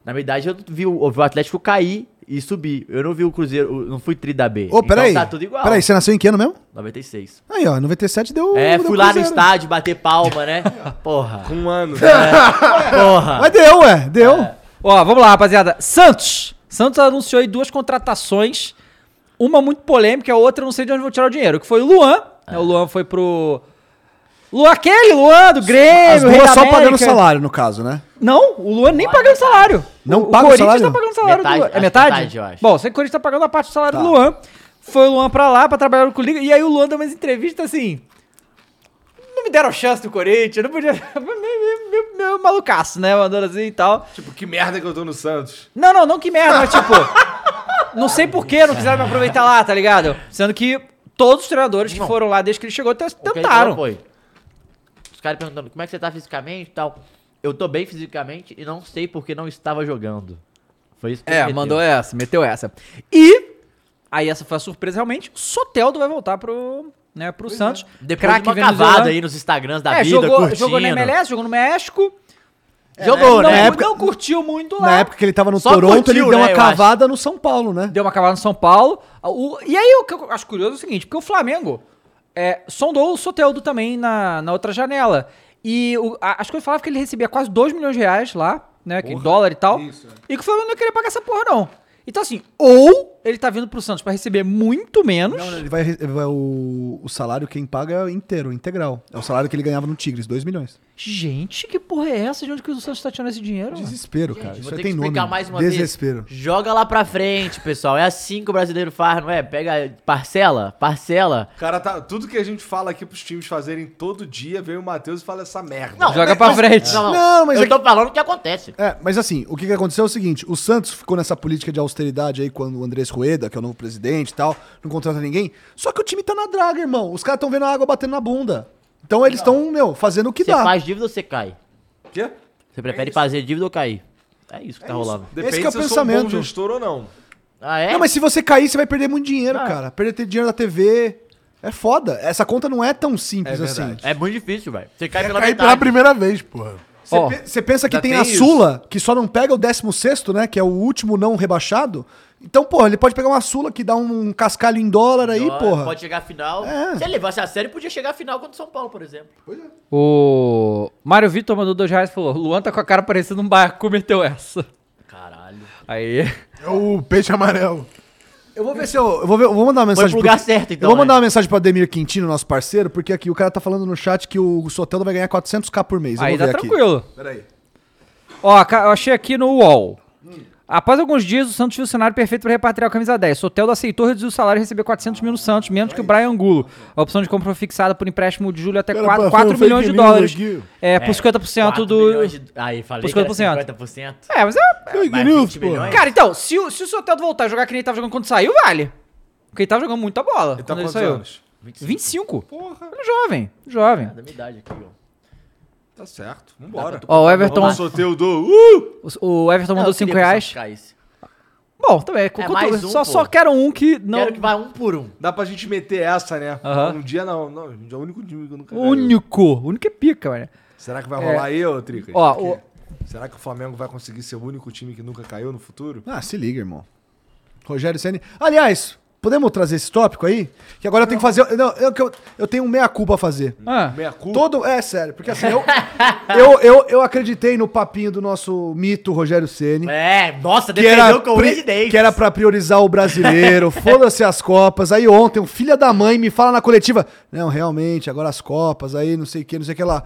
B: Na minha idade, eu vi o, eu vi o Atlético cair e subir. Eu não vi o Cruzeiro, eu não fui tri da B.
G: Ô, peraí.
B: Então tá tudo igual.
G: Peraí, você nasceu em que ano mesmo?
B: 96.
G: Aí, ó, 97 deu.
B: É,
G: deu
B: fui lá no
G: Cruzeiro.
B: estádio bater palma, né? Porra.
A: Um ano.
B: Porra.
G: Mas deu, ué, deu.
B: É.
C: Ó, vamos lá, rapaziada. Santos. Santos anunciou aí duas contratações. Uma muito polêmica, a outra eu não sei de onde vou tirar o dinheiro. Que foi o Luan.
B: É.
C: né, O Luan foi pro. Luan, aquele Luan do Grêmio.
G: As
C: Rei
G: duas
C: da
G: só pagando
C: América.
G: salário, no caso, né?
C: Não, o Luan nem pagando salário.
G: Não
C: o,
G: paga o
C: o Corinthians
G: salário?
C: tá pagando
B: Metade,
C: salário do
B: acho
C: Luan.
B: que
C: É metade?
B: metade, eu acho.
C: Bom, sei que o Corinthians tá pagando a parte do salário do Luan. Foi o Luan pra lá pra trabalhar com o Liga. E aí o Luan deu umas entrevistas assim. Não me deram chance do Corinthians, não podia. Meu, meu- meu malucaço, né? Mandando assim e tal.
A: Tipo, que merda que eu tô no Santos.
C: Não, não, não que merda, mas tipo. não sei por que não quiseram me aproveitar lá, tá ligado? Sendo que todos os treinadores que foram lá desde que ele chegou te-
B: O que ele falou
C: tentaram.
B: Foi. Os caras perguntando como é que você tá fisicamente e tal. Eu tô bem fisicamente e não sei porque não estava jogando. Foi isso que ele
C: É,
B: meteu.
C: mandou essa, meteu essa. E aí essa foi a surpresa realmente. Soteldo vai voltar pro, né, pro Santos.
B: é. Depois
C: Craque
B: de uma
C: venezuelano.
B: cavada aí nos Instagrams da
C: é,
B: vida,
C: jogou,
B: curtindo.
C: jogou no MLS, jogou no México. É,
B: Jogou,
C: não,
B: né?
C: não
G: época-
C: curtiu muito lá.
G: Na época que ele tava no
B: Só
G: Toronto,
B: curtiu,
G: ele deu
B: né,
G: uma
B: eu
G: cavada no São Paulo, né?
C: Deu uma cavada no São Paulo. O- e aí o que eu acho curioso é o seguinte, porque o Flamengo é, sondou o Soteldo também na, na outra janela. E o, a, as coisas falavam que ele recebia quase 2 milhões de reais lá, né? que em dólar e tal.
G: é.
C: E que o Flamengo não queria pagar essa porra, não. Então, assim, ou ele tá vindo pro Santos pra receber muito menos.
G: Não, ele vai, re- vai- o, o salário quem paga é o inteiro, integral. É o salário que ele ganhava no Tigres, 2 milhões.
C: Gente, que porra é essa? De onde que o Santos tá tirando esse dinheiro? mano?
G: Desespero, cara.
B: Gente,
G: Isso
B: vou
G: aí
B: ter
G: tem
B: que
G: nome.
B: explicar mais uma
G: Desespero.
B: vez. Joga lá pra frente, pessoal. É assim que o brasileiro faz, não é? Pega parcela, parcela.
A: Cara, tá, tudo que a gente fala aqui pros times fazerem todo dia, vem o Matheus e fala essa merda.
B: Não,
C: Joga pra frente.
B: Não, não.
G: Não, mas
B: eu
G: é
B: tô falando o que acontece.
G: É, mas assim, o que, que aconteceu é o seguinte: o Santos ficou nessa política de austeridade aí quando o Andrés Rueda, que é o novo presidente e tal, não contrata ninguém. Só que o time tá na draga, irmão. Os caras estão vendo a água batendo na bunda. Então eles estão, meu, fazendo o que
B: Você
G: dá.
B: faz dívida ou você cai?
A: O quê?
B: Você prefere fazer dívida ou cair? É isso que tá rolando.
A: Depende
G: Esse que é o
A: se eu sou um
G: pensamento.
A: bom gestor ou não.
B: Ah, é?
G: Não, mas se você cair, você vai perder muito dinheiro, cara. Perder dinheiro da TV. É foda. Essa conta não é tão simples assim.
B: É muito difícil, velho. Você cai pela
D: Caí pela
B: metade.
D: primeira vez, porra.
G: Você
C: Ó,
G: pe- você pensa que
A: ainda
G: tem,
A: tem
G: a
A: isso.
G: Sula, que só não pega o 16, né? Que é o último não rebaixado. Então, porra, ele pode pegar uma Sula que dá um cascalho em dólar aí,
B: Ó,
G: porra.
B: é, Pode chegar à final.
G: É.
B: Se ele levasse a sério, podia chegar à final contra o São Paulo, por exemplo.
C: O Mário Vitor mandou dois reais e falou: Luan tá com a cara parecendo um barco, meteu essa.
B: Caralho.
C: Aí.
D: É o peixe amarelo.
G: Eu vou ver se eu. Eu vou, ver- eu vou mandar uma mensagem.
B: pro lugar certo, então,
G: Eu vou mandar
B: né?
G: uma mensagem pro Ademir Quintino, nosso parceiro, porque aqui o cara tá falando no chat que o Soteldo vai ganhar 400k por mês. Eu
C: Aí
G: vou
C: tá
G: ver aqui.
C: tranquilo.
A: Peraí.
C: Ó, ca- eu achei aqui no UOL. Após alguns dias, o Santos viu o cenário perfeito para repatriar o camisa 10. Soteldo aceitou reduzir o salário e receber 400 mil no Santos, menos que o Brian Angulo. A opção de compra foi fixada por empréstimo de julho até
D: Cara,
C: 4,
D: passou um fake
C: milhões de
D: news
C: dólares.
D: aqui.
C: É, por 50%
B: 4
C: do.
B: milhões de- Aí, falei
C: Por
B: que era
C: 50%.
B: 50%.
C: É, mas é.
D: Fake
B: Mas
D: news,
B: 20
D: porra.
B: milhões?
C: Cara, então, se, o- se o Soteldo voltar a jogar que nem ele tava jogando quando saiu, vale. Porque ele tava jogando muita bola.
A: Ele tá
C: quando
A: com quantos
C: ele saiu.
A: anos?
C: 25. Porra. Ele é jovem, jovem.
B: Da minha idade aqui, ó.
A: Tá certo. Vambora.
C: Ó, o
G: Então
C: Everton.
A: Vamos ao sorteio do... Uh!
C: O Everton mandou
B: Eu queria
C: 5
B: que o
C: reais.
B: Santos caísse.
C: Bom, também. com-
B: mais um,
C: só,
B: pô.
C: só quero um que não.
B: Quero que vá um por um.
A: Dá pra gente meter essa, né?
C: Aham.
A: Um dia não. não um dia é o único dia que eu nunca ganhei.
C: Único. Único é pica, mano.
A: Será que vai rolar
G: É.
A: aí, ô Tricas?
C: Ó, o-
A: Será que o Flamengo vai conseguir ser o único time que nunca caiu no futuro?
G: Ah, se liga, irmão. Rogério Ceni. Aliás, podemos trazer esse tópico aí? Que agora eu tenho que fazer. Não, eu, que eu, eu tenho um meia-culpa a fazer.
C: Ah,
A: Meia culpa.
G: Todo. É sério, porque assim, eu, eu, eu, eu acreditei no papinho do nosso mito Rogério Ceni.
B: É, nossa,
G: Que era,
B: defendeu com o
G: pri-
B: presidente.
G: que era pra priorizar o brasileiro, foda-se as Copas. Aí ontem, o filho da mãe me fala na coletiva: Não, realmente, agora as Copas, aí não sei o que, não sei o que lá.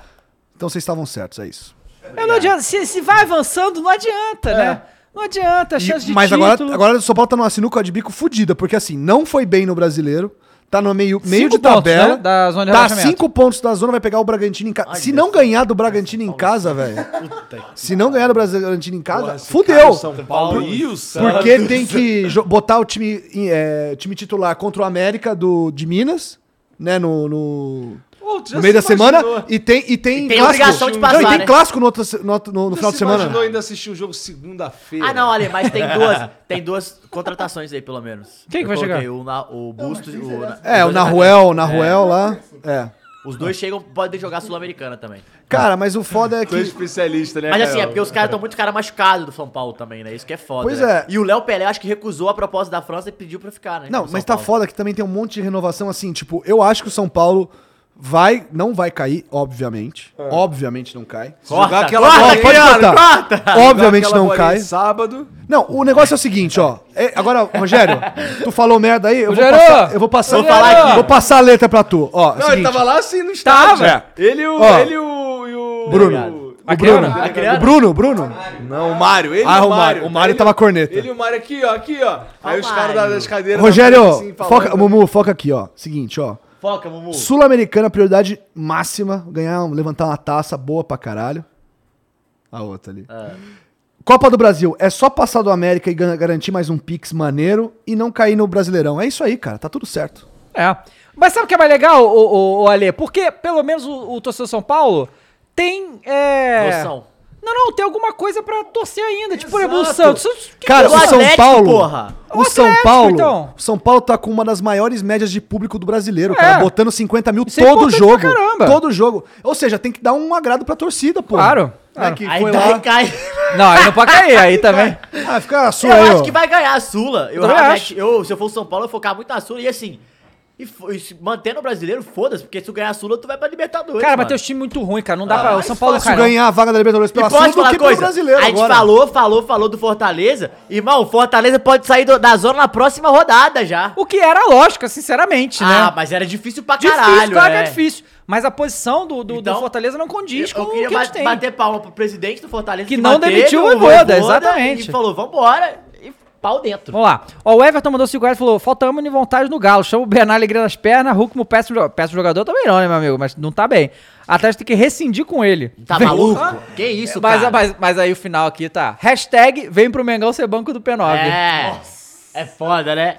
G: Então vocês estavam certos, é isso.
C: mas não adianta. Se, se vai avançando, não adianta, né? Não adianta. A
G: E-
C: chance de
G: mas
C: título.
G: agora, agora o São Paulo tá numa sinuca de bico fudida, porque assim, não foi bem no brasileiro, tá no meio, meio
C: Cinco
G: de tabela.
C: pontos, né, da zona de
G: tá
C: rebaixamento.
G: cinco pontos da zona, vai pegar o Bragantino em casa. Se não ganhar do Bragantino em casa, velho. Se não ganhar do Bragantino em casa,
A: Porra, se cai
G: fudeu.
A: o é São Paulo e o Santos.
G: Porque tem que jo- botar o time, em, é, time titular contra o América do, de Minas, né? No, no-
A: Ô, tu já
G: no meio da
A: se imaginou-
G: semana. E tem, e tem,
B: tem obrigação de passar,
G: Não, e tem
B: né?
G: clássico no, outro se- no, outro- no-
A: tu
G: no
A: já
G: final de
A: se
G: semana. é
A: imaginou ainda assistir o jogo segunda-feira?
B: Ah, não, olha, mas tem duas, tem duas contratações aí, pelo menos.
C: Quem que
B: Eu
C: vai
B: coloquei
C: chegar?
B: O, na, o Bustos e o... Na-
G: É,
B: os
G: o
B: dois
G: Naruel, o Naruel lá. É.
B: Os dois chegam, podem jogar Sul-Americana também.
G: Cara, mas o foda é
A: Tu é
G: que.
A: especialista, né,
B: Mas assim, é
A: Caio?
B: porque os caras estão muito cara machucado do São Paulo também, né? Isso que é foda.
G: Pois
B: né?
G: é.
B: E o Léo Pelé acho que recusou a proposta da França e pediu pra ficar, né?
G: Não,
B: no São
G: mas tá
B: Paulo.
G: foda que também tem um monte de renovação assim. Tipo, eu acho que o São Paulo Vai, não vai cair, obviamente.
A: É.
G: Obviamente não cai.
A: Jogar aquela
G: Corta,
A: bola aí,
G: pode
B: Ah,
G: cortar.
B: tá.
A: jogar
G: Obviamente
A: aquela
G: não
A: bola aí
G: cai.
A: Sábado.
G: Não, o negócio é o seguinte, ó. É, agora, Rogério, tu falou merda aí, eu vou
C: Rogério!
G: passar, eu vou passar,
C: Vou falar aqui.
G: Vou passar a letra pra tu.
A: Não,
G: Ó,
A: ele
G: seguinte,
A: tava lá assim no estádio.
G: Tava.
A: Ele e o.
G: Ó.
A: Ele e o. e o-
G: Bruno. O
C: Adriano,
G: Bruno.
C: Adriano.
G: Ah, O Bruno, o Bruno.
A: Não, o Mário. Ele e
G: Ah, o Mário. O Mário
A: Ele-
G: tava corneta.
A: Ele e o Mário aqui, ó, aqui, ó. Aí os caras da- das cadeiras.
G: Rogério,
A: na frente, assim, falando.
G: foca, Mumu, foca aqui, ó. Seguinte, ó.
B: Foca, Mumu.
G: Sul-Americana, prioridade máxima. Ganhar, um- levantar uma taça boa pra caralho. A outra ali.
B: É.
G: Copa do Brasil, é só passar do América e gan- garantir mais um Pix maneiro e não cair no Brasileirão. É isso aí, cara. Tá tudo certo.
C: É. Mas sabe o que é mais legal, o, Ale? Porque pelo menos o, o torcedor São Paulo tem. É...
B: Noção.
C: Não, não, tem alguma coisa pra torcer ainda. Tipo, por
B: Exato.
C: exemplo, o Santos. Que-
G: Cara,
B: do
G: o São
B: Atlético,
G: Paulo.
B: porra.
G: O,
C: O
G: São
C: Atlético,
G: Paulo.
C: então.
G: O São Paulo tá com uma das maiores médias de público do brasileiro,
C: É.
G: cara. Botando 50 mil
C: Isso é
G: todo
C: importante
G: jogo.
C: pra caramba.
G: Todo jogo. Ou seja, tem que dar um agrado pra torcida, pô.
C: Claro,
G: Né,
C: claro.
G: que
B: Ah. Aí
G: foi
B: daí
G: lá.
B: cai.
C: Não, aí não pode cair, aí também.
G: Ah, fica a sua
B: eu
G: aí,
B: acho
G: ó.
B: que vai ganhar a Sula. Eu,
C: Eu também
B: realmente- eu, se eu fosse São Paulo, eu focar muito na Sula. E assim, e, fo- e se- mantendo o brasileiro, foda-se, porque se tu ganhar a Sula, tu vai pra Libertadores.
C: Cara, mas
B: mano.
C: tem os times muito ruins, cara. Não dá pra. O São Paulo
G: fácil
C: cai. não.
G: ganhar a vaga da Libertadores
B: E
G: pela Sula
B: posso
G: do
B: falar
G: que
B: uma
G: pelo
B: coisa?
G: brasileiro
B: a gente
G: agora.
B: falou, falou, falou do Fortaleza. Irmão, o Fortaleza pode sair do- da zona na próxima rodada já.
C: O que era a lógica, sinceramente,
B: Ah,
C: né?
B: mas era difícil pra
C: Difícil,
B: caralho,
C: claro que
B: né?
C: é difícil. Mas a posição do, do, do
B: Então,
C: Fortaleza não condiz com
B: eu
C: o que
B: queria
C: a
B: ba-
C: gente tem.
B: bater palma pro presidente do Fortaleza
C: Que não
B: bateu,
C: demitiu o Voivoda, exatamente.
B: E falou, vambora, e pau dentro.
C: Vamos lá. Ó, o Everton mandou 5 reais e falou: falta ânimo e vontade no Galo. Chama o Bernal alegria nas pernas, Hulk como péssimo, jo- péssimo jogador também não, né, meu amigo? Mas não tá bem. Atrás tem que rescindir com ele.
B: Tá
C: Vem-
B: maluco? Que isso,
C: Mas,
B: cara?
C: mas, mas aí o final aqui tá. Hashtag vem pro Mengão ser banco do P9.
B: É, é foda, né?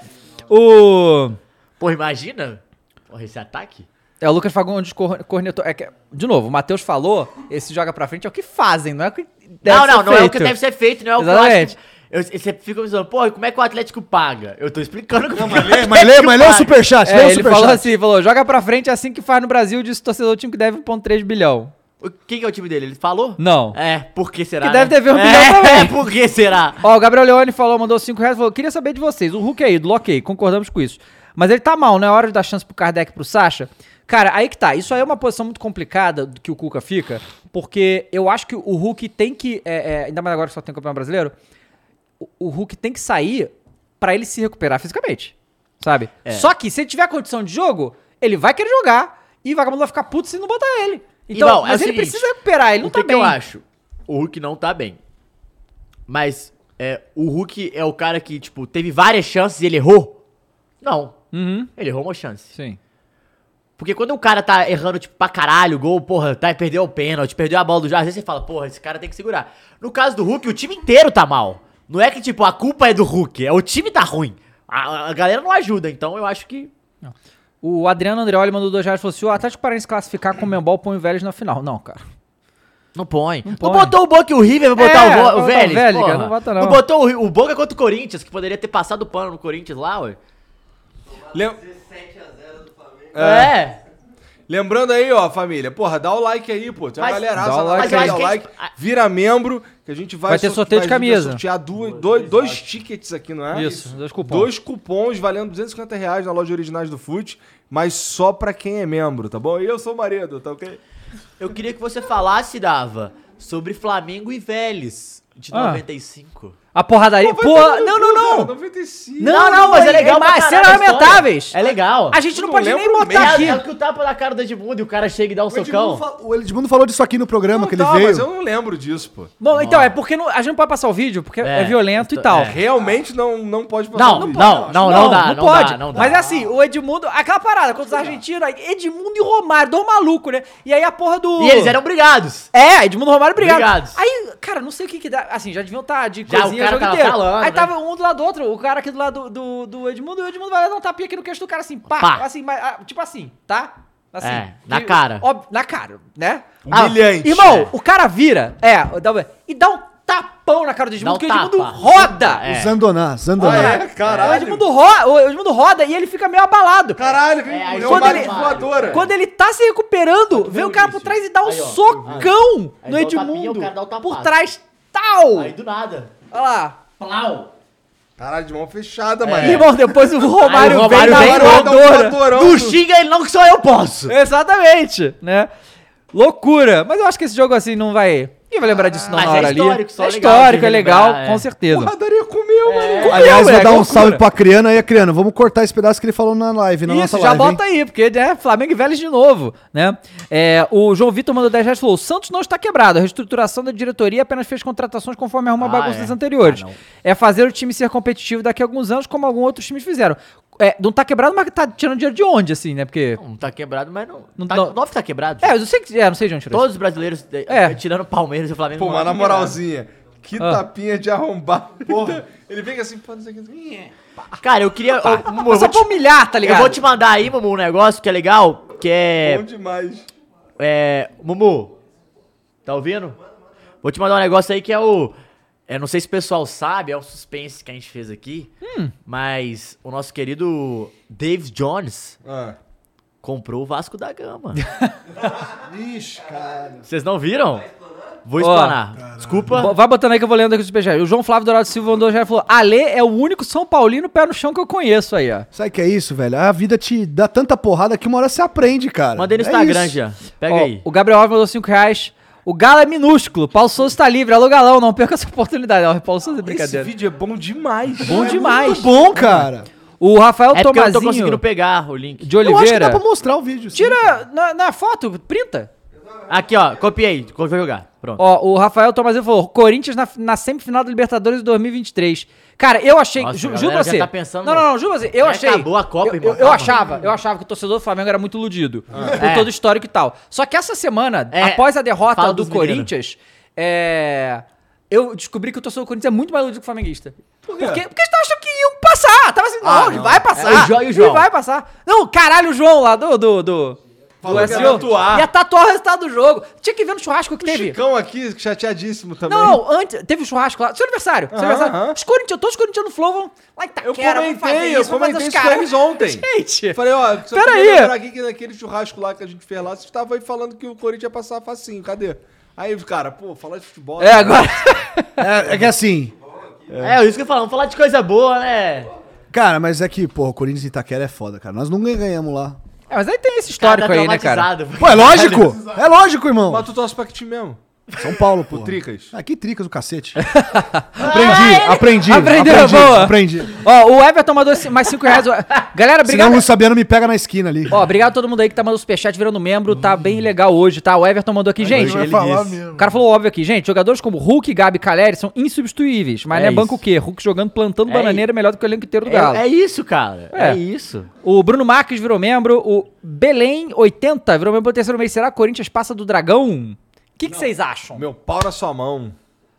C: O.
B: Pô, imagina porra, esse ataque.
C: É o Lucas Fagundes cor- cornetou. É que, de novo, o Matheus falou: esse joga pra frente é o que fazem, não é o que. Deve
B: não,
C: ser
B: não, não é o que
C: feito.
B: deve ser feito, não é o
C: Exatamente.
B: que eu acho que... eu- Você fica me dizendo, pô, como é que o Atlético paga? Eu tô explicando como é que o
G: Mas lê,
B: Atlético
G: mas lê o
B: paga.
G: superchat, lê
C: É,
G: o
C: ele falou
G: superchat.
C: assim, falou, joga pra frente é assim que faz no Brasil, disse o torcedor do time que deve 1.3 bilhão.
B: O- Quem que é o time dele? Ele falou?
C: Não.
B: É, por que será?
C: Que deve dever um
B: é,
C: bilhão também.
B: É, por que será?
C: Ó, o Gabriel Leone falou, mandou 5 reais, falou, queria saber de vocês, o Hulk é ídolo, ok, concordamos com isso. Mas ele tá mal, né? Hora de dar chance pro Kardec e pro Sacha. Cara, aí que tá, isso aí é uma posição muito complicada do que o Cuca fica, porque eu acho que o Hulk tem que, é, é, ainda mais agora que só tem o Campeonato Brasileiro, o, o Hulk tem que sair pra ele se recuperar fisicamente, sabe?
B: É.
C: Só que se ele tiver condição de jogo, ele vai querer jogar e o vagabundo vai ficar puto se não botar ele. Então,
B: Irmão, é o
C: mas ele
B: seguinte,
C: precisa recuperar, ele não
B: o que,
C: tá
B: que
C: bem.
B: eu acho? O Hulk não tá bem. Mas é, o Hulk é o cara que, tipo, teve várias chances e ele errou? Não.
C: Uhum.
B: Ele errou uma chance.
C: Sim.
B: Porque quando o cara tá errando, tipo, pra caralho, gol, porra, tá, perdeu o pênalti, perdeu a bola do Jorge, às vezes você fala, porra, esse cara tem que segurar. No caso do Hulk, o time inteiro tá mal. Não é que, tipo, a culpa é do Hulk, é o time tá ruim. A, a galera não ajuda, então eu acho que.
C: O Adriano Andreoli mandou dois reais e falou assim: o Atlético Paranaense classificar com o Membol põe o Vélez na final. Não, cara.
B: Não põe. Não,
C: põe.
B: botou o Boca e o River pra botar
C: É,
B: o,
C: vai
B: Vo-
C: botar
B: o
C: o
B: Vélez.
C: Vélez,
B: porra.
C: cara, não bota não.
B: botou o, Ri- o Boca contra o Corinthians, que poderia ter passado o pano no Corinthians lá, ué.
A: Lem-
B: É.
A: Lembrando aí, ó, família. Porra, dá o like aí, pô. Tem uma
B: Mas-
A: galeraça
C: dá
A: lá,
C: o like,
A: dá
C: mas eu
A: o
B: acho
A: like.
B: que a gente-
A: Vira membro, que a gente vai...
C: Vai ter
A: so-
C: sorteio de
A: vai- vai
C: camisa.
A: sortear duas, dois, dois tickets aqui, não é?
C: Isso, dois cupons.
A: Dois cupons valendo 250 reais na loja originais do Fute, mas só pra quem é membro, tá bom? E eu sou o marido, tá ok?
B: Eu queria que você falasse, Dava, sobre Flamengo e Vélez de
C: Ah.
B: 95.
C: A porradaria.
A: Pô,
C: Porra,
A: vai tomar tá no
C: não,
A: cu,
C: não,
A: cara,
C: não.
A: 95.
C: Não, não, mas é legal pra
B: mas
C: caralho
B: cenas
C: a história.
B: lamentáveis. É legal.
C: A gente não
A: Não
C: pode nem
A: lembro
C: botar
A: mesmo.
C: aqui.
B: É, é o que o tapa na cara do Edmundo e o cara chega e dá um
E: O Edmundo,
B: socão.
E: fa-
G: O Edmundo falou disso aqui no programa que ele
A: tá,
G: veio.
A: mas eu não lembro disso, pô.
C: Bom, então, é porque não- a gente não pode passar o vídeo, porque é,
B: É,
C: violento e
B: é.
C: tal.
A: Realmente não, não pode passar
B: Não,
A: o
B: não,
A: vídeo.
B: não, não, dá, não,
C: pode.
B: dá, não dá.
C: Mas é assim, o Edmundo, aquela parada contra os argentinos, aí Edmundo e Romário, dois malucos, né? E aí a porra do.
B: E eles eram brigados.
C: É, Edmundo Romário, obrigado.
B: Obrigado.
C: Aí, cara, não sei o que que dá. Assim, já deviam estar de
B: Já,
C: coisinha
B: o cara
C: jogo
B: tava
C: inteiro.
B: falando,
C: Aí
B: né?
C: tava um do lado do outro, o cara aqui do lado do, do, do Edmundo, e o Edmundo vai lá dar um tapinha aqui no queixo do cara, assim, pá.
B: Pá.
C: Assim, mas, ah, tipo assim, tá? Assim.
B: É, na cara.
C: Óbvio, na cara, né?
A: Humilhante.
C: irmão,
B: É.
C: o cara vira, é, dá um- e dá um tapão na cara do Edmundo,
B: Dá um
C: que o Edmundo
B: tapa.
C: roda.
B: É.
G: Zandoná, Zandoná.
A: É, caralho.
C: O Edmundo, ro- o Edmundo roda e ele fica meio abalado.
A: Caralho, vem
B: É, aí
A: é,
B: quando
A: uma
C: ele-
A: voadora.
C: Quando ele tá se recuperando, vem o cara por trás e dá um
B: Aí, ó.
C: socão
B: Aí dá
C: no
B: um o tapinha, o
C: Edmundo. Ah,
B: cara dá o tapaço.
C: por trás, tal!
B: Aí do nada.
C: Olha lá.
B: Plau.
A: Caralho, de mão fechada, mano.
C: Irmão, depois o Romário,
B: É. Aí o Romário
C: vem
B: vem um
C: na
B: com a
C: voadora.
A: voadorão
B: Não
A: do-
B: xinga ele não que só eu posso.
C: Exatamente, né? Loucura. Mas eu acho que esse jogo assim não vai. Ninguém vai lembrar disso não
B: Mas
C: na
B: é
C: hora ali.
B: histórico, só
C: é
B: legal
C: histórico,
B: de
C: é legal,
B: lembrar,
C: com
B: é.
C: certeza.
A: Porradaria
C: É,
A: comeu, mano.
G: Aliás, vou
C: moleque,
G: dar um
C: loucura.
G: salve pra Criana aí, a Criana. Vamos cortar esse pedaço que ele falou na live, na
C: Isso,
G: nossa
C: já
G: live. hein?
C: bota aí, porque né, Flamengo e Vélez de novo, né? É, o João Vitor mandou 10 reais e falou: o Santos não está quebrado, a reestruturação da diretoria apenas fez contratações conforme arruma
B: Ah,
C: bagunças
B: é.
C: anteriores.
B: Ah, não.
C: é fazer o time ser competitivo daqui a alguns anos, como alguns outros times fizeram. É, não tá quebrado, mas tá tirando dinheiro de onde, assim, né? Porque.
B: Não tá quebrado, mas não.
C: Não
B: tá,
C: dá-
B: o Nove tá quebrado.
C: É, eu sei que. É, não sei de onde tirou.
B: Todos os brasileiros, eh,
C: É.
B: tirando o Palmeiras e o Flamengo.
A: Pô,
B: não
A: mas na
B: tá quebrado.
A: moralzinha, que tapinha de arrombado. Ah. Porra. Ele fica assim, pô, não sei o que.
B: Cara, eu queria. eu- Mumu, eu,
C: Só
B: vou
C: pra
B: te,
C: humilhar, tá ligado?
B: eu vou te mandar aí, Mumu, um negócio que é legal. Que
A: Bom
B: é.
A: demais.
B: é Mumu, tá ouvindo? Vou te mandar um negócio aí que é o. É, não sei se o pessoal sabe, é um suspense que a gente fez aqui.
C: Hum.
B: Mas o nosso querido Dave Jones
A: Ah.
B: comprou o Vasco da Gama.
E: Ixi, caralho.
B: Vocês não viram? Vou
C: Ó,
B: explanar. Desculpa.
C: Bo- Vai botando aí que eu vou lendo aqui os superchats. O João Flávio Dourado Silva mandou já e falou: Ale é o único São Paulino pé no chão que eu conheço aí, ó.
G: Sabe o que é isso, velho? A vida te dá tanta porrada que uma hora você aprende, cara.
B: Mandei no
G: É
B: Instagram
G: isso.
B: já. Pega
C: Ó,
B: aí.
C: O Gabriel Alves mandou 5 reais. O Galo é minúsculo. Paulo Souza tá livre. Alô, Galão, não perca essa oportunidade. Não, Paulo Souza é
A: Esse
C: brincadeira.
A: vídeo é bom demais.
C: Bom demais.
G: Muito bom, cara.
C: O Rafael
B: É porque eu não tô
C: Tomazinho
B: conseguindo pegar o link.
C: de
G: Eu acho que dá
C: Oliveira.
G: pra mostrar o vídeo. sim.
C: Tira na, na foto, printa.
B: Aqui, ó. Copiei. Vou jogar. Pronto.
C: Ó, o Rafael Tomazinho falou: Corinthians na, na semifinal da Libertadores de 2023. Cara, eu achei.
B: Nossa,
C: ju,
B: a
C: juro
B: galera
C: pra
B: já
C: você.
B: tá pensando
C: não,
B: no-
C: não, não, juro pra você. Eu
B: Já
C: achei.
B: acabou a Copa,
C: eu,
B: irmão,
C: eu- eu
B: calma.
C: achava, eu achava que o torcedor do Flamengo era muito iludido. Por
B: É.
C: todo o histórico e tal. Só que essa semana,
B: É,
C: após a derrota
B: fala
C: do
B: dos meninos.
C: Corinthians, é, Eu descobri que o torcedor do Corinthians é muito mais iludido que o flamenguista. Por
A: É.
C: quê? Porque, porque eles estavam achando que iam passar. Tava assim, não, ele vai passar.
B: É, o João e o João.
C: Ele vai passar. Não, caralho, o João lá do. do, do...
A: Falou
C: do
A: que ia
C: SEO.
A: tatuar.
C: Ia tatuar o resultado do jogo. Tinha que ver no churrasco que
A: O
C: teve.
A: Chicão aqui, chateadíssimo também.
C: Não, não, antes, teve um churrasco lá. Seu aniversário, seu
A: Aham,
C: aniversário.
A: aham.
C: Os corintianos, todos os corintianos do Flow vão lá em
A: Eu
C: Itaquera, vamos fazer
A: comentei, eu
C: vamos fazer
A: comentei
C: os
A: isso com
C: caras.
A: eles ontem.
C: Gente,
A: Eu falei, ó, só
C: Pera
A: queria
C: aí.
A: lembrar aqui que naquele churrasco lá que a gente fez lá, vocês estavam aí falando que o Corinthians ia passar facinho, cadê? Aí, cara, pô, falar de futebol.
C: é, agora...
G: É, é que assim,
B: É, isso que eu falo. Vamos falar de coisa boa, né?
G: cara, mas é que, porra, o Corinthians e Itaquera é foda, cara. Nós nunca ganhamos lá.
C: É, mas aí tem esse histórico
B: Tá
C: aí, né, cara?
G: Pô, é lógico! É lógico, irmão!
A: Mas tu torce pra que time mesmo?
G: São Paulo, pô.
A: Tricas.
G: Ah, que tricas o cacete. aprendi, aprendi.
C: Aprendeu,
G: aprendi,
C: boa.
G: Aprendi.
C: Ó, o Everton mandou esse- mais 5 reais. Galera,
G: Senão o
C: obrigado.
G: Luiz Sabiano me pega na esquina ali.
C: Ó, obrigado a todo mundo aí que tá mandando superchat, virando membro. Tá
A: Hum.
C: bem legal hoje, tá? O Everton mandou aqui, gente.
D: vai
C: ele-
D: falar
G: disse.
D: mesmo.
C: O cara falou óbvio aqui, gente. Jogadores como Hulk, Gabi e Caleri são insubstituíveis.
B: É
C: Mas não é
B: isso.
C: banco o quê? Hulk jogando, plantando
B: É
C: bananeira melhor do que o elenco inteiro do Galo.
B: É, é isso, cara.
C: É.
B: É, isso.
C: O Bruno Marques virou membro. O Belém 80 virou membro do terceiro mês. Será que o Corinthians passa do dragão? O que que vocês acham?
A: Meu pau na sua mão.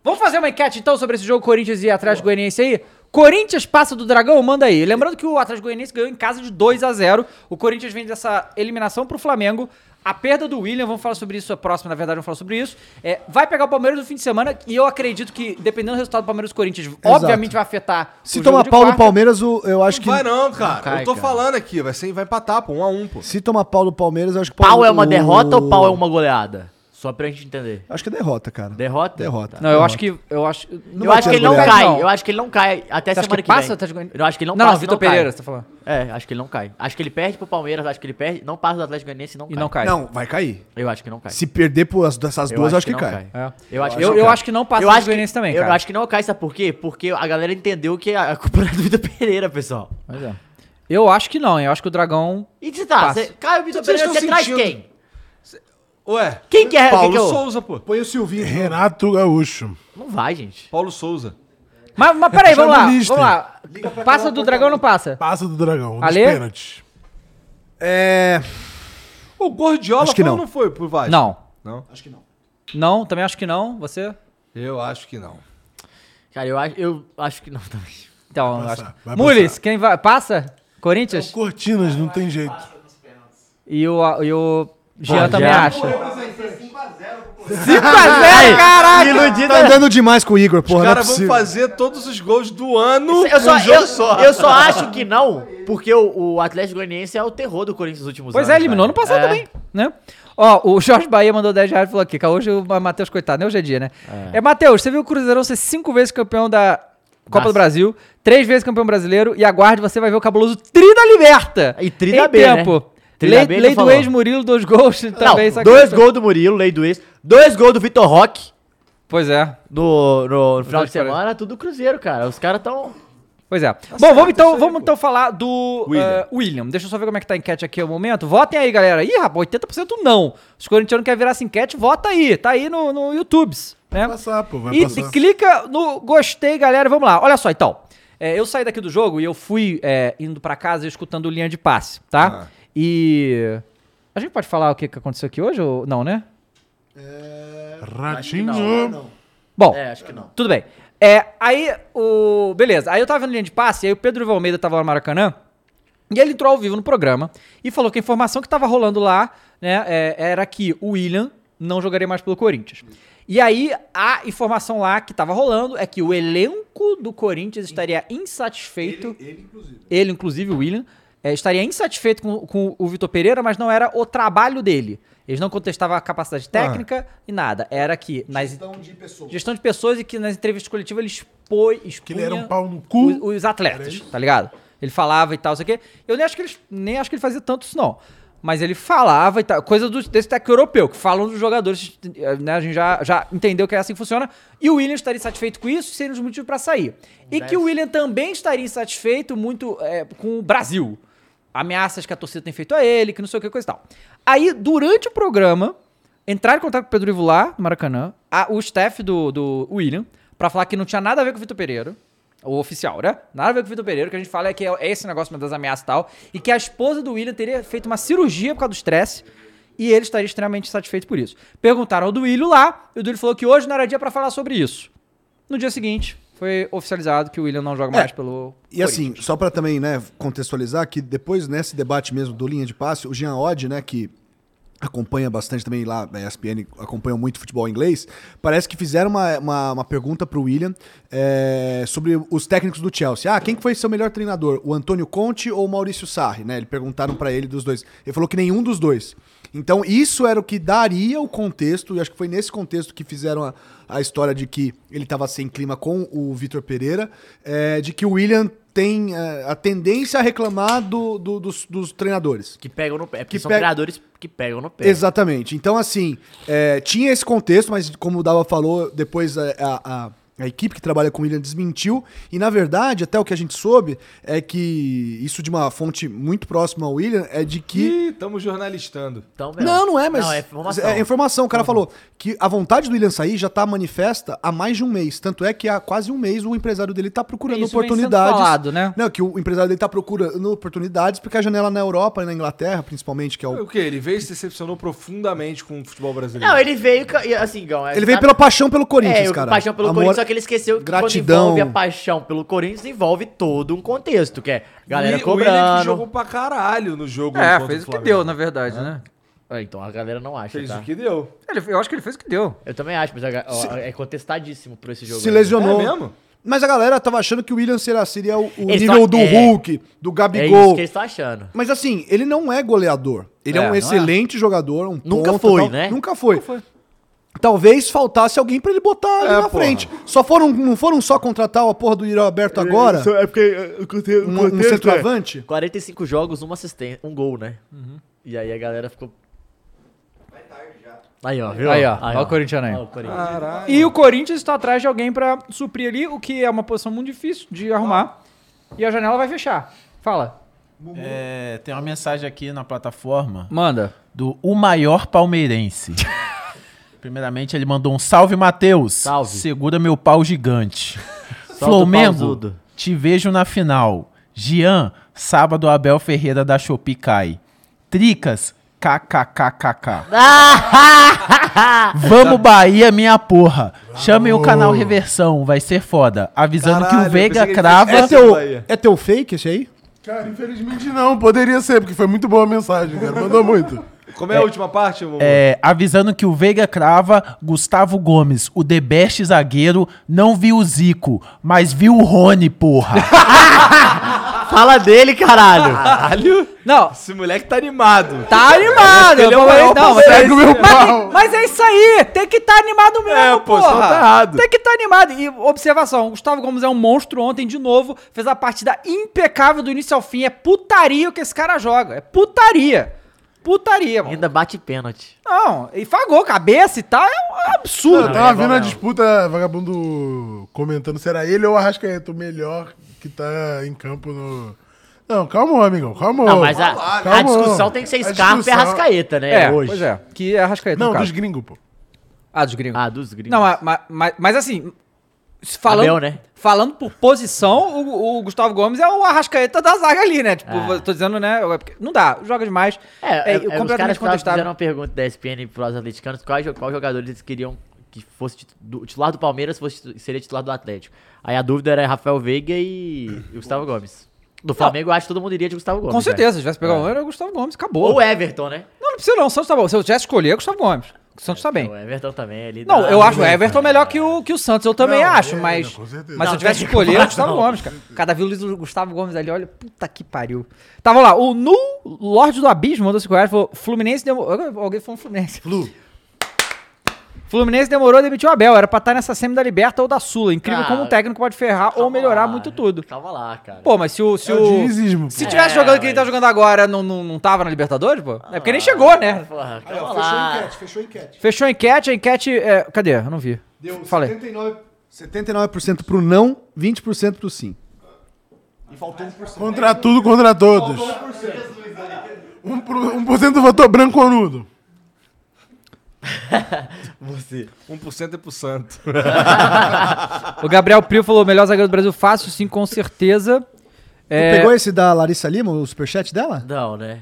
C: Vamos fazer uma enquete então sobre esse jogo Corinthians e Atlético Goianiense aí? Corinthians passa do dragão? Manda aí. Lembrando que o Atlético Goianiense ganhou em casa de 2 a 0 O Corinthians vem dessa eliminação pro Flamengo. A perda do William, vamos falar sobre isso a próxima, na verdade, vamos falar sobre isso. É, vai pegar o Palmeiras no fim de semana e eu acredito que, dependendo do resultado do Palmeiras e Corinthians, obviamente vai afetar.
G: Se
C: o jogo
G: tomar
C: de
G: pau no
C: quarta.
G: Palmeiras, o- eu acho que.
A: Vai não, cara.
C: cai,
A: eu tô
C: cara.
A: falando aqui, vai, ser, vai empatar, pô, um a um, pô.
G: Se tomar pau no Palmeiras, eu acho que. o
B: Pau
G: Palme-
B: é uma
G: o-
B: derrota ou pau é uma goleada? Só pra gente entender.
G: Acho que é derrota, cara.
B: Derrota?
G: Derrota.
C: Não, eu acho que. Eu acho,
B: eu acho que ele não
G: goleada.
B: cai. Eu acho que ele não cai até
C: Você acha
B: semana
C: que
B: que,
C: passa o
B: vem.
C: Atlético Goianiense?
B: Eu acho que ele não,
C: Não,
B: passa.
C: não, Vitor
B: cai.
C: Pereira, você tá falando.
B: É, acho que ele não cai. Acho que ele perde pro Palmeiras, acho que ele perde. Não passa do Atlético Goianiense e não
C: E
B: cai.
C: não cai.
G: Não, vai cair.
B: Eu acho que não cai.
G: Se perder por as- dessas duas, eu acho que,
B: não
G: cai.
C: É.
B: Eu acho que
C: Eu,
B: não
C: eu
B: cai.
C: acho que não passa
B: eu
C: do
B: acho que,
C: Goianiense também,
B: eu
C: cara.
B: acho que não cai, sabe por quê? Porque a galera entendeu que a culpa era do Vitor Pereira, pessoal.
C: Pois é. Eu acho que não, hein? Eu acho que o dragão.
B: E você tá,
C: Passa.
B: você, cai o Vitor
A: Vocês
B: Pereira,
A: estão
B: você traz
A: sentindo-
B: quem?
A: Ué,
B: Quem que é? quem
A: Paulo
B: que é o-
A: Souza, pô.
G: Põe o Silvinho.
D: Renato Gaúcho.
B: Não vai, gente.
A: Paulo Souza.
C: Mas, mas peraí, vamos lá.
D: Chama o Lister.
C: Vamos lá. Passa do dragão ou não passa?
D: Passa do dragão. nos
C: Ale?
D: pênaltis.
G: É.
A: O Gordiola
G: Acho que
A: foi ou
G: não.
A: não foi pro Vasco?
C: Não.
A: Não?
C: Não, também acho que não. Você?
A: Eu acho que não.
B: Cara, eu acho, eu acho que não também.
C: Então, eu
D: passar,
C: acho.
D: vai
C: Mules,
D: passar.
C: quem vai. Passa? Corinthians?
D: Cortinas, não tem jeito.
C: E o. E o Jean
B: Bom,
C: também
B: Jean.
C: acha. 5x0, caraca!
G: Tá andando demais com o Igor, porra.
A: Os
G: não é
A: caras vão
G: possível.
A: fazer todos os gols do ano
B: Eu só,
G: Um
A: num jogo
B: eu,
A: só.
B: eu só acho que não, porque o, o Atlético Goianiense é o terror do Corinthians nos últimos
C: Pois
B: anos.
C: é, eliminou no
B: velho.
C: passado
B: É.
C: também, né? Ó, o Jorge Bahia mandou 10 reais e falou
B: É.
C: aqui, É, que hoje o Matheus, coitado, né? Hoje é dia, né? É, Matheus, você viu o Cruzeirão ser cinco vezes campeão da Copa do Brasil, três vezes campeão brasileiro e aguarde, você vai ver o cabuloso tri da liberta.
B: E tri da
C: Em
B: B, né? Tri da
C: Lei,
B: B ele
C: lei do
B: falou.
C: ex-Murilo, dois gols também.
B: Não,
C: só que-
B: dois gols do Murilo, lei do ex. Dois gols do Vitor Roque
C: Pois é,
B: no, no, final
C: dois
B: de semana, tudo Cruzeiro, cara. Os caras tão.
C: pois é. Bom, vamos então, vamos então falar do William. William. Deixa eu só ver como é que tá a enquete aqui no momento. Votem aí, galera. Ih, rapaz, 80% não. Os corintianos querem virar essa enquete, vota aí. Tá aí no, no YouTube, né?
I: Vai passar, pô, vai
C: E
I: passar.
C: clica no gostei, galera. Vamos lá. Olha só, então. É, eu saí daqui do jogo e eu fui é, indo pra casa escutando linha de passe,
I: Ah.
C: tá? E. A gente pode falar o que que aconteceu aqui hoje ou não, né?
I: Ratinho.
C: Bom,
B: É, acho que não.
C: tudo bem. É, aí o. Beleza. Aí eu tava vendo linha de passe, aí o Pedro Ivo Almeida tava lá no Maracanã. E ele entrou ao vivo no programa e falou que a informação que tava rolando lá, né, é, era que o William não jogaria mais pelo Corinthians. E aí, a informação lá que tava rolando é que o elenco do Corinthians estaria insatisfeito. Ele, inclusive. Ele, inclusive, o William, é, estaria insatisfeito com, com o Vitor Pereira, mas não era o trabalho dele. Eles não contestavam a capacidade técnica e nada. Era que nas,
G: de pessoa.
C: Ah. Gestão de pessoas e que nas entrevistas coletivas ele expôs, expunha
I: ele era um pau no cu.
C: os, os atletas, tá ligado? Ele falava e tal, isso aqui. Eu nem acho que ele, nem acho que ele fazia tanto isso, não. Mas ele falava e tal. Coisa do, desse técnico europeu, que falam dos jogadores, né? A gente já, já entendeu que é assim que funciona. E o William estaria insatisfeito com isso, seria um motivo pra sair. E que o William também estaria insatisfeito muito é, com o Brasil. Ameaças que a torcida tem feito a ele, que não sei o que, coisa e tal. Aí, durante o programa, entrar em contato com o Pedro Ivo lá no Maracanã, a- o staff do, do William, pra falar que não tinha nada a ver com o Vitor Pereira, o oficial, né? Nada a ver com o Vitor Pereira, o que a gente fala é que é esse negócio das ameaças e tal, e que a esposa do William teria feito uma cirurgia por causa do estresse, e ele estaria extremamente satisfeito por isso. Perguntaram ao Duílio lá, e o Duílio falou que hoje não era dia pra falar sobre isso. No dia seguinte, foi oficializado que o William não joga mais pelo.
G: E assim, só pra também, né, contextualizar que depois nesse debate mesmo do linha de passe, o Jean Odd, né, que acompanha bastante também lá na ESPN, acompanha muito futebol inglês, parece que fizeram uma, uma, uma pergunta pro William é, sobre os técnicos do Chelsea. Ah, quem que foi seu melhor treinador? O Antônio Conte ou o Maurício Sarri, né? Ele perguntaram pra ele dos dois. Ele falou que nenhum dos dois. Então, isso era o que daria o contexto, e acho que foi nesse contexto que fizeram a, a história de que ele estava sem clima com o Vitor Pereira, é, de que o William tem é, a tendência a reclamar do- do- dos- dos treinadores.
B: Que pegam no pé. Porque
G: Que
B: são
G: pe-
B: treinadores que pegam no pé.
G: Exatamente. Então, assim, é, tinha esse contexto, mas como o Dava falou, depois a, a- a- a equipe que trabalha com o William desmentiu. E, na verdade, até o que a gente soube é que isso de uma fonte muito próxima ao William é de que.
A: Ih, tamo jornalistando.
B: Então, velho,
G: Não, não é, mas.
B: Não, é informação.
G: é informação. O cara falou que a vontade do William sair já tá manifesta há mais de um mês. Tanto é que há quase um mês o empresário dele tá procurando
C: Isso vem sendo
G: oportunidades.
C: falado, né?
G: Não, que o empresário dele tá procurando oportunidades, porque a janela na Europa e na Inglaterra, principalmente, que é o
A: O que? Ele veio e se decepcionou profundamente com o futebol brasileiro.
B: Não, ele veio. ca- e, Assim, Gão. é,
G: Ele veio
B: sabe-
G: pela paixão pelo Corinthians,
B: É,
G: cara.
B: paixão pelo
G: Amor-
B: Corinthians, só que ele esqueceu que
G: gratidão.
B: quando envolve a paixão pelo Corinthians, envolve todo um contexto, que é
A: E o
B: galera
A: Willian que
B: cobrando.
A: jogou pra caralho no jogo.
C: É,
A: contra
C: fez o que
A: Flamengo.
C: deu, na verdade, né?
B: Ah, então a galera não acha,
A: Fez
B: tá?
A: o que deu.
C: Ele- eu acho que ele fez o que deu.
B: Eu também acho, mas a ga- ó, é contestadíssimo por esse jogo.
G: Se
B: né?
G: lesionou.
A: É mesmo?
G: Mas a galera tava achando que o William seria, seria o, o
B: Eles
G: nível
B: tão-
G: do
B: é.
G: Hulk,
B: É
G: do
B: isso
G: Gabigol.
B: que eles estão achando.
G: Mas assim, ele não é goleador. Ele é,
C: É, não
G: um
C: é.
G: excelente jogador, um
B: Nunca
G: ponta,
B: foi,
G: tal.
B: né?
G: Nunca foi. Talvez faltasse alguém pra ele botar ali na frente. Só foram, não foram só contratar a porra do Iroberto agora?
I: É porque.
G: Um, um centroavante?
B: 45 jogos, uma assistência, um gol, né?
C: Uhum.
B: E aí a galera ficou. Vai tarde já. Ah. Aí, ó, viu?
C: Aí, ó. Olha o corintiano aí.
B: Ó, o Corinthians.
A: Caralho.
C: E o Corinthians está atrás de alguém pra suprir ali, o que é uma posição muito difícil de arrumar. E a janela vai fechar. Fala.
H: É, tem uma mensagem aqui na plataforma
C: Manda.
H: do O Maior Palmeirense. Primeiramente, ele mandou um salve, Matheus.
B: Salve.
H: Segura meu pau gigante.
B: Solta o
H: Flamengo,
B: pauzudo.
H: te vejo na final. Jean, sábado, Abel Ferreira da Shopee cai. Tricas, kkkkkk. Vamos Bahia, minha porra. Chamem o canal Reversão, vai ser foda. Avisando que
A: Caralho,
H: o Veiga
A: eu pensei que ele
H: crava...
A: fez
G: É
A: essa
G: teu,
A: Bahia.
G: é teu fake esse aí?
I: Cara, infelizmente não. Poderia ser, porque foi muito boa a mensagem, cara. Mandou muito.
A: Como é, a última parte, amor?
H: É, avisando que o Veiga crava, Gustavo Gomes, o The Best zagueiro, não viu o Zico, mas viu o Rony, porra.
B: Fala dele, caralho.
J: Caralho.
C: Não.
J: Esse moleque tá animado.
C: Tá animado.
J: Ele é o
C: eu
J: maior
C: falei, não, mas,
J: palmeirense. Segue o meu
C: mas,
J: pau.
C: mas é isso aí. Tem que estar animado mesmo,
J: É, pô, senão
C: porra.
J: tá errado.
C: Tem que estar animado. E observação, o Gustavo Gomes é um monstro ontem, de novo. Fez a partida impecável do início ao fim. É putaria o que esse cara joga. É putaria. Putaria, mano.
B: Ah, Ainda bate pênalti.
C: Não, e fagou cabeça e tal. É um absurdo.
D: Eu tava vendo a disputa, vagabundo comentando se era ele ou o Arrascaeta, o melhor que tá em campo no. Não, calma, amigão, calma.
B: Não, mas a-
D: Calma.
B: a discussão tem que ser
D: A
B: Scarpa e
D: discussão-
B: Arrascaeta, né,
C: É, Pois é. Que é Arrascaeta,
D: Não,
C: no caso.
D: dos gringos, pô.
C: Ah, dos gringos.
B: Ah, dos gringos.
C: Não, mas, mas, mas assim, se falando,
B: Abel, né?
C: falando por posição, o, o Gustavo Gomes é o arrascaeta da zaga ali, né? Tipo, eu tô dizendo, né? é porque Não dá, joga demais.
B: Ah. É, é, é, os caras
C: completamente
B: ficavam-
C: contestável.
B: fizeram uma pergunta da SPN pros atleticanos quais, jo- qual jogador eles queriam que fosse titu- do- titular do Palmeiras fosse, titu- seria titular do Atlético. Aí a dúvida era Rafael Veiga e, e Gustavo Gomes. Do Flamengo, eu acho que todo mundo iria de Gustavo Gomes.
C: Com certeza,
B: velho.
C: se tivesse pegado
B: É.
C: um, era o Gustavo Gomes, acabou.
B: Ou Everton, né?
C: Não, não precisa não, o Santos tá bom. Se eu tivesse escolher, é o Gustavo Gomes. O Santos tá bem.
B: O Everton também é ali.
C: Não,
B: dá- né,
C: eu acho o Everton melhor que o, que o Santos, eu também
B: Não,
C: acho,
B: é,
C: mas,
B: com certeza.
C: mas se
B: Não, é,
C: eu tivesse
B: tem
C: que escolher,
B: como
C: o Gustavo
B: não.
C: Gomes, cara. Cada vez o Gustavo Gomes ali, olha, puta que pariu. Tá, vamos lá, o Nu Lorde do Abismo mandou 5 reais, falou, Fluminense demorou... Alguém falou Fluminense. Flu. Fluminense demorou a demitir o Abel, era pra estar nessa semi da Liberta ou da Sula. Incrível
B: Cara,
C: como um técnico pode ferrar ou melhorar muito tudo.
B: Calma né? lá, cara.
C: Pô, mas se o... Se,
B: É o
C: o,
B: dinizismo,
C: se
B: pô.
C: tivesse
B: É, Ah,
C: jogando o que ele tá jogando agora, não, não, não tava na Libertadores, pô? É porque nem chegou, né?
B: Porra,
E: Aí,
B: calma
E: ó, fechou a
B: lá.
E: enquete, fechou a enquete.
C: Fechou a enquete, a enquete... é, cadê? Eu não vi.
E: Deu
C: Falei.
E: 79,
G: 79% pro não, 20% pro sim.
E: E faltou 1%.
D: Contra tudo, contra todos. 1% votou branco conudo.
B: Você.
A: 1% é pro santo.
C: O Gabriel Prio falou: melhor zagueiro do Brasil, fácil, sim, com certeza. É,
G: Tu
B: É.
G: pegou esse da Larissa Lima, o superchat dela?
B: Não, né?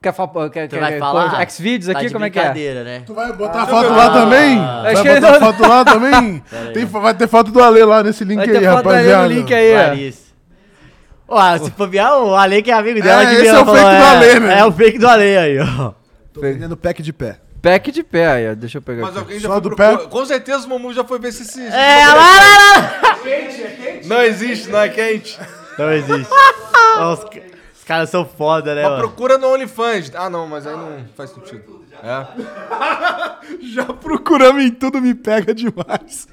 C: Quer falar? Quer,
B: Tu
C: quer,
B: vai falar?
C: Xvideos
B: Tá
C: aqui?
B: de
C: como é que é?
B: brincadeira, né?
D: Tu vai botar
C: Ah,
D: foto
C: não.
D: lá também?
C: Ah.
D: Vai
C: Acho que
D: botar
C: ele-
D: foto lá também?
B: Pera aí.
D: Tem, vai ter foto do Ale lá nesse link
C: Vai
D: aí,
C: ter foto do Ale no
D: rapaziada.
C: link aí.
B: Clarice. Ó, se bobear, o Ale que é amigo dela,
D: É,
B: de
D: esse
B: Bianca,
D: é o
B: falou,
D: fake do Ale,
B: é,
D: né?
B: é o fake do Ale aí, ó.
G: Tô vendendo pack de pé.
C: Pack de pé aí, ó, deixa eu pegar.
A: Mas
C: aqui.
A: alguém já foi procurar- Com certeza o Momu já foi ver se esse.
B: É, lá, lá,
A: lá! Não existe, não é quente.
B: Não existe. Ó, os, ca- os caras são foda,
G: Tá
C: É,
B: né,
A: Mas
B: mano?
A: procura no OnlyFans. Ah, não, mas aí não faz sentido. É.
G: Já procuramos em tudo, me pega demais.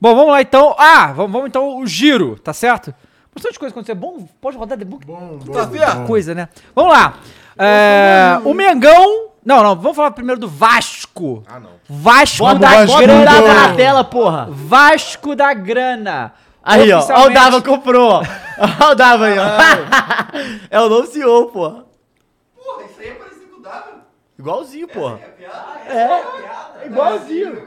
C: Bom, vamos lá então. Ah, vamos, vamos então o giro, tá certo? Bastante coisa acontecer. Bom, pode rodar de book. Bom,
A: Tá certo?
C: coisa, né? Vamos lá. É, o Mengão. Não, não, vamos falar primeiro do Vasco. Ah, não. Vasco
B: Bota
C: da
B: a grana
C: Grana.
B: na tela, porra.
C: Vasco da Grana.
B: Aí, ó. Ó o
C: Oficialmente-
B: Dava comprou, ó. Ó o Dava aí, ó. É o novo CEO, porra. é Porra, isso aí é parecido com o Dava. Igualzinho, porra. É, igualzinho.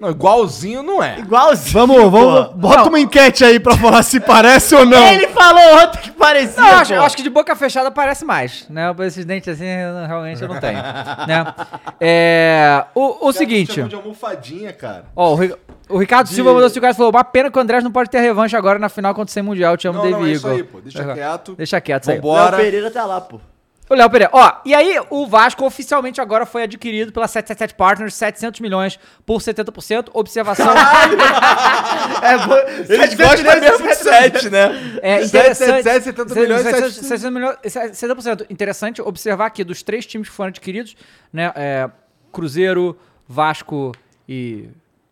A: Não, igualzinho não é.
B: Igualzinho.
G: Vamos, vamos. Bota uma enquete aí pra falar se parece ou não.
B: Ele falou ontem que parecia,
C: Não, eu acho,
B: pô.
C: eu acho que de boca fechada parece mais, né? Esses dentes assim, eu- realmente eu não tenho. né? É, o o seguinte,
A: Chamou de almofadinha, cara.
C: ó, o, Ri- o Ricardo Silva mandou 5 reais e falou, uma pena que o Andrés não pode ter revanche agora na final contra o Sem Mundial, te amo,
A: Não,
C: David
A: não, é isso
C: Igor.
A: aí, pô. Deixa
C: Uhum.
A: quieto.
C: Deixa quieto, isso aí.
B: O
A: Vambora.
B: Pereira tá lá, pô.
C: O Léo Pereira. Ó, e aí o Vasco oficialmente agora foi adquirido pela 777 Partners, 700 milhões por 70%. Observação.
B: É, bo...
J: Eles gostam mesmo de 7, né?
C: É interessante.
J: 777, 70 milhões, 700.
C: 70 milhões, 70%. Interessante observar que dos três times que foram adquiridos, né? é, Cruzeiro, Vasco e.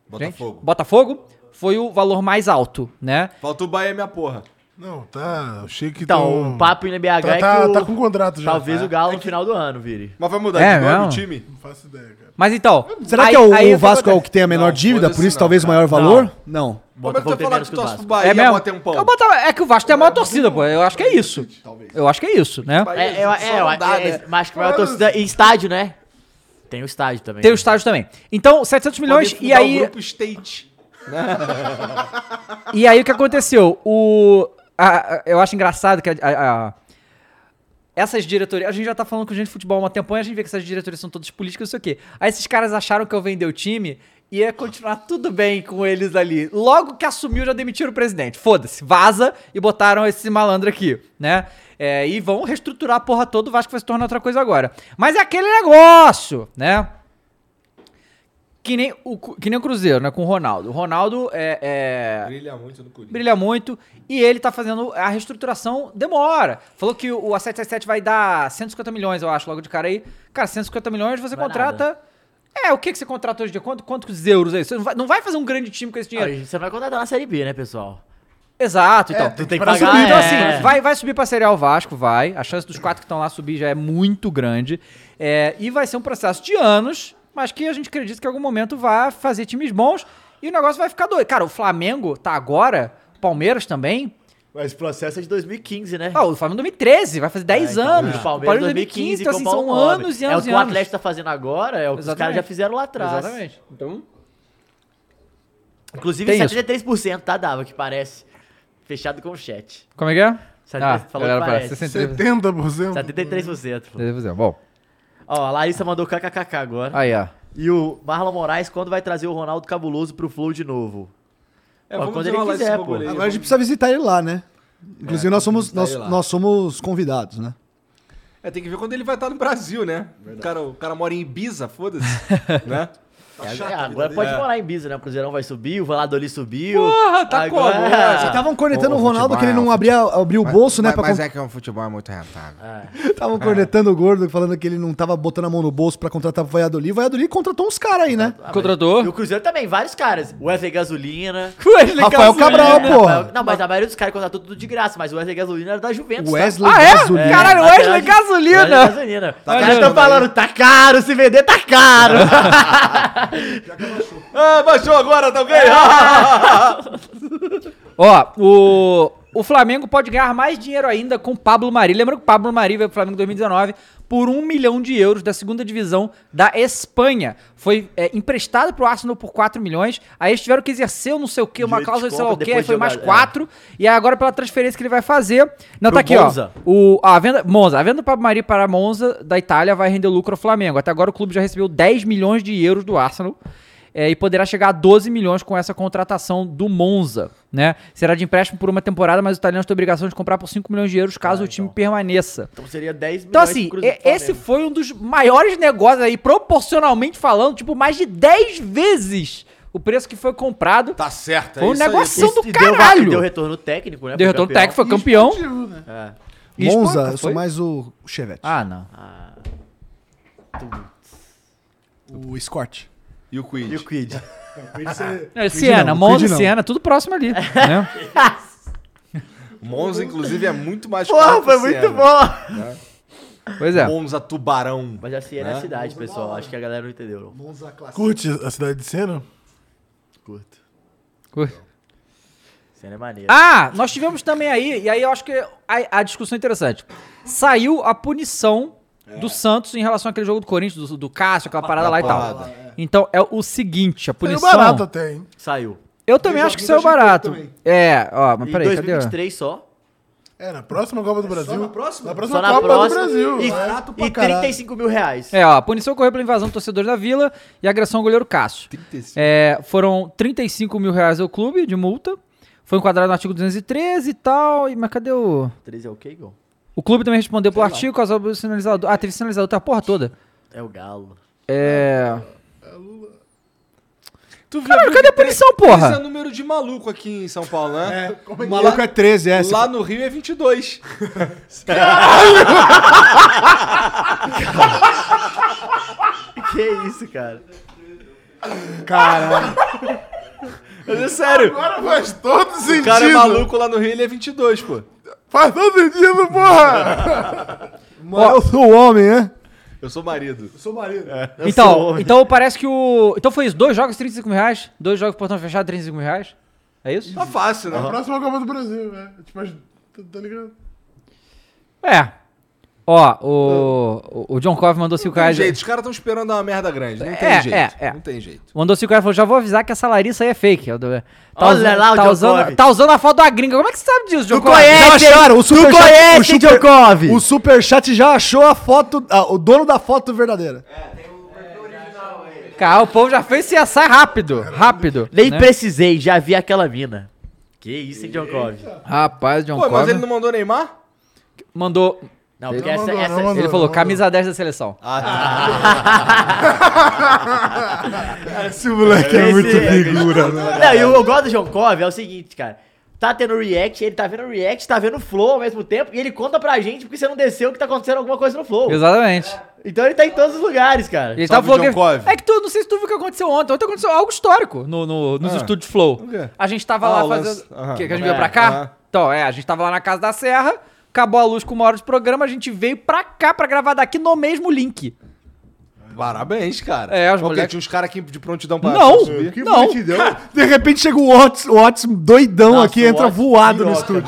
A: Botafogo.
C: Gente, Botafogo foi o valor mais alto, né?
A: Falta o Bahia, minha porra.
D: Não, tá. Achei que
B: Então,
D: tão-
B: o
G: Hum.
B: papo em BH
D: tá,
B: é
D: tá,
B: que o-
D: tá com contrato já.
B: Talvez o Galo no final do ano, Vire.
A: Mas vai mudar
C: É
A: de nome
C: mesmo?
A: o time?
D: Não faço ideia, cara.
C: Mas então.
G: Será
C: aí-
G: que é o,
C: aí
G: o Vasco é o que tem a menor
A: Não,
G: dívida, por
A: foda-se
G: isso
A: não,
G: talvez o maior valor? Não.
A: Como é que tu
B: Botafogo
A: vai
B: tem
A: falar
B: menos
A: que tu
B: que o
A: torce pro
B: Vasco.
C: É,
A: Bahia
C: mesmo?
A: há até um pão?
C: Eu botava- é que o Vasco tem a maior torcida, pô. Eu acho que é isso. Eu acho que é isso, né?
B: É, é, é,
A: não dá,
B: é,
A: né?
B: mas que vai a torcida em estádio, né? Tem o estádio também.
C: Tem o estádio também. Então, 700 milhões
A: Pode
C: e
A: fundar o
C: aí.
A: grupo State.
C: E aí o que aconteceu? O. a- a- eu acho engraçado que a, a- a- essas diretorias. A gente já tá falando com gente de futebol há uma temporada, a gente vê que essas diretorias são todas políticas, não sei o quê. Aí esses caras acharam que eu vender o time e ia continuar tudo bem com eles ali. Logo que assumiu, já demitiram o presidente. Foda-se, vaza e botaram esse malandro aqui, né? É, e vão reestruturar a porra toda, o Vasco vai se tornar outra coisa agora. Mas é aquele negócio, né? O Que nem o, Cu- que nem o Cruzeiro, né? Com o Ronaldo. O Ronaldo é. é-
A: Brilha muito no Corinthians.
C: Brilha muito. E ele tá fazendo. A reestruturação demora. Falou que o a 777 vai dar 150 milhões, eu acho, logo de cara aí. Cara, 150 milhões você contrata. É, o que, que você contrata hoje em dia? Quanto, quantos euros aí? Você não vai, não vai fazer um grande time com esse dinheiro.
B: Você vai contratar na Série B, né, pessoal?
C: Exato,
B: É,
C: então.
B: tem que Pra pagar, subir,
C: então,
B: é.
C: assim, vai, vai subir pra Série A o Vasco, vai. A chance dos quatro que estão lá subir já é muito grande. É, e vai ser um processo de anos, mas que a gente acredita que em algum momento vai fazer times bons e o negócio vai ficar doido. Cara, o Flamengo tá agora, o Palmeiras também.
B: Mas o processo é de 2015, né?
C: Ah, o Flamengo 2013, vai fazer 10
B: então,
C: anos.
B: O Palmeiras 2015,
C: então,
B: com
C: assim,
B: o Paulo
C: são
B: Nobre.
C: anos e
B: É o
C: anos
B: que
C: e
B: o
C: anos.
B: Atlético tá fazendo agora, é o que os caras
C: Exatamente.
B: já fizeram lá atrás.
C: Exatamente. Então,
B: Inclusive,
C: Tem isso.
B: 73%, tá, Dava, que parece. Fechado com o chat.
C: como é que é?
B: Sabe, falou que parece.
D: 70%.
G: Tá
B: 73%. pô.
C: Bom,
B: Ó, a Larissa mandou kkkk agora.
C: aí, ó.
B: E o Marlon Moraes, quando vai trazer o Ronaldo Cabuloso pro Flow de novo?
A: É,
B: Ó,
A: vamos
B: quando ele
A: desenrolar esse
B: quiser, pô.
A: bagulho aí,
B: Agora
G: Agora a gente precisa visitar ele lá, né? Inclusive, nós, somos,
A: visitar
G: nós,
A: ele lá.
G: nós somos convidados, né?
A: É, tem que ver quando ele vai estar no Brasil, né? O cara, o cara mora em Ibiza, foda-se. né?
B: É,
A: chato a vida
B: agora
A: dele.
B: pode
A: É.
B: morar em Biza, né? O Cruzeirão vai subir, o Valladolid subiu.
A: Porra, tá como? É,
G: Vocês estavam cornetando
A: Ô,
G: o
A: ô,
G: Ronaldo
A: futebol
G: que ele
A: é
G: não
A: um
G: abria, abria o bolso, né?
A: mas-
G: pra
A: mas
G: con-
A: é que o futebol é muito rentável.
G: Estavam cornetando o gordo, falando que ele não tava botando a mão no bolso pra contratar o Valladolid. O Valladolid contratou uns caras aí, né?
C: Contratou.
B: E o Cruzeiro também, vários caras. Wesley Gasolina.
C: Wesley
G: Rafael Gasolina. Cabral,
B: né, Rafael-
G: Tá porra.
B: Não, mas a maioria dos caras contratou tudo de graça, mas o Wesley Gasolina era da Juventus.
G: Wesley
B: tá?
G: Ah, é? Gasolina. Caralho,
B: lateral
G: Wesley
B: de-
G: Gasolina.
B: Wesley Gasolina.
G: Tá
B: Os caras
G: caro,
B: estão
G: tá
B: falando, tá caro, se vender tá caro.
J: Ah, baixou agora, tá ok?
A: Ah,
C: Ó, o, o Flamengo pode ganhar mais dinheiro ainda com Pablo Mari. Lembra que o Pablo Mari veio pro Flamengo em 2019 por um milhão de euros da segunda divisão da Espanha. Foi é, emprestado pro Arsenal por 4 milhões. Aí eles tiveram que exercer um não sei o que, uma
B: Direito de
C: cláusula de sei lá o
B: compra,
C: que, aí
B: depois
C: foi
B: de
C: mais
B: jogar, é.
C: 4. E aí agora pela transferência que ele vai fazer. Não,
B: Pro
C: tá aqui,
B: Monza.
C: ó. O, a venda, Monza. A venda do Pablo Mari para Monza da Itália vai render lucro ao Flamengo. Até agora o clube já recebeu 10 milhões de euros do Arsenal. é, e poderá chegar a 12 milhões com essa contratação do Monza, né? Será de empréstimo por uma temporada, mas os italianos têm obrigação de comprar por 5 milhões de euros
B: Ah,
C: caso o time permaneça.
B: Então seria 10 milhões
C: Então, assim,
B: pro
C: e-
B: Cruzeiro
C: esse
B: Flamengo.
C: foi um dos maiores negócios aí, proporcionalmente falando, tipo, mais de 10 vezes o preço que foi comprado.
A: Tá certo,
C: Foi um
A: isso aí.
C: negocinho
B: Esse
C: do
B: deu-
C: caralho.
B: Deu retorno técnico, né?
C: Deu
B: pro
C: retorno
B: campeão.
C: técnico, foi É campeão. E
G: Monza,
C: esporte,
G: eu sou
C: foi?
G: mais o o Chevette.
C: Ah, não.
G: O Escort.
A: E o Quid?
B: E o Quid.
C: É, Siena, Monza, Siena, tudo próximo ali. né?
A: Monza, inclusive, é muito mais
B: Porra,
A: caro
B: foi
A: que
B: muito
A: Siena,
B: bom.
A: né?
C: Pois é.
A: Monza Tubarão.
B: Mas assim, é na
A: Né?
B: cidade, pessoal. Acho que a galera não entendeu. não.
G: Monza clássico.
D: Curte a cidade de Sena?
B: Curto.
C: Ui.
B: Cena é maneiro.
C: Ah, nós tivemos também aí, e aí eu acho que a, a discussão é interessante. Saiu a punição do Santos em relação àquele jogo do Corinthians, do, do Cássio, aquela parada lá e tal.
A: parada,
C: Então é o seguinte, a
D: Saiu
C: punição.
D: barato até, hein?
B: Saiu.
C: Eu também acho que saiu barato. É, ó, mas
B: Em
C: peraí, cadê?
B: 2023 só.
D: É, na próxima Copa do Brasil. na próxima? Na próxima
B: Só na
D: Copa
B: próxima.
D: do Brasil. É
B: E,
D: Barato
B: e 35 mil reais.
C: É, ó, a punição correu pela invasão do torcedor da Vila e agressão ao goleiro Cássio.
A: 35.
C: É, foram 35 mil reais ao clube de multa. Foi enquadrado no artigo 213 e tal. e- Mas cadê o...
B: 13 é o quê, Igor?
C: O clube também respondeu pelo artigo, causou o sinalizador... Ah, teve sinalizador, tá a porra toda.
B: É o Galo.
C: É...
A: Tu viu
C: Caralho,
A: que
C: cadê a
A: tre-
C: punição,
A: Esse é
C: porra?
A: número de maluco aqui em São Paulo, né?
G: O maluco é 13, é.
A: Lá no Rio é 22.
B: Que isso, cara?
G: Cara,
A: Mas é sério.
D: Agora faz todo sentido.
A: O cara é maluco lá no Rio, ele é 22, pô.
D: Faz todo sentido, porra.
G: mano, eu sou o homem, né?
A: Eu sou marido.
G: Sou marido.
C: Então, então parece que o... Então foi isso, dois jogos, 35 mil reais? Dois jogos, portão fechado, 35 mil reais? É isso?
A: Tá fácil, né?
D: Na próxima Copa do Brasil, velho. Tipo, as- tá, tá ligado?
C: É. Ó, o, o- o John Cove mandou 5
A: Não tem
C: reais.
A: jeito, os caras estão esperando uma merda grande. Não tem
C: É,
A: jeito.
C: é, é.
A: Não tem jeito.
C: Mandou 5 reais e falou: já vou avisar que essa Larissa aí é fake. Eu dou- Tá
B: Olha lá o
C: tá usando,
B: Djokovic.
C: tá usando a foto da gringa. Como é que você sabe disso, John
G: Já acharam? O superchat, o,
B: conhece,
G: super,
B: Djokovic?
G: o superchat já achou a foto, ah, o dono da foto verdadeira.
C: Cara, o povo já fez CSI rápido. Rápido.
B: Nem
C: né?
B: precisei, já vi aquela mina. Que isso, hein, John Cove?
C: Rapaz, John
A: Pô, mas
C: Cove
A: ele não mandou Neymar?
C: mandou.
B: Não,
C: Ele
B: porque essa,
C: mandou,
B: essa-
C: não mandou, Ele falou, não mandou. camisa 10 da seleção.
D: Esse moleque é muito figura, né?
B: Não, e o eu gosto do João Cove é o seguinte, cara. Tá tendo react, ele tá vendo react, tá vendo flow ao mesmo tempo, e ele conta pra gente porque você não desceu que tá acontecendo alguma coisa no flow.
C: Exatamente.
B: Então ele tá em todos os lugares, cara.
C: Ele
G: tá-
C: tava falando que... É que tu, não sei se tu viu o que aconteceu ontem. Ontem aconteceu algo histórico no, no- nos
B: Ah.
C: estúdios Flow.
B: O quê?
C: A gente tava
B: Ah, o
C: lá
B: lance-
C: fazendo...
B: aham.
C: que, que a gente
B: É,
C: veio pra cá?
B: aham.
C: Então, é, a gente tava lá na Casa da Serra, acabou a luz com uma hora de programa, a gente veio pra cá pra gravar daqui no mesmo link.
A: Parabéns, cara.
C: É, os
A: Porque
C: moleque-
A: tinha uns caras aqui de prontidão pra
C: Não,
A: pra subir.
C: que não. prontidão.
G: De repente chega o Otis, o Otis doidão aqui, entra voado no estúdio.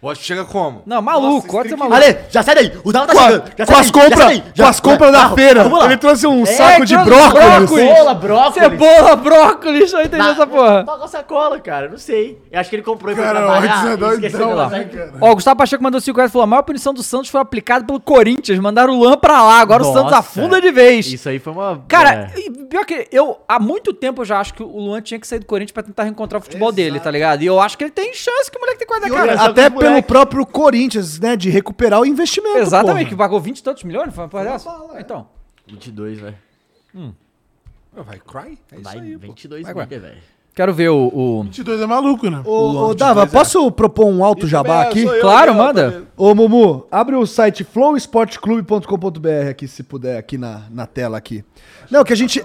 A: O Otis chega como?
C: Não, maluco, pode ser maluco.
B: Ale, já sai daí, o Dava tá
G: Com a-
B: chegando. Já
G: com
B: sai
G: as
B: daí, já
G: compras-
B: sai daí,
G: com as compras da
B: Vamos,
G: feira.
B: vamos lá.
G: Ele trouxe um saco de
B: trouxe
G: brócolis.
B: Cebola, brócolis.
C: Cebola, brócolis, eu entendi
B: Na-
C: essa é porra.
B: Toca sacola, cara, não sei. Eu acho que ele comprou e foi
C: Cara,
B: trabalhar.
C: o
B: e
C: Edson é
B: esqueceu
C: doidão,
B: de
C: né,
B: usar.
C: Ó, o Gustavo Pacheco mandou 5 reais e falou: a maior punição do Santos foi aplicada pelo Corinthians. Mandaram o Lan pra lá, agora o
B: Nossa.
C: Santos afunda de vez.
B: Isso aí foi uma.
G: É.
C: Cara, e pior que eu, há muito tempo eu já acho que o Luan tinha que sair do Corinthians pra tentar reencontrar o futebol dele, tá ligado? E eu acho que ele tem chance que o moleque tem quase
G: Cara,
B: tá
C: daquela.
G: até pelo próprio Corinthians, né? De recuperar o investimento.
C: Exatamente, que
G: porra.
C: pagou 20 e tantos milhões, foi uma porra dessa? Então.
B: 22, velho.
A: Vai cry? É
B: Vai, 22
C: Vai, ué.
B: milha, velho.
C: Quero ver o. o...
D: 22 é maluco, né?
G: Ô, ô, Dava, posso propor um alto jabá
C: é,
G: aqui?
C: sou eu, Claro, eu, manda.
G: Ô, Mumu, abre o site flowsportclub.com.br aqui, se puder, aqui na, na tela aqui. Não, que a gente...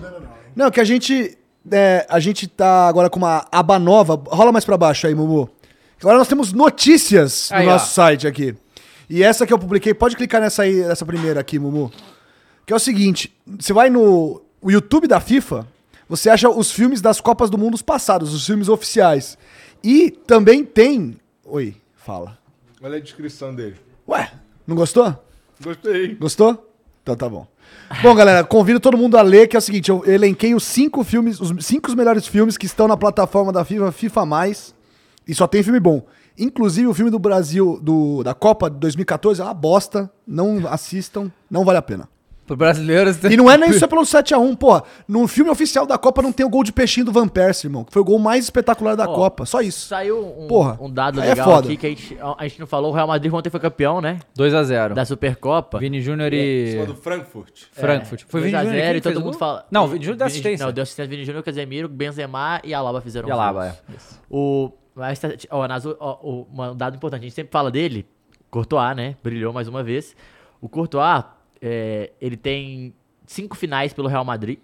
G: Não, que a gente... é, a gente tá agora com uma aba nova. Rola mais pra baixo aí, Mumu. Agora nós temos notícias no
C: Aí, ó.
G: nosso site aqui. E essa que eu publiquei, pode clicar nessa aí, nessa primeira aqui, Mumu. Que é o seguinte, você vai no o YouTube da FIFA, você acha os filmes das Copas do Mundo passados, os filmes oficiais. E também tem... Oi, fala.
A: Olha a descrição dele.
G: Ué, não gostou?
A: Gostei.
G: Gostou? Então tá bom. Bom, galera, convido todo mundo a ler, que é o seguinte, eu elenquei os cinco filmes, os cinco melhores filmes que estão na plataforma da FIFA, FIFA+, e só tem filme bom. Inclusive o filme do Brasil, do, da Copa de 2014, é uma bosta, não assistam, não vale a pena.
C: Pro brasileiro.
G: E não é nem só pelo 7x1, porra. No filme oficial da Copa não tem o gol de peixinho do Van Persie, irmão, que foi o gol mais espetacular da
B: Ó,
G: Copa, só isso.
B: Saiu um,
G: Porra,
B: um dado
G: aí é
B: legal
G: foda.
B: aqui que a gente, a gente não falou. O Real Madrid ontem foi campeão, né?
C: 2x0.
B: Da Supercopa.
C: Vini Júnior
A: Em
C: e.
A: cima do Frankfurt.
C: Frankfurt.
B: Foi
C: Foi
B: 2
C: Vini
B: a
C: Júnior
B: 0
C: quem
B: e todo
C: fez o
B: mundo
C: gol?
B: fala.
C: Não, Vini Júnior deu assistência.
B: Não, deu assistência Vini Júnior, Casemiro, Benzema e Alaba fizeram
C: E Alaba, é.
B: gols. O, mas, tá- ó, nas- ó, o- um dado importante, a gente sempre fala dele, Courtois, né? Brilhou mais uma vez. O Courtois, é, ele tem cinco finais pelo Real Madrid.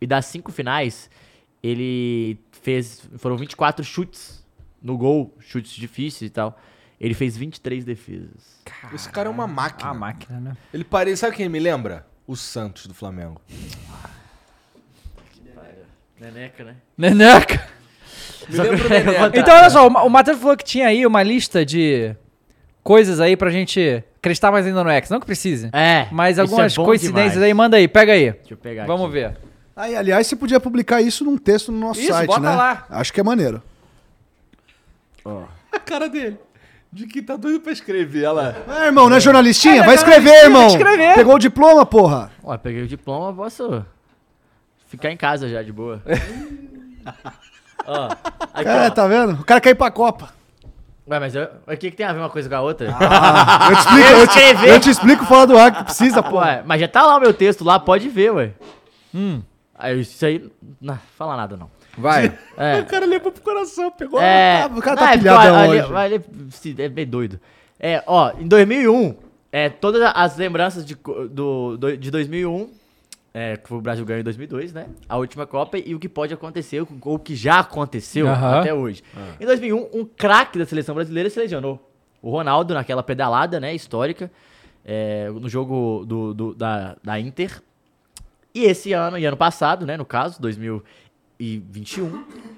B: E das cinco finais, ele fez. Foram 24 chutes no gol, chutes difíceis e tal. Ele fez 23 defesas.
A: Esse cara é uma máquina.
C: Uma máquina, né?
A: Ele parece. Sabe quem me lembra? O Santos do Flamengo.
B: Neneca, né?
C: Neneca.
B: Me lembra o Neneca.
C: Então, olha só, o Ma- o Matheus falou que tinha aí uma lista de coisas aí pra gente acreditar mais ainda no X. Não que precise.
B: É.
C: Mas
B: isso
C: algumas
B: é bom
C: coincidências
B: demais.
C: aí, manda aí, pega aí. Deixa
B: eu pegar
C: Vamos
B: aqui.
C: ver.
G: Aí, aliás, você podia publicar isso num texto no nosso
C: Isso,
G: site,
C: bota
G: né?
C: lá.
G: Acho que é maneiro.
A: A cara dele. De que tá doido pra escrever, olha lá.
G: É, irmão, não é jornalistinha?
A: É,
G: Vai
A: é
G: escrever,
A: jornalistinha,
G: irmão.
A: tem que escrever.
G: Pegou o diploma, porra.
B: Ó, peguei o diploma, posso ficar em casa já, de boa. Ó, aqui,
G: Cara,
B: ó.
G: tá vendo? O cara quer ir pra Copa.
B: Ué, mas eu- o que, que tem a ver uma coisa com a outra?
G: Ah, eu te explico, eu te- eu te explico fora do ar que precisa, pô.
B: Ué, mas já tá lá o meu texto lá, pode ver, ué. Hum. Aí, isso aí, não fala nada não.
C: Vai.
B: É,
G: cara levou pro coração, pegou.
B: É,
G: tá- o cara
B: não,
G: tá
B: é porque
G: pilhadão
B: olha-
G: hoje.
B: olha- olha- se- é bem doido. É, ó, em 2001, é, todas as lembranças de, co- do, do- de 2001, é, que o Brasil ganhou em 2002, né? A última Copa e o que pode acontecer, ou o que já aconteceu
C: Aham.
B: até hoje. Em 2001, um craque da seleção brasileira se lesionou. O Ronaldo, naquela pedalada, né, histórica, é, no jogo do, do- da, da Inter. E esse ano, e ano passado, né, no caso, 2021,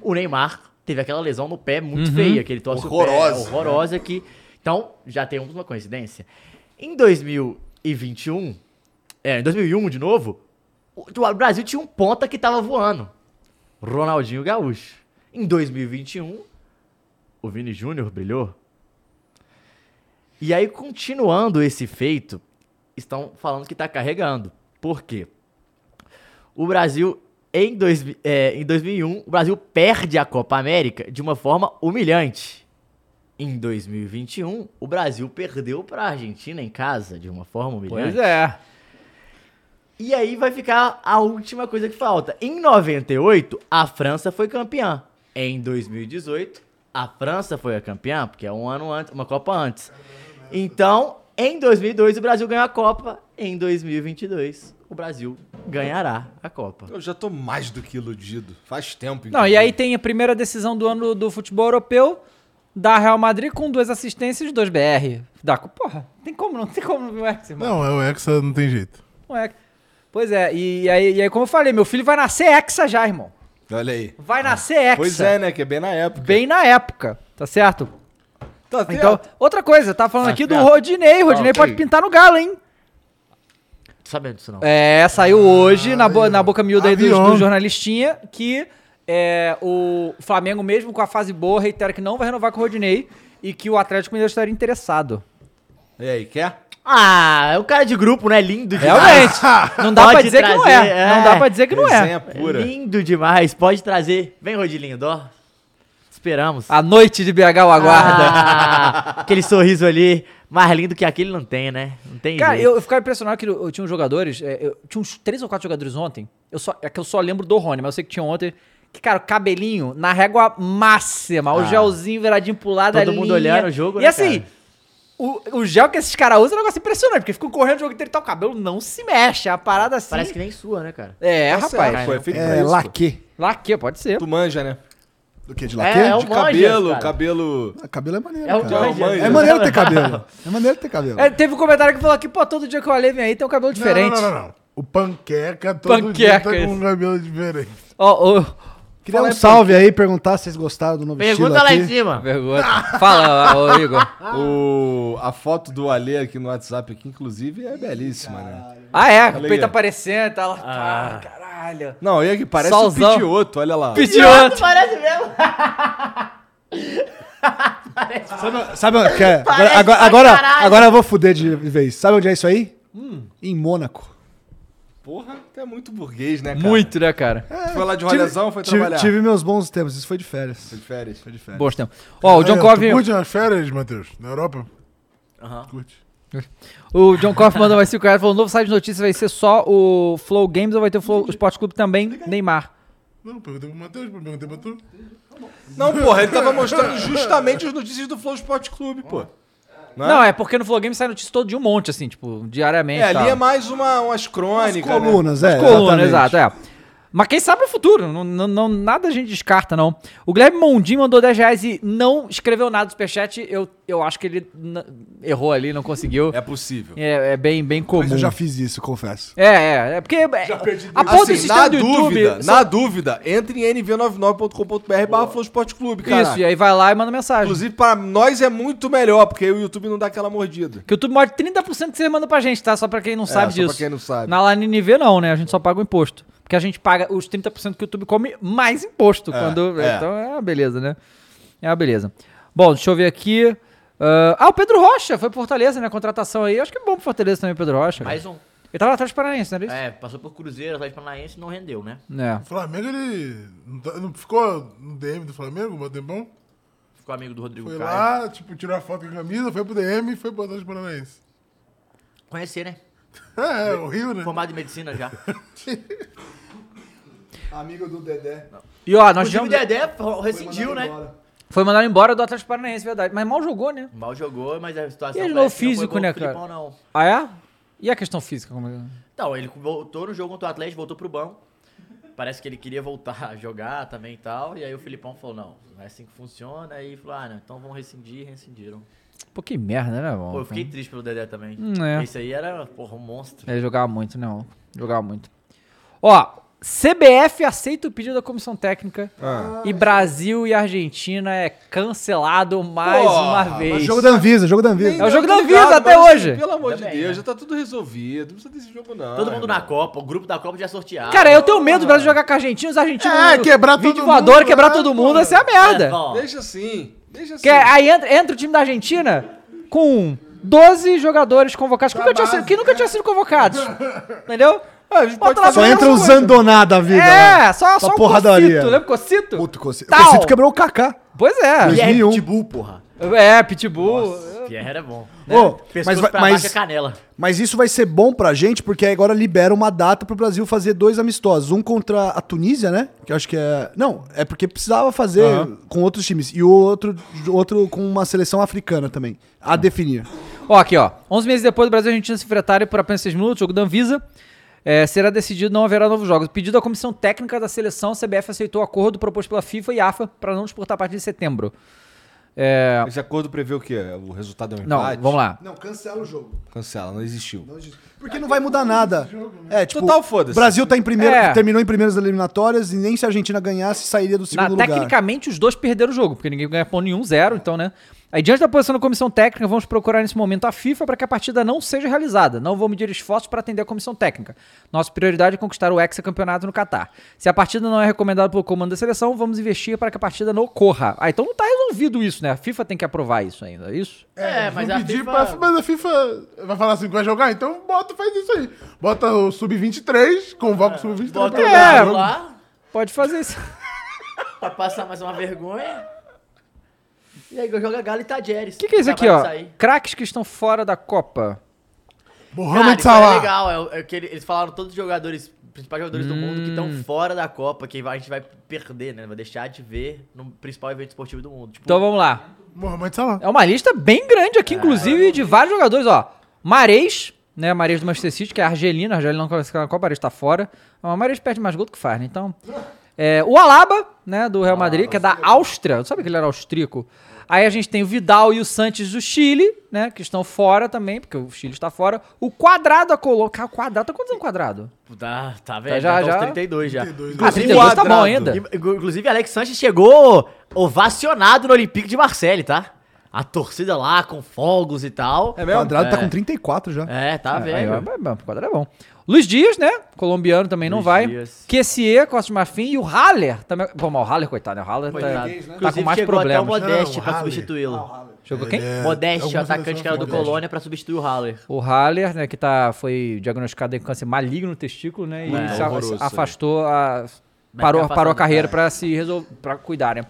B: o Neymar teve aquela lesão no pé muito
C: Uhum.
B: feia, que ele torce
C: Horrorosa.
B: o pé, horrorosa que... Então, já temos uma coincidência. Em 2021, é, em 2001 de novo, o o Brasil tinha um ponta que tava voando. Ronaldinho Gaúcho. Em 2021, o Vini Júnior brilhou. E aí, continuando esse feito, estão falando que tá carregando. Por quê? O Brasil, em, dois, um, mi- é, em 2001, o Brasil perde a Copa América de uma forma humilhante. Em 2021, o Brasil perdeu para a Argentina em casa, de uma forma humilhante.
C: Pois é.
B: E aí vai ficar a última coisa que falta. Em 98, a França foi campeã. Em 2018, a França foi a campeã, porque é um ano antes, uma Copa antes. Então, em 2002, o Brasil ganhou a Copa. Em 2022, o Brasil ganhará a Copa.
A: Eu já tô mais do que iludido. Faz tempo.
C: Não, e aí tem a primeira decisão do ano do futebol europeu da Real Madrid com duas assistências e dois BR. Da, porra, tem como, não tem como não ver o Hexa, irmão.
D: Não, é o Hexa, não tem jeito.
C: Não é. Pois é, e aí, e aí, como eu falei, meu filho vai nascer Hexa já, irmão.
A: Olha aí.
C: Vai
B: Ah,
C: nascer Hexa.
A: Pois é, né? Que é bem na época.
C: Bem na época, tá certo?
A: Tá
C: Então,
A: certo.
C: outra coisa, eu tava falando
A: Tá
C: aqui do
A: certo.
C: Rodinei. O Rodinei
A: Ok.
C: pode pintar no galo, hein?
B: Sabendo disso não.
C: É, saiu hoje na, bo- na boca miúda aí do,
B: Avião.
C: do jornalistinha que é, o Flamengo, mesmo com a fase boa, reitera que não vai renovar com o Rodinei e que o Atlético Mineiro estaria interessado.
A: E aí, quer?
B: Ah, é um cara de grupo, né? Lindo demais.
C: Realmente. Não dá pra
B: Pode
C: dizer que não
B: trazer,
C: é. Não dá pra dizer que não é.
B: Lindo demais, pode trazer. Vem, Rodilindo, ó. Esperamos.
C: A noite de BH o aguarda.
B: Ah, aquele sorriso ali, mais lindo que aquele não tem, né? Não tem
C: Cara,
B: jeito.
C: eu, eu ficava impressionado que eu, eu tinha uns jogadores, é, eu tinha uns três ou quatro jogadores ontem, eu só, é que eu só lembro do Rony, mas eu sei que tinha ontem, que, cara, o cabelinho na régua máxima, o
B: Ah.
C: gelzinho viradinho pro lado,
B: Todo
C: a
B: mundo
C: linha.
B: olhando o jogo,
C: E
B: né,
C: assim,
B: cara?
C: o, o gel que esses caras usam é um negócio impressionante, porque ficam correndo o jogo inteiro e tá, o cabelo não se mexe, é uma parada assim...
B: Parece que nem sua, né, cara?
C: É,
B: Tá
C: rapaz.
B: certo, pô, é feito
A: É, pra isso, pô.
C: laque. Laque, pode ser.
A: Tu manja, né?
E: Do que? De
A: laque?
E: É, é o
A: de
E: manjas,
A: cabelo,
E: cara.
A: cabelo.
E: Ah, cabelo é maneiro,
B: um tipo
C: É o
E: cara.
C: Jorge.
E: É maneiro ter cabelo. É maneiro ter cabelo.
C: É, teve um comentário que falou que, pô, todo dia que eu olhei vem aí tem um cabelo diferente.
D: Não, não, não. não. O panqueca todo dia tá
C: Panqueca,
D: com um cabelo diferente.
C: Ó, ó.
G: Queria
C: Fala
G: um
C: aí,
G: salve aí, perguntar se vocês gostaram do novo estilo aqui.
B: cima.
C: Pergunta. Fala, ô, ô, Igor.
A: Ah. O, a foto do Alê aqui no WhatsApp, aqui, inclusive, é belíssima, né?
C: Ah, é,
A: Olha
C: o peito
A: aí.
C: aparecendo, tá lá, ah. caralho.
A: Não, e aqui parece
C: Solzão.
A: um pitioto, olha lá.
C: Pitioto.
B: Parece mesmo.
G: Sabe, onde- que é? agora,
B: Parece
G: agora,
B: pra
G: agora,
B: caralho.
G: agora eu vou fuder de vez. Sabe onde é isso aí? Em Mônaco.
A: Porra, tu é muito burguês, né, cara?
C: Muito, né, cara?
A: Tu foi lá de rolezão, foi
G: tive,
A: trabalhar.
G: Tive meus bons tempos, isso foi de férias.
A: Foi de férias. Foi de férias.
C: Bons tempos.
A: É,
C: Ó, o John Cove.
D: Curte umas férias, Matheus? Na Europa? Curte.
C: O John Koff mandou mais 5 reais falou: o novo site de notícias vai ser só o Flow Games ou vai ter o Flow Esporte Clube também, Neymar.
D: Não, perguntei pro Matheus, perguntei pra tu.
A: Não, porra, ele tava mostrando justamente as notícias do Flow Sport Clube, pô.
C: Não,
A: Não é?
C: é porque no Flow Games sai notícia todo de um monte, assim, tipo, diariamente.
A: É, ali
C: tal.
A: é mais uma, umas crônicas. né?
C: As colunas, exato, é. Mas quem sabe no futuro, não, não, não- nada a gente descarta, não. O Guilherme Mondin mandou 10 reais e não escreveu nada do superchat, eu, eu acho que ele n- errou ali, não conseguiu.
A: É possível.
C: É, é bem, bem comum.
G: Mas eu já fiz isso, confesso.
C: É, é, é porque é, a ponta do
A: Assim,
C: sistema
A: na
C: do
A: dúvida,
C: YouTube...
A: na dúvida, entre em nv99.com.br barra Flow Sport Clube, cara.
C: Isso, e aí vai lá e manda mensagem.
A: Inclusive, pra nós é muito melhor, porque aí o YouTube não dá aquela mordida.
C: Que o YouTube mostra 30% que você manda pra gente, tá? Só pra quem não sabe
A: É, só pra
C: disso.
A: quem não sabe.
C: Na Line NV não, né? A gente só paga o imposto. Porque a gente paga os 30% que o YouTube come mais imposto.
A: É,
C: quando...
A: é.
C: Então é uma beleza, né? É uma beleza. Bom, deixa eu ver aqui. Ah, ah, o Pedro Rocha foi pro Fortaleza, né? Contratação aí. Acho que é bom pro Fortaleza também, o Pedro Rocha. cara.
B: Mais um.
C: Ele tava atrás do Paranaense, não era isso?
B: É, passou por Cruzeiro, Atlético Paranaense não rendeu, né?
C: É.
D: O Flamengo, ele. Não, tá- não ficou no DM do Flamengo, um tempão?
B: Ficou amigo do Rodrigo
D: Foi
B: Caio.
D: lá, tipo, tirou a foto com a camisa, foi pro DM e foi pro Atlético Paranaense.
B: Conhecer, né?
D: É, é, o Rio, né?
B: Formado em medicina já.
E: Amigo do Dedé.
C: E ó, nós
B: o time
C: tivemos...
B: Dedé ro- rescindiu, né?
C: Foi mandado embora do Atlético Paranaense, verdade. Mas mal jogou, né?
B: Mal jogou, mas a
C: E
B: situação parece
C: ele não é
B: que foi
C: físico,
B: boa
C: né,
B: pro Filipão,
C: cara?
B: não.
C: Ah, é? E a questão física? Como é?
B: Então, ele voltou no jogo contra o Atlético, voltou pro banco. Parece que ele queria voltar a jogar também e tal. E aí o Filipão falou, não, não é assim que funciona. Aí falou, ah, não, então vão rescindir, rescindiram.
C: Pô, que merda, né, mano?
B: Pô, eu fiquei triste pelo Dedé também.
C: Hum, é.
B: Esse aí era, porra, um monstro.
C: Ele jogava muito, né? maluco? Jogava muito. Ó, CBF aceita o pedido da comissão técnica.
G: Ah.
C: E Brasil e Argentina é cancelado mais
A: Porra,
C: uma
A: mas
C: vez.
G: Jogo da Anvisa, jogo da Anvisa.
C: É o jogo da
A: Obrigado,
C: Anvisa até
A: Tá mas, assim,
C: hoje.
A: Pelo amor de
B: Também,
A: Deus,
B: né?
A: já tá tudo resolvido. Não precisa desse jogo, não.
B: Todo mundo na Copa, o grupo da Copa já é sorteado.
C: Cara, eu tenho medo do Brasil jogar com a Argentina, os argentinos.
G: É, quebrar
C: vídeo
G: todo
C: voador,
G: mundo,
C: quebrar
G: né,
C: todo
G: porra?
C: mundo, essa é a merda.
B: É, bom.
A: Deixa assim. Deixa assim.
C: Que é, aí entra, entra o time da Argentina com 12 jogadores convocados, que nunca, tinha
G: Tá
C: sido, que nunca tinha sido convocados. Entendeu?
G: É,
C: Bota lá
G: Só
C: pra
G: entra
C: mesma
G: o
C: coisa.
G: Zandoná da vida.
C: É,
G: lá.
C: só, só, o
G: né? Tá porradaria.
C: Cocito, lembra o Cocito?
G: Puto, Cocito.
C: Tal.
G: Cocito quebrou o Kaká.
C: Pois é.
B: E é
G: 2001.
B: Pitbull, porra.
C: É, Pitbull.
B: Pierre era bom. né?
G: Ô,
B: Pescoço
G: mas, vai-
B: pra baixo
G: mas,
B: é canela.
G: mas isso vai ser bom pra gente, porque agora libera uma data pro Brasil fazer dois amistosos. Um contra a Tunísia, né? Que eu acho que é... Não, é porque precisava fazer
C: Aham.
G: com outros times. E o outro, outro com uma seleção africana também. A definir.
C: Ó, aqui, ó. 11 meses depois do Brasil e Argentina se enfrentarem por apenas 6 minutos, jogo da Anvisa. é, será decidido não haverá novos jogos. Pedido à comissão técnica da seleção, a CBF aceitou o acordo proposto pela FIFA e AFA para não disputar a partir de setembro. É,
A: Esse acordo prevê o quê? O resultado é um
C: Não,
A: empate?
C: vamos lá.
G: Não, cancela o jogo.
A: Cancela, não existiu.
G: Porque não vai mudar nada.
D: né?
G: É, tipo,
A: Total,
G: o
A: foda-se.
G: Brasil tá em primeiro,
C: É.
G: terminou em primeiras eliminatórias e nem se a Argentina ganhasse, sairia do
C: na-
G: segundo lugar.
C: tecnicamente, os dois perderam o jogo, porque ninguém ganha ponto nenhum, zero, então, né? Aí, diante da posição da comissão técnica, vamos procurar nesse momento a FIFA para que a partida não seja realizada. Não vou medir esforços para atender a comissão técnica. Nossa prioridade é conquistar o hexacampeonato no Catar. Se a partida não é recomendada pelo comando da seleção, vamos investir para que a partida não ocorra. Ah, então não tá resolvido isso, né? A FIFA tem que aprovar isso ainda, é isso?
D: É, mas
B: a
D: a, FIFA...
B: FIFA-
D: mas a FIFA vai falar assim, vai jogar? Então bota, faz isso aí. Bota o Sub-23, convoca o Sub-23.
B: Bota
D: pra
B: o
D: jogar
B: Galo
D: jogo.
B: lá
C: Pode fazer isso.
B: pra passar mais uma vergonha. E aí, joga Galo e Tajeres. O
C: O que, que é isso aqui, ó? Craques que estão fora da Copa.
B: Cara, isso é legal. É, o- é que ele- eles falaram todos os jogadores, principais jogadores do mundo, que estão
C: Hum.
B: fora da Copa, que a gente vai perder, né? Vai deixar de ver no principal evento esportivo do mundo. Tipo,
C: Então vamos lá.
D: Mohamed Salah.
C: É uma lista bem grande aqui, inclusive, de vários jogadores, ó. Marês, né? Marês do Manchester City, que é argelino, argelino não classifica na Copa, Marês tá fora. Mas o Marês perde mais gol do que faz, né? Então. é, o Alaba, né, do Real Madrid, que é da Áustria. Tu Sabe que ele era austríaco? Aí a gente tem o Vidal e o Sanches do Chile, né? Que estão fora também, porque o Chile está fora. O Quadrado a Colômbia. Cara, o Quadrado tá quantos anos o Quadrado?
B: Tá, tá velho. Já,
C: já-
B: já. Tá
C: já?
B: uns 32 já.
C: 32, Ah, 32 tá bom ainda.
B: Inclusive, Inclusive, Alex Sanchez chegou ovacionado no Olympique de Marseille, tá? A torcida lá, com fogos e tal. É
G: O Quadrado tá com 34 já.
B: É, tá
C: É, aí,
B: velho.
C: ó, mas- mas o quadro é bom. Luiz Dias, né? Colombiano também não
B: Luiz
C: vai.
B: Dias.
C: Kessier, Costa de Marfim e o Haller também. Bom, mas o Haller, coitado, né? O Haller tá,
B: Coitado.
C: tá com
B: Inclusive,
C: mais
B: chegou até o
C: problemas.
B: Modeste
C: Não, o
B: pra
C: Haller.
B: substituí-lo.
C: Chegou quem? Ele é-
B: Modeste, o
C: alguma
B: atacante que era do
C: seleção foi
B: Colônia, pra substituir o Haller.
C: O Haller, né, que tá, foi diagnosticado com câncer maligno no testículo, né? E
B: É,
C: se
B: horroroso,
C: a- afastou a.
B: Vai
C: Parou,
B: ficar
C: parou a
B: afastado,
C: carreira pra se resolver, pra cuidar, né?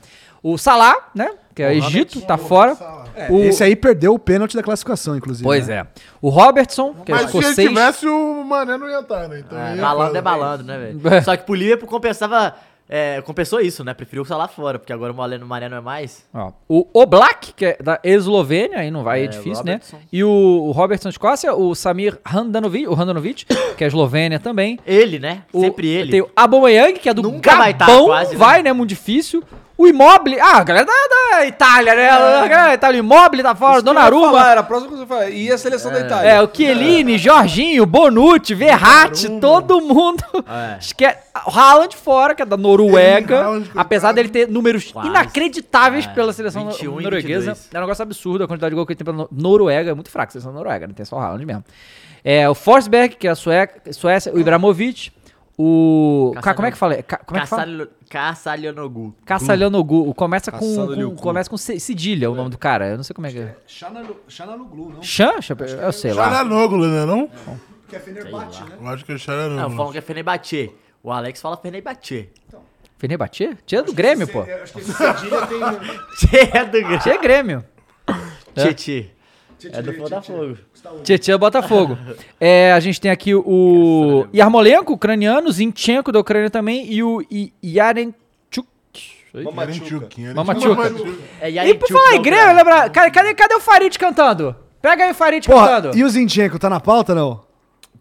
C: O Salah, né? Que é
G: Mohamed
C: Egito, tá fora.
G: É, Esse aí perdeu o pênalti da classificação, inclusive.
C: Pois
G: né?
C: é. O Robertson, que é
D: Mas se ele
C: escocês.
D: tivesse, o Mané não ia estar, né? Então,
B: É,
D: ia
B: malandro
D: foda.
B: é malandro, né, velho? Só que pro Liverpool compensava. é, compensou isso, né? Preferiu o Salah fora, porque agora o Malé no Maré não é mais.
C: Ó, o Oblak, que é da Eslovênia, aí não vai, é,
B: É,
C: difícil,
B: Robertson.
C: né? E o, o Robertson Escócia, o Samir Handanovic, o Handanovic, que é Eslovênia também.
B: Ele, né? Sempre ele.
C: Tem o Aubameyang, que é do Gabão,
B: vai
C: vai,
B: tá, quase, né?
C: né? Muito difícil. O Immobile, ah, a galera da, da Itália,
B: É.
C: né? A galera da Itália, o Immobile tá
A: Eu
C: fora,
A: ia falar,
C: Donnarumma.
A: era a próxima coisa que eu ia falar. E a seleção da Itália?
C: É, o Chiellini, Jorginho, Bonucci, Verratti, todo mundo.
B: É.
C: Esque... O Haaland fora, que é da Noruega. apesar dele ter números inacreditáveis pela seleção
B: 21 É, e
C: norueguesa.
B: 22.
C: É um negócio absurdo a quantidade de gol que ele tem pela No- Noruega. É muito fraco a seleção da Noruega, não tem só o Haaland mesmo. É, o Forsberg, que é a Sueca, Suécia, o Ibrahimovic, o. Ca- como é que fala? Ca- Como é que fala?
B: Caçalhanogu.
C: Caçalhanogu. Começa com,
B: Caçalho
C: com-
B: Cu.
C: começa com ce- cedilha o nome do cara. Eu não sei como é que é.
G: Xanaluglu, não?
C: Chan? Chan- Eu sei lá.
D: Xaranoglu, né, não?
G: Que é Fenerbahçe, né?
D: Eu acho que é
B: Não,
D: Xaranoglu.
B: falam que é Fenerbahçe. O Alex fala Fenerbahçe.
C: Fenerbahçe? Tchê é do Grêmio, pô.
G: Acho que esse Cedilha tem...
B: Tchê é do Grêmio.
C: Tchê é Grêmio.
B: Tchê. É do Botafogo.
C: Tietchan Botafogo. É, a gente tem aqui o Yarmolenko, ucraniano, Zinchenko da Ucrânia também e o I- Yarenchuk.
D: Mamachuca.
C: Mamachuca.
B: É
C: E por falar em Grêmio, lembra? Cadê, cadê, cadê o Farid cantando? Pega aí o Farid
G: Porra,
C: cantando.
G: e o Zinchenko, tá na pauta, não?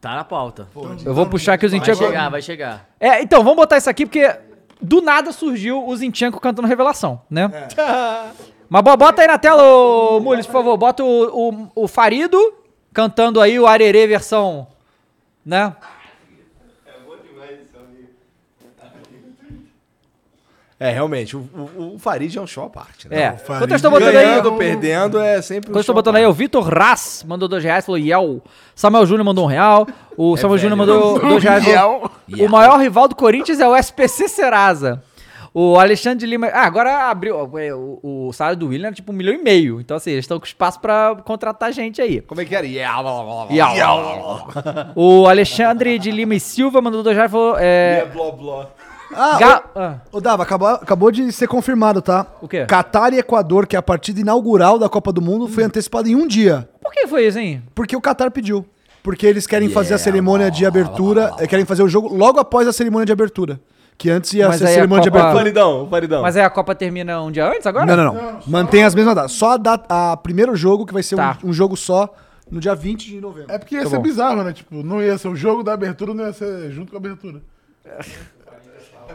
B: Tá na pauta.
C: Eu vou puxar aqui o
B: Vai
C: Zinchenko.
B: chegar, vai chegar.
C: É, então, vamos botar isso aqui porque do nada surgiu o Zinchenko cantando Revelação, né? Mas bo- bota aí na tela, ô, Mules, por favor. Bota o, o, o Farido cantando aí o Arerê versão, né?
A: É, realmente, o, o, o Farid é um show à parte, né?
C: É.
A: O
C: Quando eu estou botando aí-
A: Ganhando, perdendo, é sempre
C: Quando eu estou botando aí, o Vitor Raz mandou dois reais, falou Yel. Samuel Júnior mandou um real. O Samuel Júnior mandou
D: Não,
C: dois reais. falou,
D: Yel.
C: O maior rival do Corinthians é o SPC Serasa. O Alexandre de Lima. Ah, agora abriu. é, O, o salário do William era tipo um milhão e meio. Então, assim, eles estão com espaço pra contratar gente aí.
A: Como é que era? Iau, blá, blá, blá.
C: Iau.
A: Iau, blá, blá, blá.
C: O Alexandre de Lima e Silva mandou dois reais e falou. É,
A: Blá, blá.
G: Ah,
C: Ga-
G: ô-
C: ah.
G: ô, Dava, acabou, acabou de ser confirmado, tá?
C: O quê?
G: Catar e Equador, que é a partida inaugural da Copa do Mundo,
C: Hum.
G: foi antecipada em um dia.
C: Por que foi isso, hein?
G: Porque o Catar pediu. Porque eles querem fazer a cerimônia de abertura, eh, querem fazer o jogo logo após a cerimônia de abertura. Que antes ia ser a
C: aí
G: cerimônia de abertura.
C: paridão, paridão. Mas aí a Copa termina um dia antes agora?
G: Não, não, não. Mantém as mesmas datas. Só a, data, a primeiro jogo, que vai ser um-
C: Tá.
G: um, jogo só, no dia 20 de novembro.
D: É porque ia
G: Tá
D: ser
G: bom.
D: bizarro, né? Tipo, não ia ser o jogo da abertura, não ia ser junto com a abertura.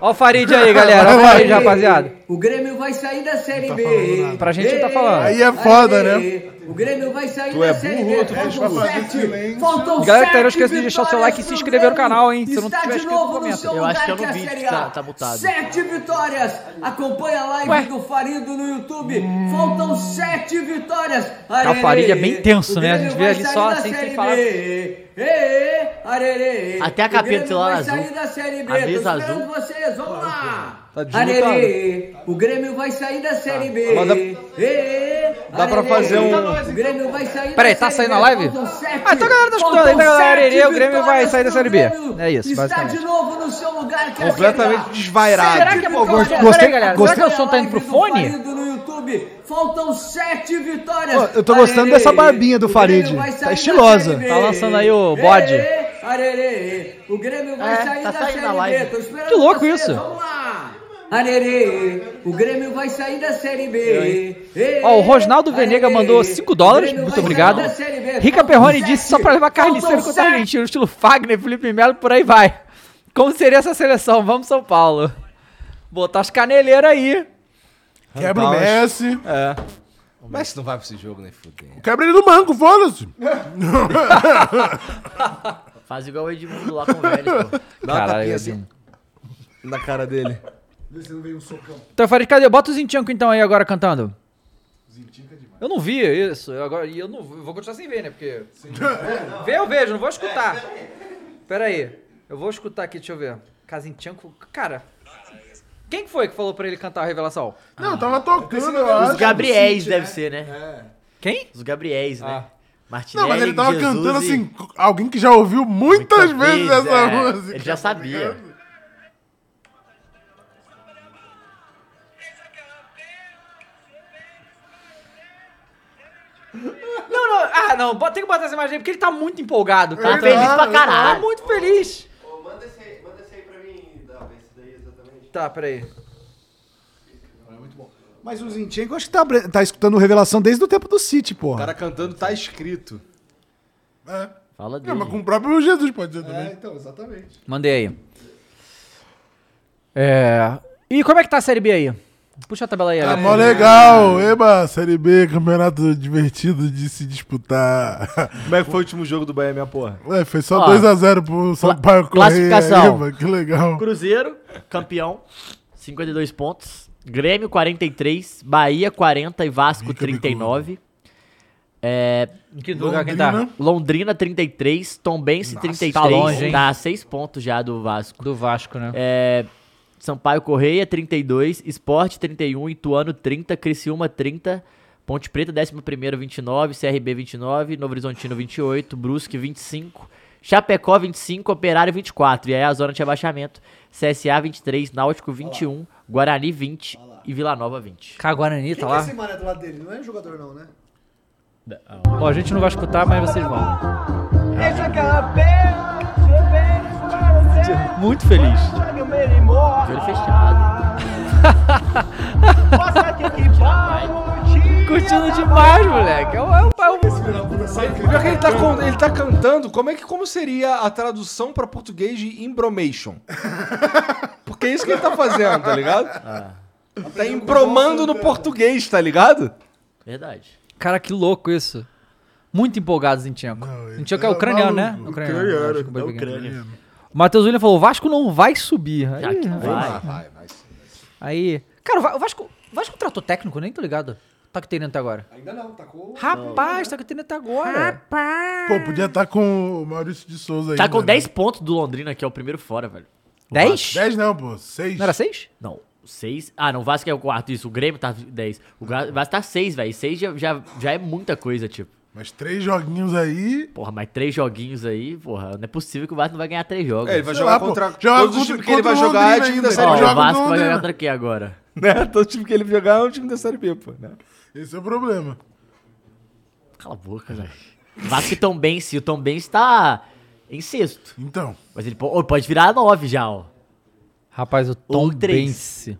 C: Ó o Farid aí, galera. Ó o Farid, rapaziada.
K: O Grêmio vai sair da
B: tá
K: Série B.
C: Pra gente ele tá falando.
K: Ei,
C: Aí é foda,
K: ei, O Grêmio vai sair
C: Tu
K: da
C: é
K: Série
C: burro,
K: B.
C: tu faz
K: Faltam
C: uma
K: sete. Faltam
C: Galera que tá
K: sete
C: aí, não esqueça de deixar o seu like e se inscrever no canal, hein? Se não
K: Está
C: tiver
K: de
C: inscrito,
K: novo no
C: comenta.
K: seu
B: Eu
K: lugar
B: acho que é no
K: que é a
B: vídeo
K: Série
B: que
K: A.
B: tá- tá mutado.
K: Sete vitórias. Acompanhe a live do Farido no YouTube. Faltam sete vitórias.
C: o Farid é bem
K: Arerê.
C: tenso,
K: O
C: né? A
K: Grêmio
C: gente vê
K: vai
C: ali
K: sair
C: só
K: da
C: assim, sem
K: Série
C: falar.
K: B. Ê, arerê.
B: Até a
K: O
B: capinha do
K: Grêmio
B: celular
K: vai
B: azul.
K: sair da Série B.
B: A mesa
K: Tô
B: azul.
K: esperando vocês. Vamos lá.
B: Tá
K: Arerê, o Grêmio vai sair da Série B.
C: Agora dá-
K: Ê,
C: dá pra
K: arerê.
C: fazer um-
K: O Grêmio vai sair
C: Peraí,
K: da
C: tá
K: Série
C: saindo
K: B.
C: a live?
K: Faltam sete.
C: Ah, então a galera tá escutando aí,
K: Faltam
C: tá, galera?
K: sete
C: Erê, o Grêmio vai
K: vitórias
C: sair da
K: pro
C: Série B.
K: Grêmio.
C: É isso,
K: Está
C: basicamente.
K: de novo no seu lugar, que é a
C: Completamente
K: Série A.
C: desvairado.
K: Será que é
C: Pô,
K: vitória?
C: gostei- gostei, galera.
K: Gostei-
C: Será que o som tá indo pro
K: é do
C: fone?
K: Farido no YouTube. Faltam sete vitórias.
G: Pô, eu tô gostando
K: Arerê.
G: dessa barbinha do
K: O Grêmio
G: Farid.
K: vai
G: Tá
K: sair da
G: estilosa.
K: Série B.
G: Tá lançando aí o
K: Ê,
G: bode.
K: arerê. O Grêmio vai
B: É,
K: sair
B: tá
K: da
B: saindo
K: Série
B: a live.
K: B. Tô esperando
B: Que louco
K: vocês.
B: isso.
K: Vamos lá. Arerê, o Grêmio vai sair da Série B. Ê,
C: Ó, o Rosnaldo Venega mandou 5 dólares, muito obrigado. Rica Perrone disse só pra levar carniceiro contra a Argentina, estilo Fagner, Felipe Melo, por aí vai. Como seria essa seleção? Vamos, São Paulo. Botar as caneleiras aí.
D: Quebra o Messi.
C: É.
J: O Messi não vai pra esse jogo, nem fudendo.
D: Quebra ele do banco, foda-se.
B: Faz igual o Edmundo lá com o velho, pô.
J: Dá uma
C: Caralho,
J: tapinha assim. Na cara dele.
E: Vê se não veio um socão.
C: Então, Farid, cadê? Bota o Zinchenko então aí agora cantando. Eu não vi isso. Eu agora, e eu não eu vou continuar sem ver, né? Porque. Vê, eu vejo, não vou escutar. Pera aí. Eu vou escutar aqui, deixa eu ver. Kazinchenko. Cara. Quem que foi que falou pra ele cantar a revelação?
B: Ah.
D: Não, tava tocando, eu acho.
B: Os Gabriéis
D: City,
B: deve
D: né?
B: ser, né?
C: Quem?
B: Os Gabriéis, né? Martinelli,
D: Não, mas ele tava
B: Jesus
D: cantando
B: e-
D: assim, alguém que já ouviu muitas vezes
B: Talvez,
D: essa
B: é,
D: música.
B: Ele já sabia.
C: Não, não. Ah, não. bota- Tem que botar essa imagem aí, porque ele tá muito empolgado.
B: Tá feliz pra caralho.
C: Tá muito feliz. Tá, peraí.
G: Mas o Zinchenko acho que tá, bre- tá escutando Revelação desde o tempo do City,
J: O
G: porra.
J: cara cantando tá escrito.
D: É.
B: Fala
D: Não, mas com o próprio Jesus pode ser
G: É,
D: também.
E: Então, exatamente.
C: Mandei aí. É. E como é que tá a Série B aí? Puxa a tabela aí.
D: Tá
G: É, Ah,
C: Alex.
D: mó legal. Eba, Série B, campeonato divertido de se disputar.
J: Como é que foi o último jogo do Bahia, minha porra?
D: Ué, foi só
B: Ó,
D: 2x0 pro São
B: cla-
D: Paulo correr.
B: classificação.
D: que legal.
B: Cruzeiro, campeão, 52 pontos. Grêmio, 43. Bahia, 40 e Vasco, 39. É,
C: Em que lugar quem tá?
B: Londrina. Londrina, 33. Tombense, 33.
C: tá longe, hein?
B: Dá 6 pontos já do Vasco.
C: Do Vasco, né?
B: É, Sampaio Correia, 32. Esporte, 31. Ituano, 30. Criciúma, 30. Ponte Preta, 11, 29. CRB, 29. Novo Horizontino, 28. Brusque, 25. Chapecó, 25. Operário, 24. E aí a zona de abaixamento. CSA, 23. Náutico, 21. Guarani, 20. E Vila Nova, 20.
C: Cara, Guarani tá
E: Quem é
C: lá.
E: esse mané do lado dele? Não é jogador, não, né?
C: Ó, a gente não vai escutar, mas vocês vão. Muito feliz.
B: De olho fechado.
C: Curtindo demais, moleque. É o, é o, é o...
J: Pior que ele tá, con- ele tá cantando, como é que como seria a tradução pra português de embromation? Porque é isso que ele tá fazendo, tá ligado?
A: Ah.
J: Ele Tá embromando no português, tá ligado?
B: Verdade.
C: Cara, que louco isso. Muito empolgado, Zinchenko. Zinchenko
B: tá
C: é ucraniano, né? Ucraniano.
D: Ucraniano,
C: Acho que é
D: é
C: ucraniano. O Matheus William falou, o Vasco não vai subir. Aí,
B: Tá Aqui
C: rapaz.
B: vai.
J: Vai, vai.
C: Aí. Cara, o Va- o Vasco, o Vasco tratou técnico, nem tô ligado. Tá que até agora.
E: Ainda não, tá com.
C: Rapaz, tá que até agora.
D: Pô, podia estar com o Maurício de Souza aí.
B: Tá com 10 pontos do Londrina, que é o primeiro fora, velho.
C: 10?
D: 10 não, pô. 6.
C: Não era 6?
B: Não, 6. Ah, não, o Vasco é o quarto, isso. O Grêmio tá 10. O Ga- Vasco tá 6, velho. 6 já, já, já é muita coisa, tipo.
D: Mas três joguinhos aí.
B: Porra, mas três joguinhos aí, porra, não é possível que o Vasco não vai ganhar três jogos.
A: É, ele vai jogar contra todos os times que ele vai jogar é time da Série
B: Ó,
A: B.
B: o Vasco vai jogar contra quem agora?
A: Né? Todo time que ele jogar é um time da Série B, pô. né?
D: Esse é o problema.
B: Cala a boca, velho. Vasco e Tom Bense. O Tom Bense tá em sexto.
D: Então.
B: Mas ele po- oh, pode virar nove já, ó.
C: Rapaz, o Tom
B: Bense.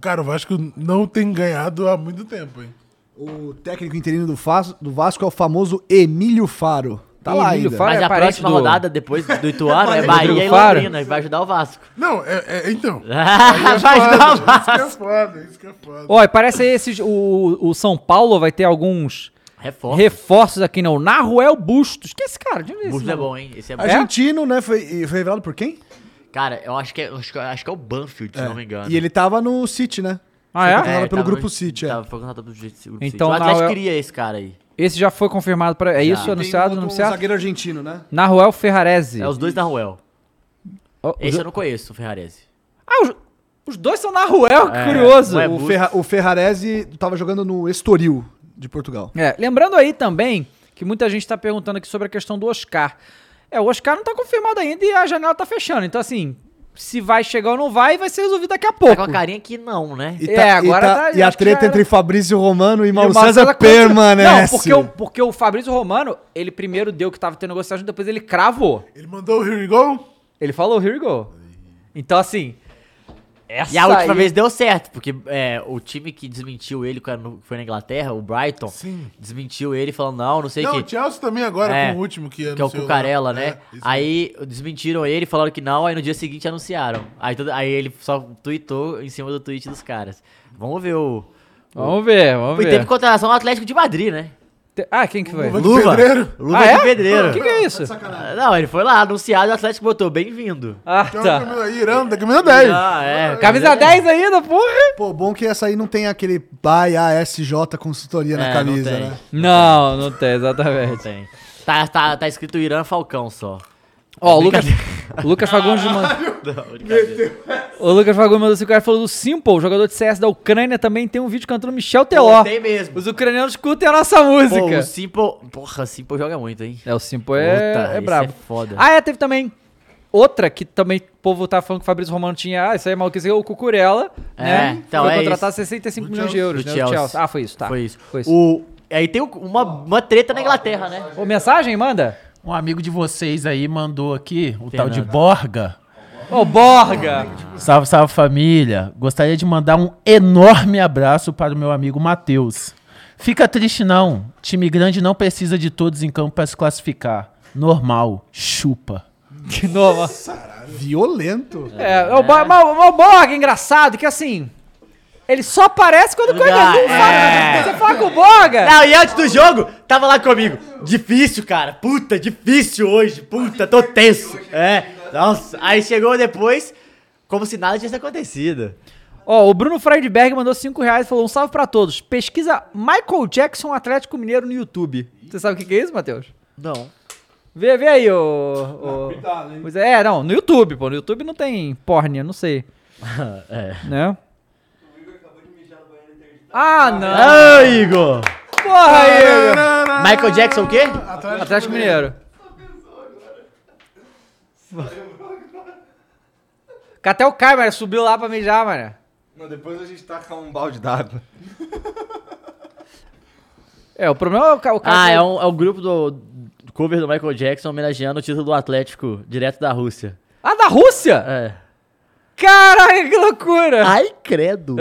D: Cara, o Vasco não tem ganhado há muito tempo, hein?
G: O técnico interino do, Fas- do Vasco é o famoso Emílio Faro. Tá lá
B: Emílio
G: ainda.
B: Faro Mas é a parente próxima do- rodada depois do Ituano é
G: parente do
B: Bahia e
G: Rodrigo Faro?
B: Londrina, que vai ajudar o Vasco.
D: Não, é, é- então.
B: Ah, vai ajudar o
D: Isso que é
B: Vasco.
D: foda, isso que é foda.
C: Olha, parece aí esses, o, o São Paulo vai ter alguns
B: reforços,
C: aqui, não. Naruel Bustos. Que é esse cara? De onde é esse
B: Bustos é
C: nome?
B: bom, hein? Esse é bom.
G: Argentino, né? Foi, e foi revelado por quem?
B: Cara, eu acho que é, acho que- acho que é o Banfield, se não me engano.
G: E ele tava no City, né?
C: Ah,
G: Foi
C: é?
G: contratado
B: É,
G: pelo
B: tava
G: Grupo
B: no-
G: City, é.
B: Tava foi contratado pelo Grupo City.
C: Então,
B: o Atlético
C: Nahuel-
B: queria esse cara aí.
C: Esse já foi confirmado para É isso?
B: Tem
C: Anunciado,
G: um- um
C: anunciado?
G: zagueiro argentino, né?
C: Naruel Ferrarese.
B: É os dois da Ruel.
C: Ó, os-
B: Esse eu não conheço, o Ferrarese.
C: Ah, os, os dois são Naruel, que
B: É,
C: curioso.
B: um é
G: O, Ferra, o Ferrarese tava jogando no Estoril de Portugal.
C: É, lembrando aí também que muita gente tá perguntando aqui sobre a questão do Oscar. É, o Oscar não tá confirmado ainda e a janela tá fechando. Então, assim, se vai chegar ou não vai, vai ser resolvido daqui a pouco.
B: Tá com a carinha que não, né?
G: E,
C: É,
G: tá- e
C: agora
G: tá-
C: tá-
G: e a
C: acho que
G: treta
C: já
G: entre Fabrício Romano e
C: E o
G: Mauro
C: Marcelo
G: César
C: continua-
G: permanece.
C: Não, porque o, porque o Fabrício Romano, ele primeiro deu que tava tendo negociação, depois ele cravou.
D: Ele mandou o Here We Go?
C: Ele falou here we go. Então, assim, essa
B: E a última
C: aí-
B: vez deu certo, porque é, o time que desmentiu ele que era no- foi na Inglaterra, o Brighton,
D: Sim.
B: desmentiu ele falando, não, não sei o
D: não,
B: que.
D: o Chelsea também agora,
B: É,
D: com o último que
B: Que é o
D: anunciou lá.
B: Cucarella, né?
D: É, isso
B: aí desmentiram ele, falaram que não, aí no dia seguinte anunciaram. Aí, tudo- aí ele só tweetou em cima do tweet dos caras. Vamos ver o.
C: Vamos ver, vamos
B: E teve
C: ver.
B: contratação do Atlético de Madrid, né?
C: Te- Ah, quem que foi?
B: Luva de Luva. pedreiro? Luva de pedreiro.
C: O que, que é isso?
B: Ah, Não, ele foi lá anunciado e o Atlético botou, bem-vindo.
C: Ah,
D: Então,
G: Tá.
D: camisa- aí, Irã, da camisa 10.
B: Ah, é.
C: Camisa 10 ainda, porra!
G: Pô, bom que essa aí não tem aquele pai ASJ consultoria
B: É,
G: na
B: não
G: camisa,
B: tem.
G: né?
C: Não, não tem, exatamente.
B: Tem. Tá, tá, tá escrito Irã Falcão só.
C: Ó, o Lucas,
B: Brincadeira.
C: o Lucas Fagundes mandou.
B: Não, brincadeira.
C: O Lucas Fagundes mandou esse cara falou do Simple, jogador de CS da Ucrânia, também tem um vídeo cantando Michel Teló.
B: Pô, Tem mesmo.
C: Os ucranianos escutem a nossa
B: Pô, o
C: música.
B: Simple. Porra, o Simple joga muito, hein?
C: é, o Simple é,
B: Puta,
C: é
B: esse
C: brabo.
B: É foda.
C: Ah, é, teve também outra que também o povo tá falando que o Fabrício Romano tinha. Ah, isso aí é maluquice, o Cucurella,
B: É,
C: né?
B: então
C: foi
B: é
C: contratar
B: isso.
C: 65
B: Do
C: milhões de
B: Chelsea.
C: euros,
B: Do
C: né? do
B: Chelsea.
C: Chelsea. Ah, foi isso, tá.
B: Foi isso.
C: Foi isso.
B: O... Aí tem o- uma, uma treta na Inglaterra, né?
C: Ô, mensagem, manda?
H: Um amigo de vocês aí mandou aqui, o tal de
B: Fernando.
H: Borga.
C: Ô, Borga!
H: Salve, salve família. Gostaria de mandar um enorme abraço para o meu amigo Matheus. Fica triste não. Time grande não precisa de todos em campo para se classificar. Normal. Chupa.
C: De novo.
G: Violento.
C: É, é o, Bo- mas o- mas o Borg, engraçado, que assim. Ele só aparece quando coisa
B: Ah,
C: não fala. né?
B: é.
C: Você fala com o Borga?
B: Não, e antes do jogo, tava lá comigo. Difícil, cara. Puta, difícil hoje. Puta, tô tenso. É. Nossa. Aí chegou depois, como se nada tivesse acontecido.
C: Ó, o Bruno Friedberg mandou 5 reais e falou: um salve pra todos. Pesquisa Michael Jackson Atlético Mineiro no YouTube. Você sabe o que, que é isso, Matheus?
B: Não.
C: Vê, vê aí, ô. ô- Pois é, é, não, no YouTube, pô. No YouTube não tem porn, eu não sei.
B: é.
C: Né? Ah, não!
B: Ai, Igor.
C: Porra, aí!
B: Michael Jackson o quê?
G: Ah,
C: Atlético Mineiro. Que Até o Caio, mano, subiu lá pra mijar, mano.
A: Não, depois a gente taca um balde d'água.
C: É, o problema é o Caio.
B: Ah, é um, é um grupo do, do cover do Michael Jackson homenageando o título do Atlético direto da Rússia.
C: Ah, da Rússia?
B: É.
C: Caraca, que loucura!
B: Ai, credo.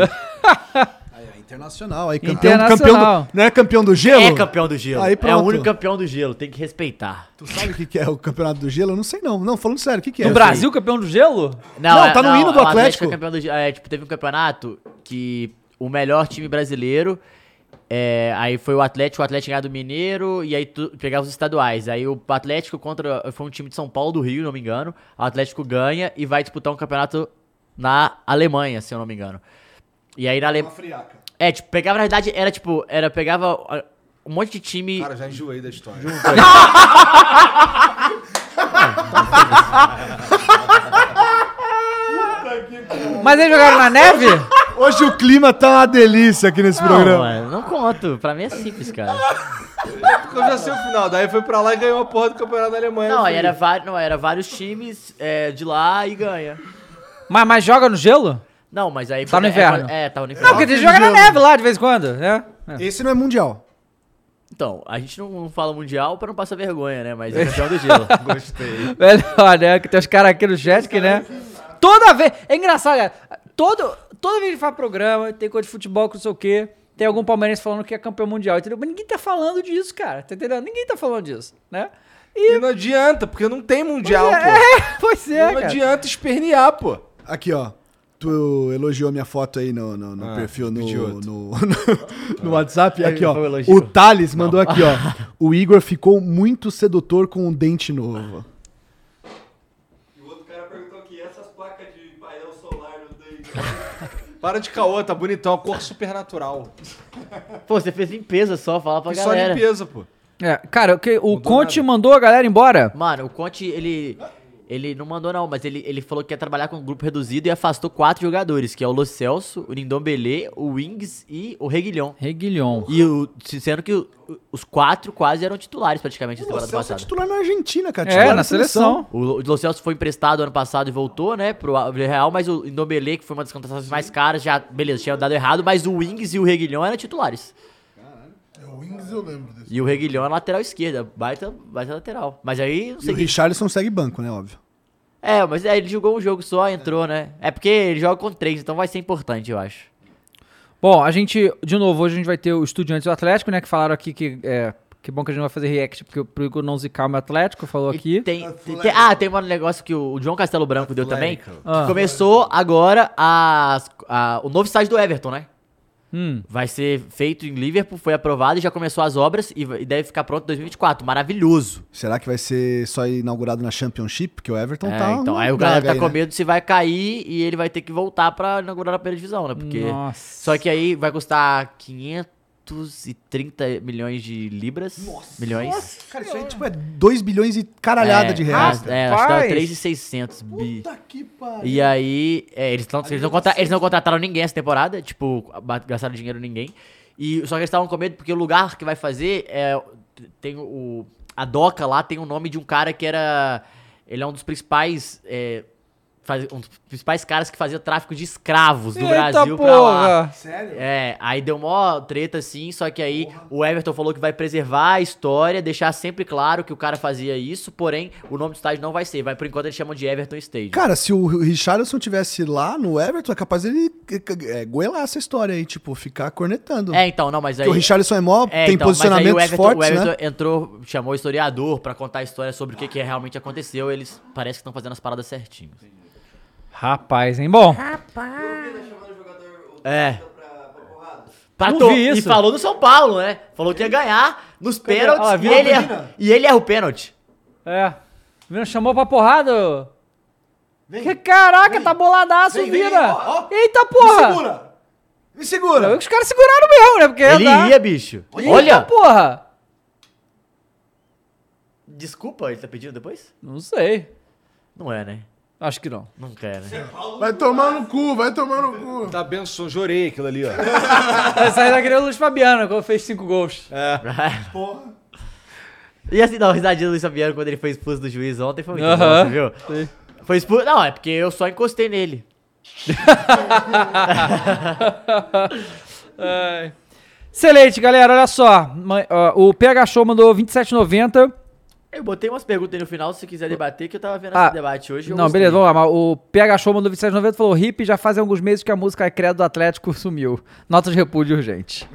G: Internacional, aí campeão,
C: Internacional.
G: campeão do, Não é campeão do gelo?
B: É campeão do gelo.
G: Aí
B: é o
G: pronto.
B: único campeão do gelo, tem que respeitar.
G: Tu sabe o que, que é o campeonato do gelo? Eu não sei não. Não, falando sério, o que, que é?
C: No Brasil, campeão do gelo?
G: Não,
B: é-
G: tá no hino do
B: o
G: Atlético.
B: é campeão do, é, tipo, teve um campeonato que o melhor time brasileiro. é, aí foi o Atlético, o Atlético ganhava do Mineiro e aí tu- pegava os estaduais. Aí o Atlético contra. Foi um time de São Paulo do Rio, não me engano. O Atlético ganha e vai disputar um campeonato na Alemanha, se eu não me engano. E aí na Alemanha. É, tipo, pegava, na verdade, era tipo, era, pegava ó, um monte de time.
A: Cara, já enjoei da história.
C: Mas eles jogaram na neve?
G: Hoje o clima tá uma delícia aqui nesse
B: Não,
G: programa.
B: mano, não conto. Pra mim é simples, cara.
A: Porque eu já sei o final. Daí foi pra lá e ganhou a porra do campeonato da Alemanha.
B: Não,
A: Eu
B: aí
A: fui.
B: era, vari- não, era vários times é, de lá e ganha.
C: Mas, mas joga no gelo?
B: Não, mas aí...
C: Tá no
B: é,
C: inverno.
B: É, tá no inverno.
C: Não, porque tem joga na neve lá de vez em quando, né?
E: Esse não é mundial.
B: Então, a gente não, não fala mundial pra não passar vergonha, né? Mas é campeão do gelo. Gostei.
C: Melhor, né? Que tem os caras aqui no Jetic, né? Toda vez. É engraçado, cara. Todo, toda vez que faz programa, tem coisa de futebol, que não sei o quê. Tem algum palmeirense falando que é campeão mundial, entendeu? Mas ninguém tá falando disso, cara. Tá entendendo? Ninguém tá falando disso, né?
A: E não adianta, porque não tem mundial,
C: Pois
A: pô.
C: é, pois é,
A: Não
C: cara.
A: adianta espernear, pô.
E: Aqui, ó. Tu elogiou minha foto aí no, no, no
A: Ah,
E: perfil no,
A: pedi outro.
E: no, no WhatsApp.
B: Foi-
E: Aqui, ó.
B: foi um elogio.
E: O Thales mandou aqui, ó. O Igor ficou muito sedutor com um dente novo.
A: Para de caô, tá bonitão, a cor supernatural.
B: Pô, você fez limpeza só, fala pra
A: E só
B: galera.
A: limpeza, pô.
C: É, cara, o que, o Conte mandou a galera embora.
B: Mano, o Conte, ele. Ele não mandou, não, mas ele, ele falou que ia trabalhar com um grupo reduzido e afastou quatro jogadores, que é o Lo Celso, o Nindombele, o Wings e o Reguilhon.
C: Reguilhon.
B: E o, sendo que o- os quatro quase eram titulares praticamente um na temporada
E: Você é
B: passada.
E: titular na Argentina, cara.
C: É,
E: titular
C: na seleção.
B: O Lo- o Lo Celso foi emprestado ano passado e voltou, né, pro Real, mas o Ndombele, que foi uma das contratações mais caras, já, beleza, tinha dado errado, mas o Wings e o Reguilhão eram titulares.
D: É, O Wings eu lembro desse.
B: E o Reguilhão é lateral esquerda, baita, baita lateral. Mas aí, não
E: E
B: sei
E: o
B: quem-
E: Richarlison segue banco, né? Óbvio.
B: É, mas é, ele jogou um jogo só, entrou, né? É porque ele joga com três, então vai ser importante, eu acho.
C: Bom, a gente, de novo, hoje a gente vai ter o Estudiantes e o Atlético, né? Que falaram aqui que. É, que bom que a gente não vai fazer react, porque o Igor não zicar o meu Atlético, falou aqui.
D: É
B: Tem, tem- tem- ah, tem um negócio que o, o João Castelo Branco deu também. que
C: Ah.
B: Começou agora as- a- o novo estádio do Everton, né?
C: Hum.
B: Vai ser feito em Liverpool, foi aprovado e já começou as obras e, vai- e deve ficar pronto em 2024. Maravilhoso.
E: Será que vai ser só inaugurado na Championship? Porque o Everton
B: É,
E: tá.
B: então,
E: uma
B: aí o galera
E: draga
B: tá
E: aí,
B: com
E: né?
B: medo se vai cair e ele vai ter que voltar pra inaugurar a primeira divisão, né? Porque
C: Nossa.
B: Só que aí vai custar 530 milhões de libras. Milhões.
E: Cara, isso aí tipo, é 2 bilhões e caralhada
B: É,
E: de reais.
B: É, é, acho que era 3,600 bi. E aí, é, eles, tão, eles, não contra- eles não contrataram ninguém essa temporada, tipo, ba- gastaram dinheiro em ninguém. E, só que eles estavam com medo porque o lugar que vai fazer é. Tem o. A Doca lá tem o nome de um cara que era. Ele é um dos principais. é, faz- um dos principais caras que fazia tráfico de escravos do
C: Eita
B: Brasil pra lá.
C: porra!
E: Sério?
B: É, aí deu mó treta assim, só que aí o Everton falou que vai preservar a história, deixar sempre claro que o cara fazia isso, porém o nome do estádio não vai ser, vai por enquanto eles chamam de Everton Stadium.
E: Cara, se o Richarlison tivesse lá no Everton, é capaz dele é, goelar essa história aí, tipo, ficar cornetando.
B: É, então, não, mas aí
E: Porque o Richarlison é mó,
B: É,
E: tem
B: então, mas aí
E: posicionamentos fortes,
B: o Everton
E: né?
B: entrou, chamou o historiador pra contar a história sobre o que, que realmente aconteceu, eles parece que estão fazendo as paradas certinho.
C: Rapaz, hein? Bom.
B: É. Pra
C: Não
B: to-
C: vi
B: E
C: isso.
B: falou do São Paulo, né? Falou que ia ganhar nos pênaltis
C: Ah,
B: e,
C: viu?
B: ele erra, e ele erra o pênalti.
C: É. Vina chamou pra porrada. Que caraca, tá boladaço,
E: Vem, vem,
C: Vina.
E: vem, ó, ó.
C: Eita
E: Me
C: porra!
E: segura! Me segura!
C: Os caras seguraram mesmo, né? Porque ia
B: Ele
C: dar.
B: ia, bicho.
C: Eita
B: Olha!
C: porra!
B: Desculpa, ele tá pedindo depois?
C: Não sei.
B: Não é, né?
C: Acho que não.
B: Não quer, né?
D: Vai tomar no cu, vai tomar no cu.
A: Tá benção, jorei aquilo ali, ó.
C: Essa aí daquele é o Luiz Fabiano, quando fez cinco gols.
E: É.
B: E assim, não, a risadinha do Luiz Fabiano quando ele foi expulso do juiz ontem foi muito bom,
C: Aham.
B: você viu? Foi expulso. Não, é porque eu só encostei nele.
C: Ai. Excelente, galera. Olha só. Ma- ó, O PH Show mandou 27,90.
B: Eu botei umas perguntas aí no final, se quiser debater, que eu tava vendo
C: Ah,
B: esse debate hoje. eu
C: Não,
B: gostei.
C: beleza, vamos lá. mas O PH Show mandou 2790 falou: Hip já faz alguns meses que a música Credo do Atlético sumiu. Nota de repúdio urgente.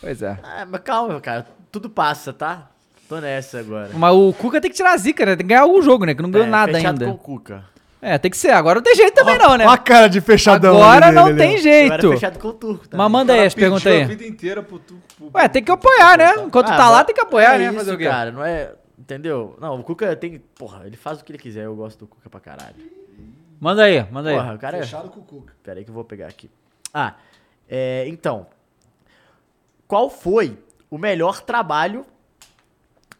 C: Pois é.
B: Ah, mas calma, cara. Tudo passa, tá? Tô nessa agora.
C: Mas o Cuca tem que tirar a zica, né? Tem que ganhar algum jogo, né? Que não ganhou
B: É,
C: nada
B: fechado
C: ainda.
B: com o Cuca.
C: É, tem que ser. Agora não tem jeito também, não, né?
E: Ó a cara de fechadão.
C: Agora
E: ali
C: não
E: dele,
C: tem
E: ali,
B: Eu era
C: jeito.
B: fechado com o Turco, tá?
C: Mas manda aí as
A: Pediu
C: perguntas
A: a
C: aí.
A: vida inteira pro tu. pro-
C: Ué, tem que apoiar, né? Enquanto
B: Ah,
C: tá lá,
B: mas-
C: tem que apoiar,
B: é
C: né?
B: Isso,
C: Fazer o quê?
B: cara, não é... Entendeu? Não, o Cuca tem... Porra, ele faz o que ele quiser. Eu gosto do Cuca pra caralho.
C: Manda aí, manda aí.
B: Porra, o cara é...
E: Fechado com o Cuca.
B: Pera aí que eu vou pegar aqui. Ah, é, então. Qual foi o melhor trabalho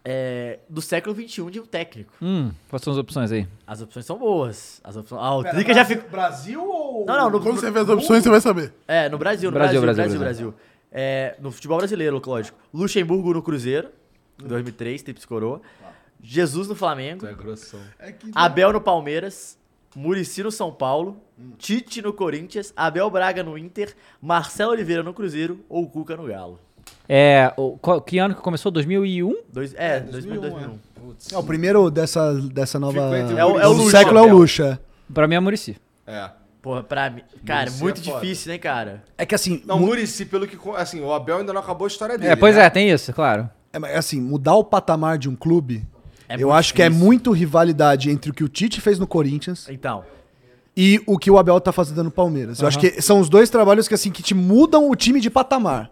B: é, do século XXI de um técnico?
C: Hum, quais são as opções aí?
B: As opções são boas. As opções... Ah, o Trica já ficou...
E: Brasil ou...
B: Não, não, no,
D: Quando você vê as opções, você vai saber.
B: é, no Brasil, no Brasil,
C: Brasil,
B: Brasil,
C: Brasil,
B: Brasil. É, no futebol brasileiro, lógico. Luxemburgo no Cruzeiro. 2003, Trips Coroa.
E: Tá.
B: Jesus no Flamengo.
A: É grossão.
B: Abel no Palmeiras. Murici no São Paulo. Tite no Corinthians. Abel Braga no Inter. Marcelo Oliveira no Cruzeiro. Ou Cuca no Galo.
C: É, o- qual- que ano que começou? 2001?
B: Dois, é, 2000, 2001.
G: É, o primeiro dessa, dessa nova.
B: Ficou entre o
G: É o, é o
B: Muricy.
G: do século é o
B: Abel.
G: Lucha.
C: Pra mim é Murici.
A: É.
B: Porra, pra mim. Cara,
A: Muricy
B: muito
A: é foda.
B: difícil, né, cara?
G: É que assim.
A: Não, Murici, pelo que. co- Assim, o Abel ainda não acabou a história dele.
C: É, pois
A: né?
C: é, tem isso, claro.
G: É, mas, assim, mudar o patamar de um clube,
B: É
G: eu
B: muito
G: acho que é
B: difícil.
G: muito rivalidade entre o que o Tite fez no Corinthians
B: Então.
G: e o que o Abel tá fazendo no Palmeiras. Eu acho
C: Aham.
G: que são os dois trabalhos que assim que te mudam o time de patamar.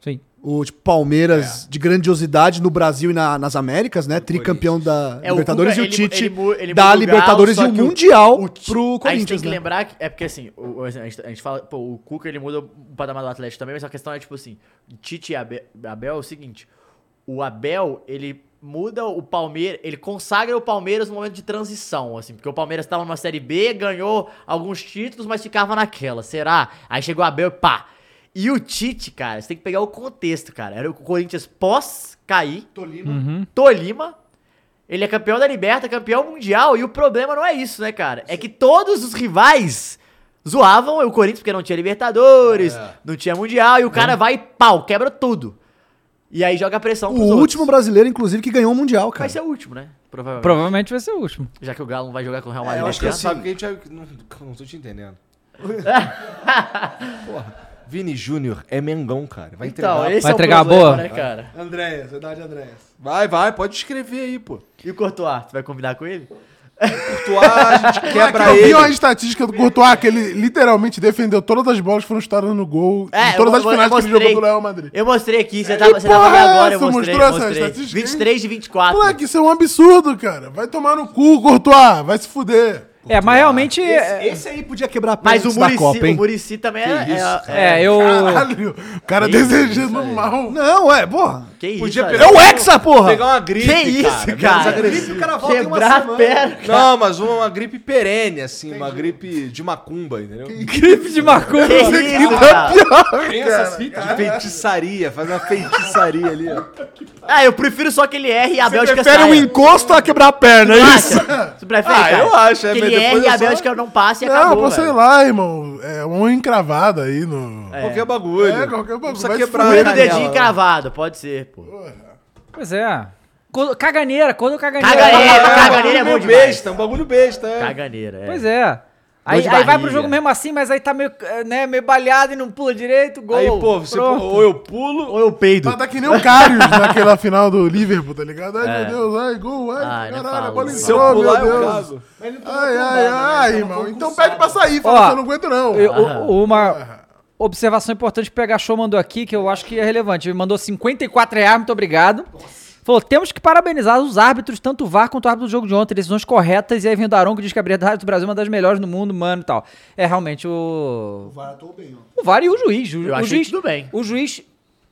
C: Sim.
G: O tipo,
B: É.
G: Palmeiras de grandiosidade no Brasil e na- nas Américas, né? Tricampeão da
B: É,
G: Libertadores
B: Cuca,
G: e o
B: ele-
G: Tite
B: ele mu- ele
G: da
B: muda o
G: Libertadores
B: Galo,
G: e o
B: só que
G: Mundial
B: o Ti-
G: pro
B: A gente tem
G: Corinthians,
B: que
G: né?
B: lembrar que. É porque assim, o- o- a, gente, a gente fala, pô, o Cuca ele muda o patamar do Atlético também, mas a questão é tipo assim: Tite e Abe- Abel, é o seguinte. O Abel, ele muda o Palmeiras, ele consagra o Palmeiras no momento de transição, assim, porque o Palmeiras tava numa Série B, ganhou alguns títulos, mas ficava naquela, será? Aí chegou o Abel e pá. E o Tite, cara, você tem que pegar o contexto, cara. Era o Corinthians pós cair. Tolima. Tolima. Ele é campeão da Liberta, campeão mundial, e o problema não é isso, né, cara? É que todos os rivais zoavam o Corinthians porque não tinha Libertadores, não tinha Mundial, e o cara vai e pau, quebra tudo. E aí joga a pressão
G: O último brasileiro, inclusive, que ganhou o Mundial,
B: Vai
G: cara.
B: ser o último, né? Provavelmente.
C: Provavelmente vai ser o último.
B: Já que o Galo não vai jogar com o Real
A: É,
B: Madrid.
A: eu acho que
B: né?
A: eu sabe que a gente vai. Não, não tô te entendendo. Porra. Vini Júnior é Mengão, cara. Vai entregar.
B: Então, esse
C: Vai
B: é o
C: entregar a
B: problema,
C: boa?
B: né, cara?
L: Andréas, verdade, Andréas.
A: Vai, vai, pode escrever aí, pô.
B: E o Courtois, tu vai combinar com ele?
A: Courtois, a gente
B: Tá
E: Caraca,
A: quebra
E: eu vi uma
A: ele.
E: estatística do
D: é
E: Courtois que ele literalmente defendeu todas as bolas que foram estouradas no gol em todas
B: É, eu-
E: as
B: eu- eu
E: finais que ele
B: mostrei.
E: jogou do Real Madrid.
B: Eu mostrei aqui, você tava, você tava
E: porra
B: ali
E: é
B: agora, eu
E: essa?
B: mostrei,
E: Mostrou essa
B: mostrei.
E: estatística aí?
B: 23 de 24.
E: Moleque, isso é um absurdo, cara. Vai tomar no cu, Courtois. Vai se fuder.
C: É, mas realmente.
G: Esse,
C: é-
G: esse aí podia quebrar a
B: Mas o
G: pênalti da
B: Murici,
G: Copa,
B: o
G: hein?
B: Murici também é,
A: Que isso,
B: é-
A: cara.
C: É, eu.
E: Caralho, o cara
B: Que isso,
E: desejando mal.
G: Não, é, porra.
B: Que isso, né?
A: Podia
B: olha.
A: pegar
G: É o Hexa, porra!
A: Pegar uma gripe.
B: Que isso,
A: menos
B: cara?
A: agressivo.
B: Quebrar a perna.
A: Não, mas uma, uma gripe perene, assim, uma gripe de macumba, entendeu?
C: Gripe de macumba.
B: Que isso, cara?
A: Pensa assim, de feitiçaria, faz uma feitiçaria ali, ó.
B: Ah, eu prefiro só que ele erre e a Bélgica
G: Prefere um encosto a quebrar a perna,
B: Ah,
G: é isso?
B: Tu prefere,
A: Ah,
B: cara?
A: eu acho, é,
B: Que
A: mas
B: ele
A: depois
B: erre e
A: eu
B: a
A: só-
B: Bélgica não passa e
E: Não,
B: acabou,
E: pô, sei
B: velho.
E: lá, irmão. É uma encravada aí no.
B: É.
A: Qualquer bagulho.
E: É, qualquer bagulho,
A: Não precisa
E: vai se
A: quebrar
B: Punho
A: a
B: do
A: canela,
B: dedinho
A: né?
B: cravado, pode ser, pô.
C: Pois é. Quando- Caganeira, quando caganeira.
B: Caganeira,
A: É,
B: caganeira é
A: um
B: bom
A: bagulho
B: demais.
A: besta, um bagulho besta, é.
B: Caganeira, é.
C: Pois é.
B: Gol
C: Aí,
B: de
C: aí vai pro
B: barriga.
C: jogo mesmo assim, mas aí tá meio, eh, né, meio baleado e não pula direito, gol.
A: Aí, pô, você, pô,
C: Pronto.
A: ou eu pulo,
B: Ou eu peido.
E: Mas tá que nem o Karius naquela final do Liverpool, tá ligado? Ai,
B: É.
E: meu Deus, ai, gol, ai,
B: Ai, Ah, não
E: caralho, a
B: fala,
E: bola
B: não
A: se eu
E: entrou, meu
A: pular, eu
E: Deus.
A: cago.
G: Ah,
E: Ai, ai, ai, irmão. Então pede pra sair, fala
C: Ó,
E: que eu não aguento não.
C: Eu- o- uma observação importante que o Pega Show mandou aqui, que eu acho que é relevante. Ele mandou 54 reais, muito obrigado. Falou, temos que parabenizar os árbitros, tanto o VAR quanto o árbitro do jogo de ontem, decisões corretas. E aí vem o Daron que diz que a arbitragem do Brasil é uma das melhores do mundo, mano e tal. É realmente o. O VAR e o juiz. O,
B: Eu
C: o
B: achei
C: juiz,
B: tudo bem.
C: O juiz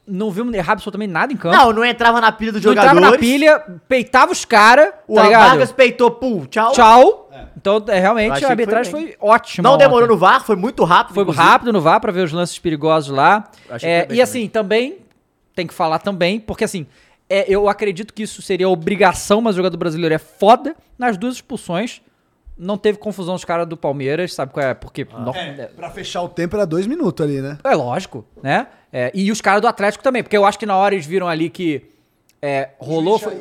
C: não viu errar absolutamente nada em campo.
B: Não, não entrava na pilha dos
C: Não
B: jogadores.
C: entrava na pilha, peitava os caras,
B: O
C: tá ligado?
B: Vargas peitou, pum, tchau.
C: Tchau. Então, é,
B: Eu
C: realmente,
B: achei
C: a
B: que
C: arbitragem
B: foi
C: foi, ótima.
B: Não demorou
C: ontem.
B: no VAR, foi muito rápido.
C: Foi
B: inclusive.
C: rápido no VAR pra ver os lances perigosos lá.
B: Eu achei
C: É,
B: que foi bem
C: e assim, também, tem que falar também, porque assim, é, eu acredito que isso seria obrigação, mas o jogador brasileiro é foda. Nas duas expulsões, não teve confusão os caras do Palmeiras, sabe qual é? Porque.
B: Ah.
C: no- é,
G: Pra fechar o tempo era dois minutos ali, né?
C: é lógico, né? É, e os caras do Atlético também, porque eu acho que na hora eles viram ali que é, rolou. foi-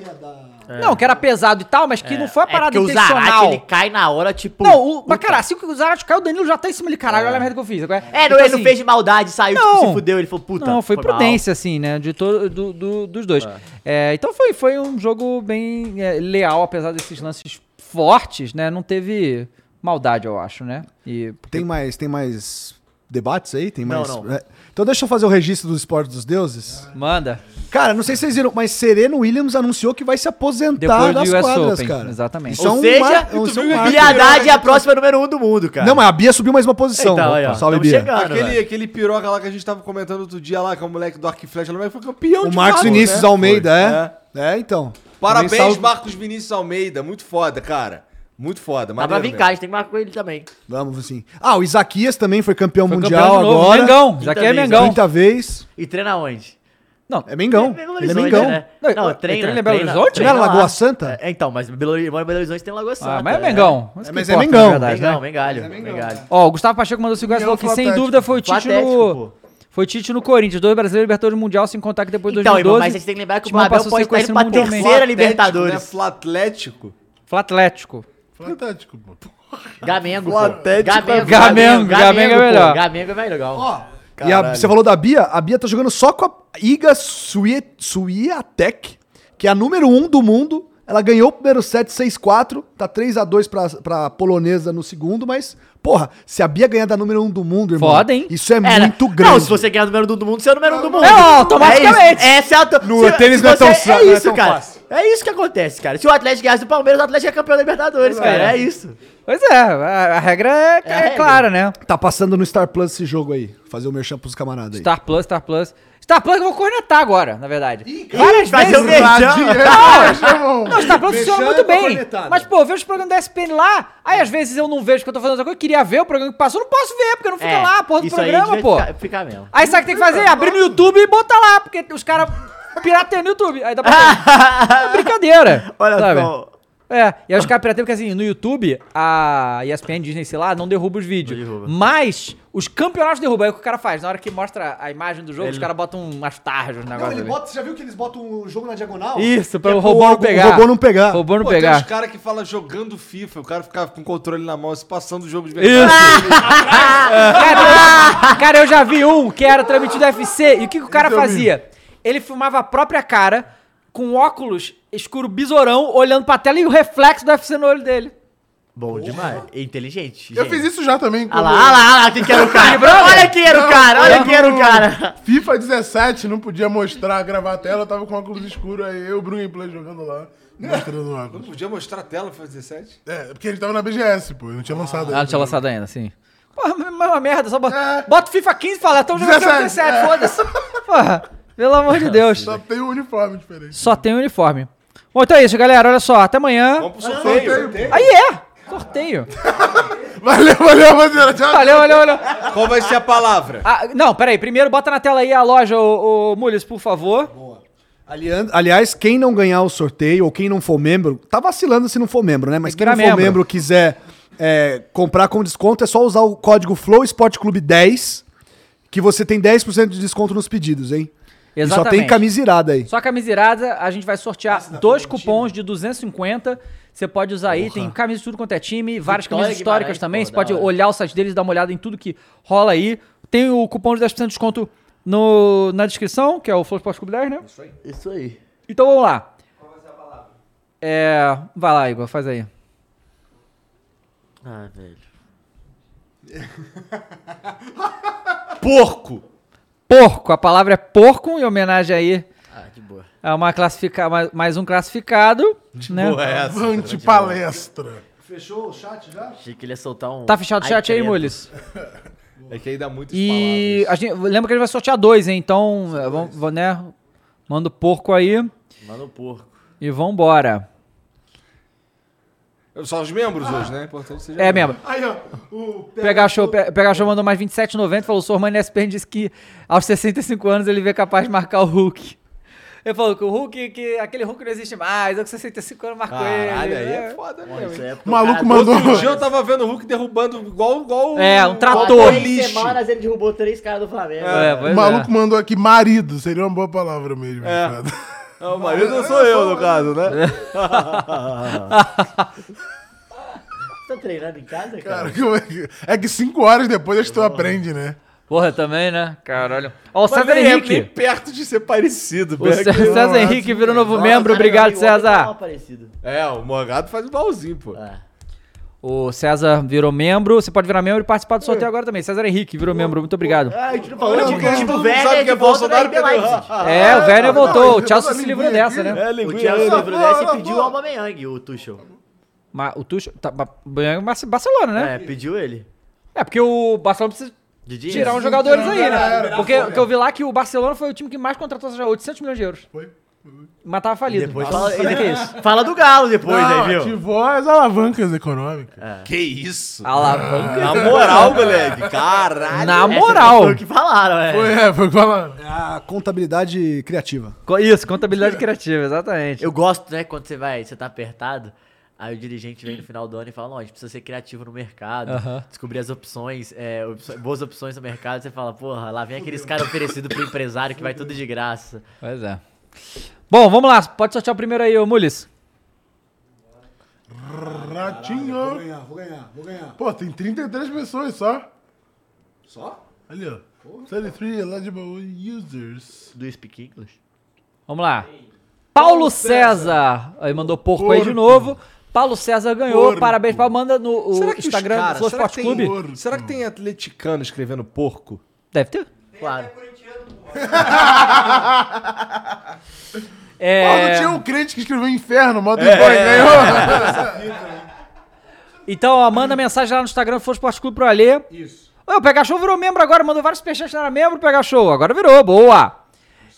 C: Não, que era pesado e tal, mas que não foi a
B: É
C: parada
B: porque o
C: intencional.
B: Zarate, ele cai na hora, tipo...
C: Não, o, mas cara, assim que o Zarate caiu, o Danilo já tá em cima de caralho, olha a merda que eu fiz. agora-
B: É, não,
C: Então,
B: ele não
C: assim,
B: fez de maldade, saiu, tipo,
C: não.
B: se fudeu, ele falou, puta,
C: Não, foi,
B: mal.
C: prudência, assim, né? De todo, do, do- dos dois. É, então foi, foi um jogo bem é, leal, apesar desses lances fortes, né? Não teve maldade, eu acho, né? E porque-
G: Tem mais, tem mais debates aí? Tem
B: Não,
G: mais.
B: não.
G: É. Então deixa eu fazer o registro dos esportes dos deuses.
C: Manda.
G: Cara, não sei se vocês viram, mas Sereno Williams anunciou que vai se aposentar
C: Depois do
G: das
C: US
G: quadras,
C: Open,
G: cara.
C: exatamente.
G: Isso é
B: Ou
G: um
B: seja,
G: mar- é um- isso é um marco.
B: Bia Haddad é a próxima número um do mundo, cara.
G: Não, mas a Bia subiu mais uma posição.
B: Então, aí, ó,
G: Opa, Salve,
B: tamo
G: Bia.
B: chegando,
A: Aquele,
B: velho.
A: aquele piroca lá que a gente tava comentando outro dia lá, que é o moleque do arco e flecha, lá, mas foi campeão
G: O
A: de
G: Marcos
A: fato,
G: Vinícius
A: né?
G: Almeida, é? é? então.
A: Parabéns,
G: Também salve-
A: Marcos Vinícius Almeida. Muito foda, cara. Muito foda.
B: Dá pra
A: maneiro
B: vir
A: mesmo.
B: cá, a gente tem que marcar com ele também.
G: Vamos assim. Ah, o Isaquias também foi campeão
C: Foi
G: mundial
C: campeão de novo,
G: agora.
C: Mengão. Já que
B: Quinta
C: é
B: vez,
C: Mengão.
G: Quinta vez.
B: E treina onde?
C: Não.
G: É Mengão. Ele é Mengão.
B: Não, né? não, treina.
C: treina em Belo
B: treina-
C: Horizonte?
B: treina
C: Não é
B: lá.
C: Lagoa
G: Santa?
B: É, então, mas Belo, mora em Belo Horizonte tem Lagoa Santa.
C: mas é Mengão. Isso que
B: mas
C: importa,
B: é
C: na
B: Mengão.
C: verdade,
B: Mengão,
C: né?
B: Mengalho, Mengalho.
C: Ó, o Gustavo Pacheco mandou 5 reais e falou que
B: Mengão
C: sem
B: Atlético.
C: dúvida foi o Tite no...
B: Atlético,
C: Foi Tite no Corinthians, dois brasileiros Libertadores Mundial sem contar que depois de
B: Então,
C: 2012...
B: irmão, mas a gente tem que lembrar que o
C: Timão
B: Babel
C: passou
B: pode estar indo
C: sequência
B: pra
C: mundialmente.
B: terceira Libertadores.
A: Né? Flatlético.
C: Flatlético.
D: Fantástico, pô.
B: Gamengo, pô.
D: Atlético é-
B: Gamengo,
D: Gamengo,
B: Gamengo,
D: Gamengo é
B: pô.
D: melhor.
B: Gamengo é mais legal.
G: E a- você falou da Bia? A Bia tá jogando só com a Iga Swie- Swiatek, que é a número 1 um do mundo. Ela ganhou o primeiro set 6-4, tá 3x2 pra, pra polonesa no segundo, mas, porra, se a Bia ganhar da número 1 um do mundo, irmão,
B: Foda, hein?
G: isso é
B: Era-
G: muito grande.
B: Não, se você ganhar o número um do mundo, você é o número um do mundo.
G: É, ó,
B: É
G: automaticamente.
B: isso. Essa é a... to-
G: No
B: se-
G: tênis
B: se
G: não é
B: você-
G: tão sa-
B: É
G: não é
B: isso,
G: tão
B: cara.
G: fácil.
B: É isso que acontece, cara. Se o Atlético ganhasse do Palmeiras, o Atlético é campeão da Libertadores, cara. É isso.
C: Pois é, a, a regra é, é clara, né?
G: Tá passando no Star Plus esse jogo aí. Fazer o merchan pros camaradas aí.
B: Tá,
C: Star Plus, Star Plus. Star Plus que eu vou cornetar agora, na verdade.
G: Ih, fazer o merchan.
C: Não, não, Star Plus
G: Merchan
C: funciona
G: é
C: muito
G: pra
C: bem.
G: cornetada.
C: Mas, pô, eu vejo os programas da SPN lá, aí às vezes eu não vejo porque eu tô fazendo outra coisa, eu queria ver o programa que passou, eu não posso ver, porque não fica
B: É,
C: lá, a porra do
B: isso aí
C: programa,
B: devia
C: pô.
B: ficar- Ficar mesmo.
C: Aí sabe o que tem que fazer? Abrir no YouTube e botar lá, porque os caras pirateiam no YouTube. Aí dá pra ver. É brincadeira.
B: Olha
C: sabe?
B: só.
C: É, e aí os caras pirateiam porque assim, no YouTube, a ESPN, Disney, sei lá, não derruba os vídeos. Mas os campeonatos derrubam. Aí o que o cara faz? Na hora que mostra a imagem do jogo,
G: Ele-
C: os caras botam umas tarjas, um negócio.
E: ele
C: ali.
E: bota, você já viu que eles botam o jogo na diagonal?
C: Isso, pra
E: Que
C: o
E: é
C: robô não
E: pro-
C: pegar.
E: O robô não pegar.
C: Robô não
E: Pô,
C: pegar.
A: Tem uns caras que falam jogando FIFA, o cara fica com o controle na mão, se passando o jogo de
C: Isso. cara, eu- cara, eu já vi um que era transmitido UFC. E o que, que o cara
A: Esse eu vi.
C: fazia? Ele filmava a própria cara com óculos escuro besourão, olhando pra tela e o reflexo do UFC no olho dele.
B: Bom demais. Inteligente.
D: Eu fiz isso já também.
B: Ah lá, ah lá, ah lá, quem que era o cara? Olha quem era o cara, olha quem era o cara.
D: FIFA 17, não podia mostrar, gravar a tela, eu tava com óculos escuros, aí eu e o Bruno Gameplay jogando lá, mostrando o óculos.
A: Não podia mostrar a tela pra 17?
D: É, porque ele tava na BGS, pô, não tinha lançado
C: Ah, não tinha lançado ainda, sim. Porra, mas é uma merda, só bota, bota FIFA 15 e fala, tão jogando
D: 17,
C: 17, 17
D: é.
C: foda-se. Porra, pelo amor de Deus.
D: Só tem um uniforme diferente.
C: Só tem o uniforme. Bom, então é isso, galera. Olha só, até amanhã. Vamos
D: pro sorteio. sorteio.
C: Aí é! Sorteio.
D: valeu, valeu, Bandeira. Tchau.
C: Valeu, valeu, valeu.
A: Qual vai ser a palavra?
C: Ah, não, peraí. Primeiro bota na tela aí a loja, ô, ô Mules, por
G: Tá
C: favor.
G: Alian- Aliás, quem não ganhar o sorteio ou quem não for membro, tá vacilando se não for membro, né? Mas quem
C: virar
G: não for
C: membro.
G: membro, quiser é, comprar com desconto, é só usar o código Flow Esporte Clube 10, que você tem 10% de desconto nos pedidos, hein? E só tem
C: Exatamente.
G: camisa irada aí.
C: Só a camisa irada, a gente vai sortear dois cupons de 250. Você pode usar aí, tem camisa de tudo quanto é time, várias
B: Vitória
C: camisas históricas
B: Guimarães,
C: também.
B: pô,
C: Você
B: da
C: pode
B: hora.
C: olhar o site deles, dar uma olhada em tudo que rola aí. Tem o cupom de 10% de desconto no, na descrição, que é o Flow Esporte Clube 10, né?
B: Isso aí.
C: Então vamos lá. É. Vai lá, Igor, faz aí.
B: Ah, velho.
C: Porco! Porco, a palavra é porco, em homenagem aí
B: Ah, que boa.
C: a uma classifica... mais- mais um classificado. né?
D: Avante palestra.
E: Fechou o chat já?
B: Achei que ele ia soltar um...
C: Tá fechado o
B: Ai,
C: chat aí,
B: credo.
C: Mules?
A: É que aí dá muito
C: E a gente, lembra que ele vai sortear dois, hein? Então, é, vamos, vou, né? Manda o porco aí
B: Manda o porco.
C: e vambora.
A: Só os membros hoje, né? Importante seja
C: É membro.
E: Aí, ó. O
C: Pegar show, pe- pegar show mandou mais 27,90. Falou: Sormani SPN disse que aos 65 anos ele vê capaz de marcar o Hulk. Ele falou que o Hulk, que aquele Hulk não existe mais. Eu com 65 anos marcou
A: Caralho,
C: ele.
A: aí é
C: né?
A: foda
B: Pô,
A: mesmo.
B: isso
E: Tá
A: hein?
B: é porque
D: O maluco
B: cara-
D: mandou-
A: Outro dia eu tava vendo o Hulk derrubando igual. igual
C: É, um trator.
A: igual
B: Em
A: lixo.
B: semanas ele derrubou três caras do Flamengo.
C: É,
D: O
C: pois
D: maluco
C: é.
D: mandou aqui marido, seria uma boa palavra mesmo. cara.
A: Não, o marido sou eu, no caso,
C: É,
A: né?
B: Tá treinando em casa,
D: Cara,
B: cara?
D: como é, que... é que cinco horas depois acho que tu aprende, né?
C: Porra, também, né? Caralho. Ó, o
A: Mas
C: César
A: nem é
C: Henrique.
A: nem perto de ser parecido,
B: É
C: O Cé-
A: Berg.
C: César Henrique virou novo membro. Obrigado, César.
A: É, o Morgado faz igualzinho, pô.
C: O César virou membro. Você pode virar membro e
B: É.
C: participar do sorteio agora também. César Henrique virou membro. Muito obrigado.
B: Ah, a gente não falou
A: Não,
B: de
A: o cara
B: time
A: não
B: do velho,
A: sabe que é
B: de volta
A: Bolsonaro,
B: da
A: que é
B: RB Leipzig.
A: do-
C: É, o Werner voltou. O Chelsea se
D: Ninguém
C: livrou dessa, né?
A: É,
B: O
A: linguinha.
B: Thiago Livro
D: boa,
B: desse
D: na
B: pediu o
D: boa.
B: Aubameyang, o Tuchel.
C: Mas o Tuchel... Tá, ba- Banhang, Barce- Barcelona, né?
B: É, pediu ele.
C: É, porque o Barcelona precisa
B: De dinheiro.
C: tirar um uns jogadores
D: Tirar
C: aí,
B: É,
D: a galera,
C: né?
D: tirar
C: Porque
D: fora.
C: porque eu vi lá que o Barcelona foi o time que mais contratou já 800 milhões de euros.
D: Foi.
C: Mas tava falido.
B: Depois
C: fala,
B: fala-
C: que é isso.
B: Fala do Galo depois,
D: Não,
B: aí, viu?
D: Ativou as alavancas econômicas.
M: Que isso?
C: Alavanca? é-
M: Na moral, moleque. Caralho.
C: Na
D: moral.
B: Foi o que falaram, é.
D: Foi, é, foi o que falaram.
G: A contabilidade criativa.
C: Co- Isso, contabilidade criativa, exatamente.
B: Eu gosto, né, quando você vai, você tá apertado, aí o dirigente vem no final do ano e fala, não, a gente precisa ser criativo no mercado,
C: Aham.
B: descobrir as opções, é, opções- boas opções no mercado, você fala, porra, lá vem aqueles caras oferecidos pro empresário que vai tudo de graça.
C: Pois é. Bom, vamos lá. Pode sortear o primeiro aí, ô Mules.
D: Ratinho. Vou ganhar, vou ganhar, vou ganhar. Pô, tem 33 pessoas só. Só? Ali, ó. 33 eligible users.
B: Do Speak English?
C: Vamos lá. Paulo César. Aí mandou porco, aí de
B: Porco.
C: novo. Paulo César ganhou.
A: Porco.
C: Parabéns, Paulo. Manda no o
A: Será que os
C: Instagram
A: cara-
C: do Flow
A: será
C: Esporte
A: que tem-
C: Clube.
A: Será que tem atleticano escrevendo porco?
C: Deve ter.
B: Claro.
C: É...
D: Pô, não tinha um crente que escreveu inferno, modo
C: É.
D: é. ganhou.
A: um-
C: Então, ó, manda mensagem lá no Instagram do Flow Esporte Clube pro Alê. Isso. Ô, o Pega Show virou membro agora, mandou vários peixes não era membro, Pega Show. Agora virou, boa.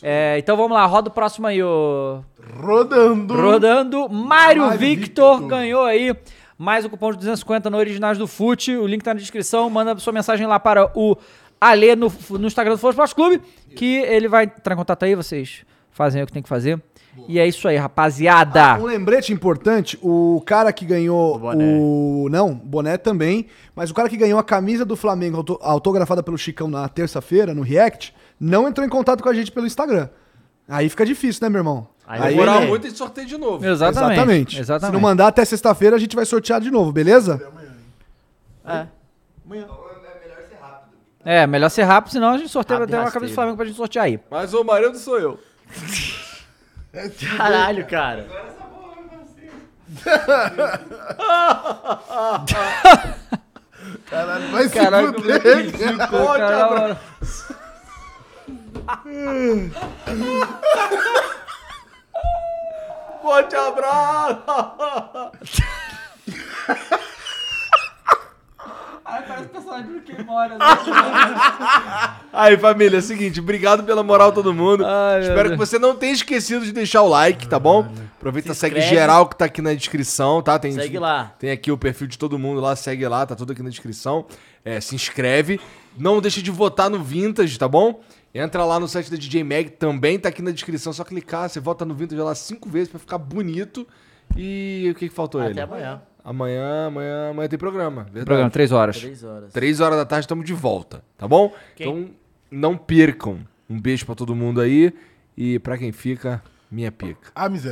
C: É, então vamos lá, roda o próximo aí, ô.
D: Rodando.
C: Rodando. Hum, Mário, Victor, ganhou aí mais o cupom de 250 no Originais do Fute. O link tá na descrição. Manda sua mensagem lá para o Alê no, no Instagram do Flow Esporte Clube, que ele vai entrar em contato aí, vocês fazem aí o que tem que fazer. E é isso aí, rapaziada.
G: Um lembrete importante, o cara que ganhou o, Não, boné também, mas o cara que ganhou a camisa do Flamengo auto- autografada pelo Chicão na terça-feira, no React, não entrou em contato com a gente pelo Instagram. Aí fica difícil, né, meu irmão?
A: Aí vai demorar muito e sorteio de novo.
G: Exatamente. Se não mandar até sexta-feira, a gente vai sortear de novo, beleza?
B: É.
C: É, melhor ser rápido, senão a gente sorteia
A: Rápido
C: até uma
A: rasteiro.
C: cabeça do Flamengo pra gente sortear aí.
A: Mas o marido sou eu.
B: Caralho, cara.
D: Caralho, vai
C: Caralho,
D: se
C: como é
D: fuder.
C: que isso ficou,
D: Forte
C: cara?
D: abraço.
A: Forte abraço!
C: Ai, parece o personagem do Quem Mora.
A: Aí, família, é o seguinte, obrigado pela moral todo mundo. Espero que
C: Deus.
A: você não tenha esquecido de deixar o like, tá bom? Aproveita, segue
B: inscreve.
A: geral que tá aqui na descrição, tá? Tem,
B: Segue lá.
A: Tem aqui o perfil de todo mundo lá, segue lá, tá tudo aqui na descrição. É, se inscreve. Não deixa de votar no Vintage, tá bom? Entra lá no site da DJ Mag, também tá aqui na descrição, só clicar, você vota no Vintage lá cinco vezes pra ficar bonito. E o que, que faltou
B: Até
A: ele?
B: amanhã.
A: Amanhã, amanhã, amanhã tem programa. verdade.
C: Programa, três horas.
B: Três horas.
A: Três horas da tarde estamos de volta, tá bom?
B: Quem-
A: Então não percam. Um beijo pra todo mundo aí e pra quem fica, minha pica.
D: Ah, miséria.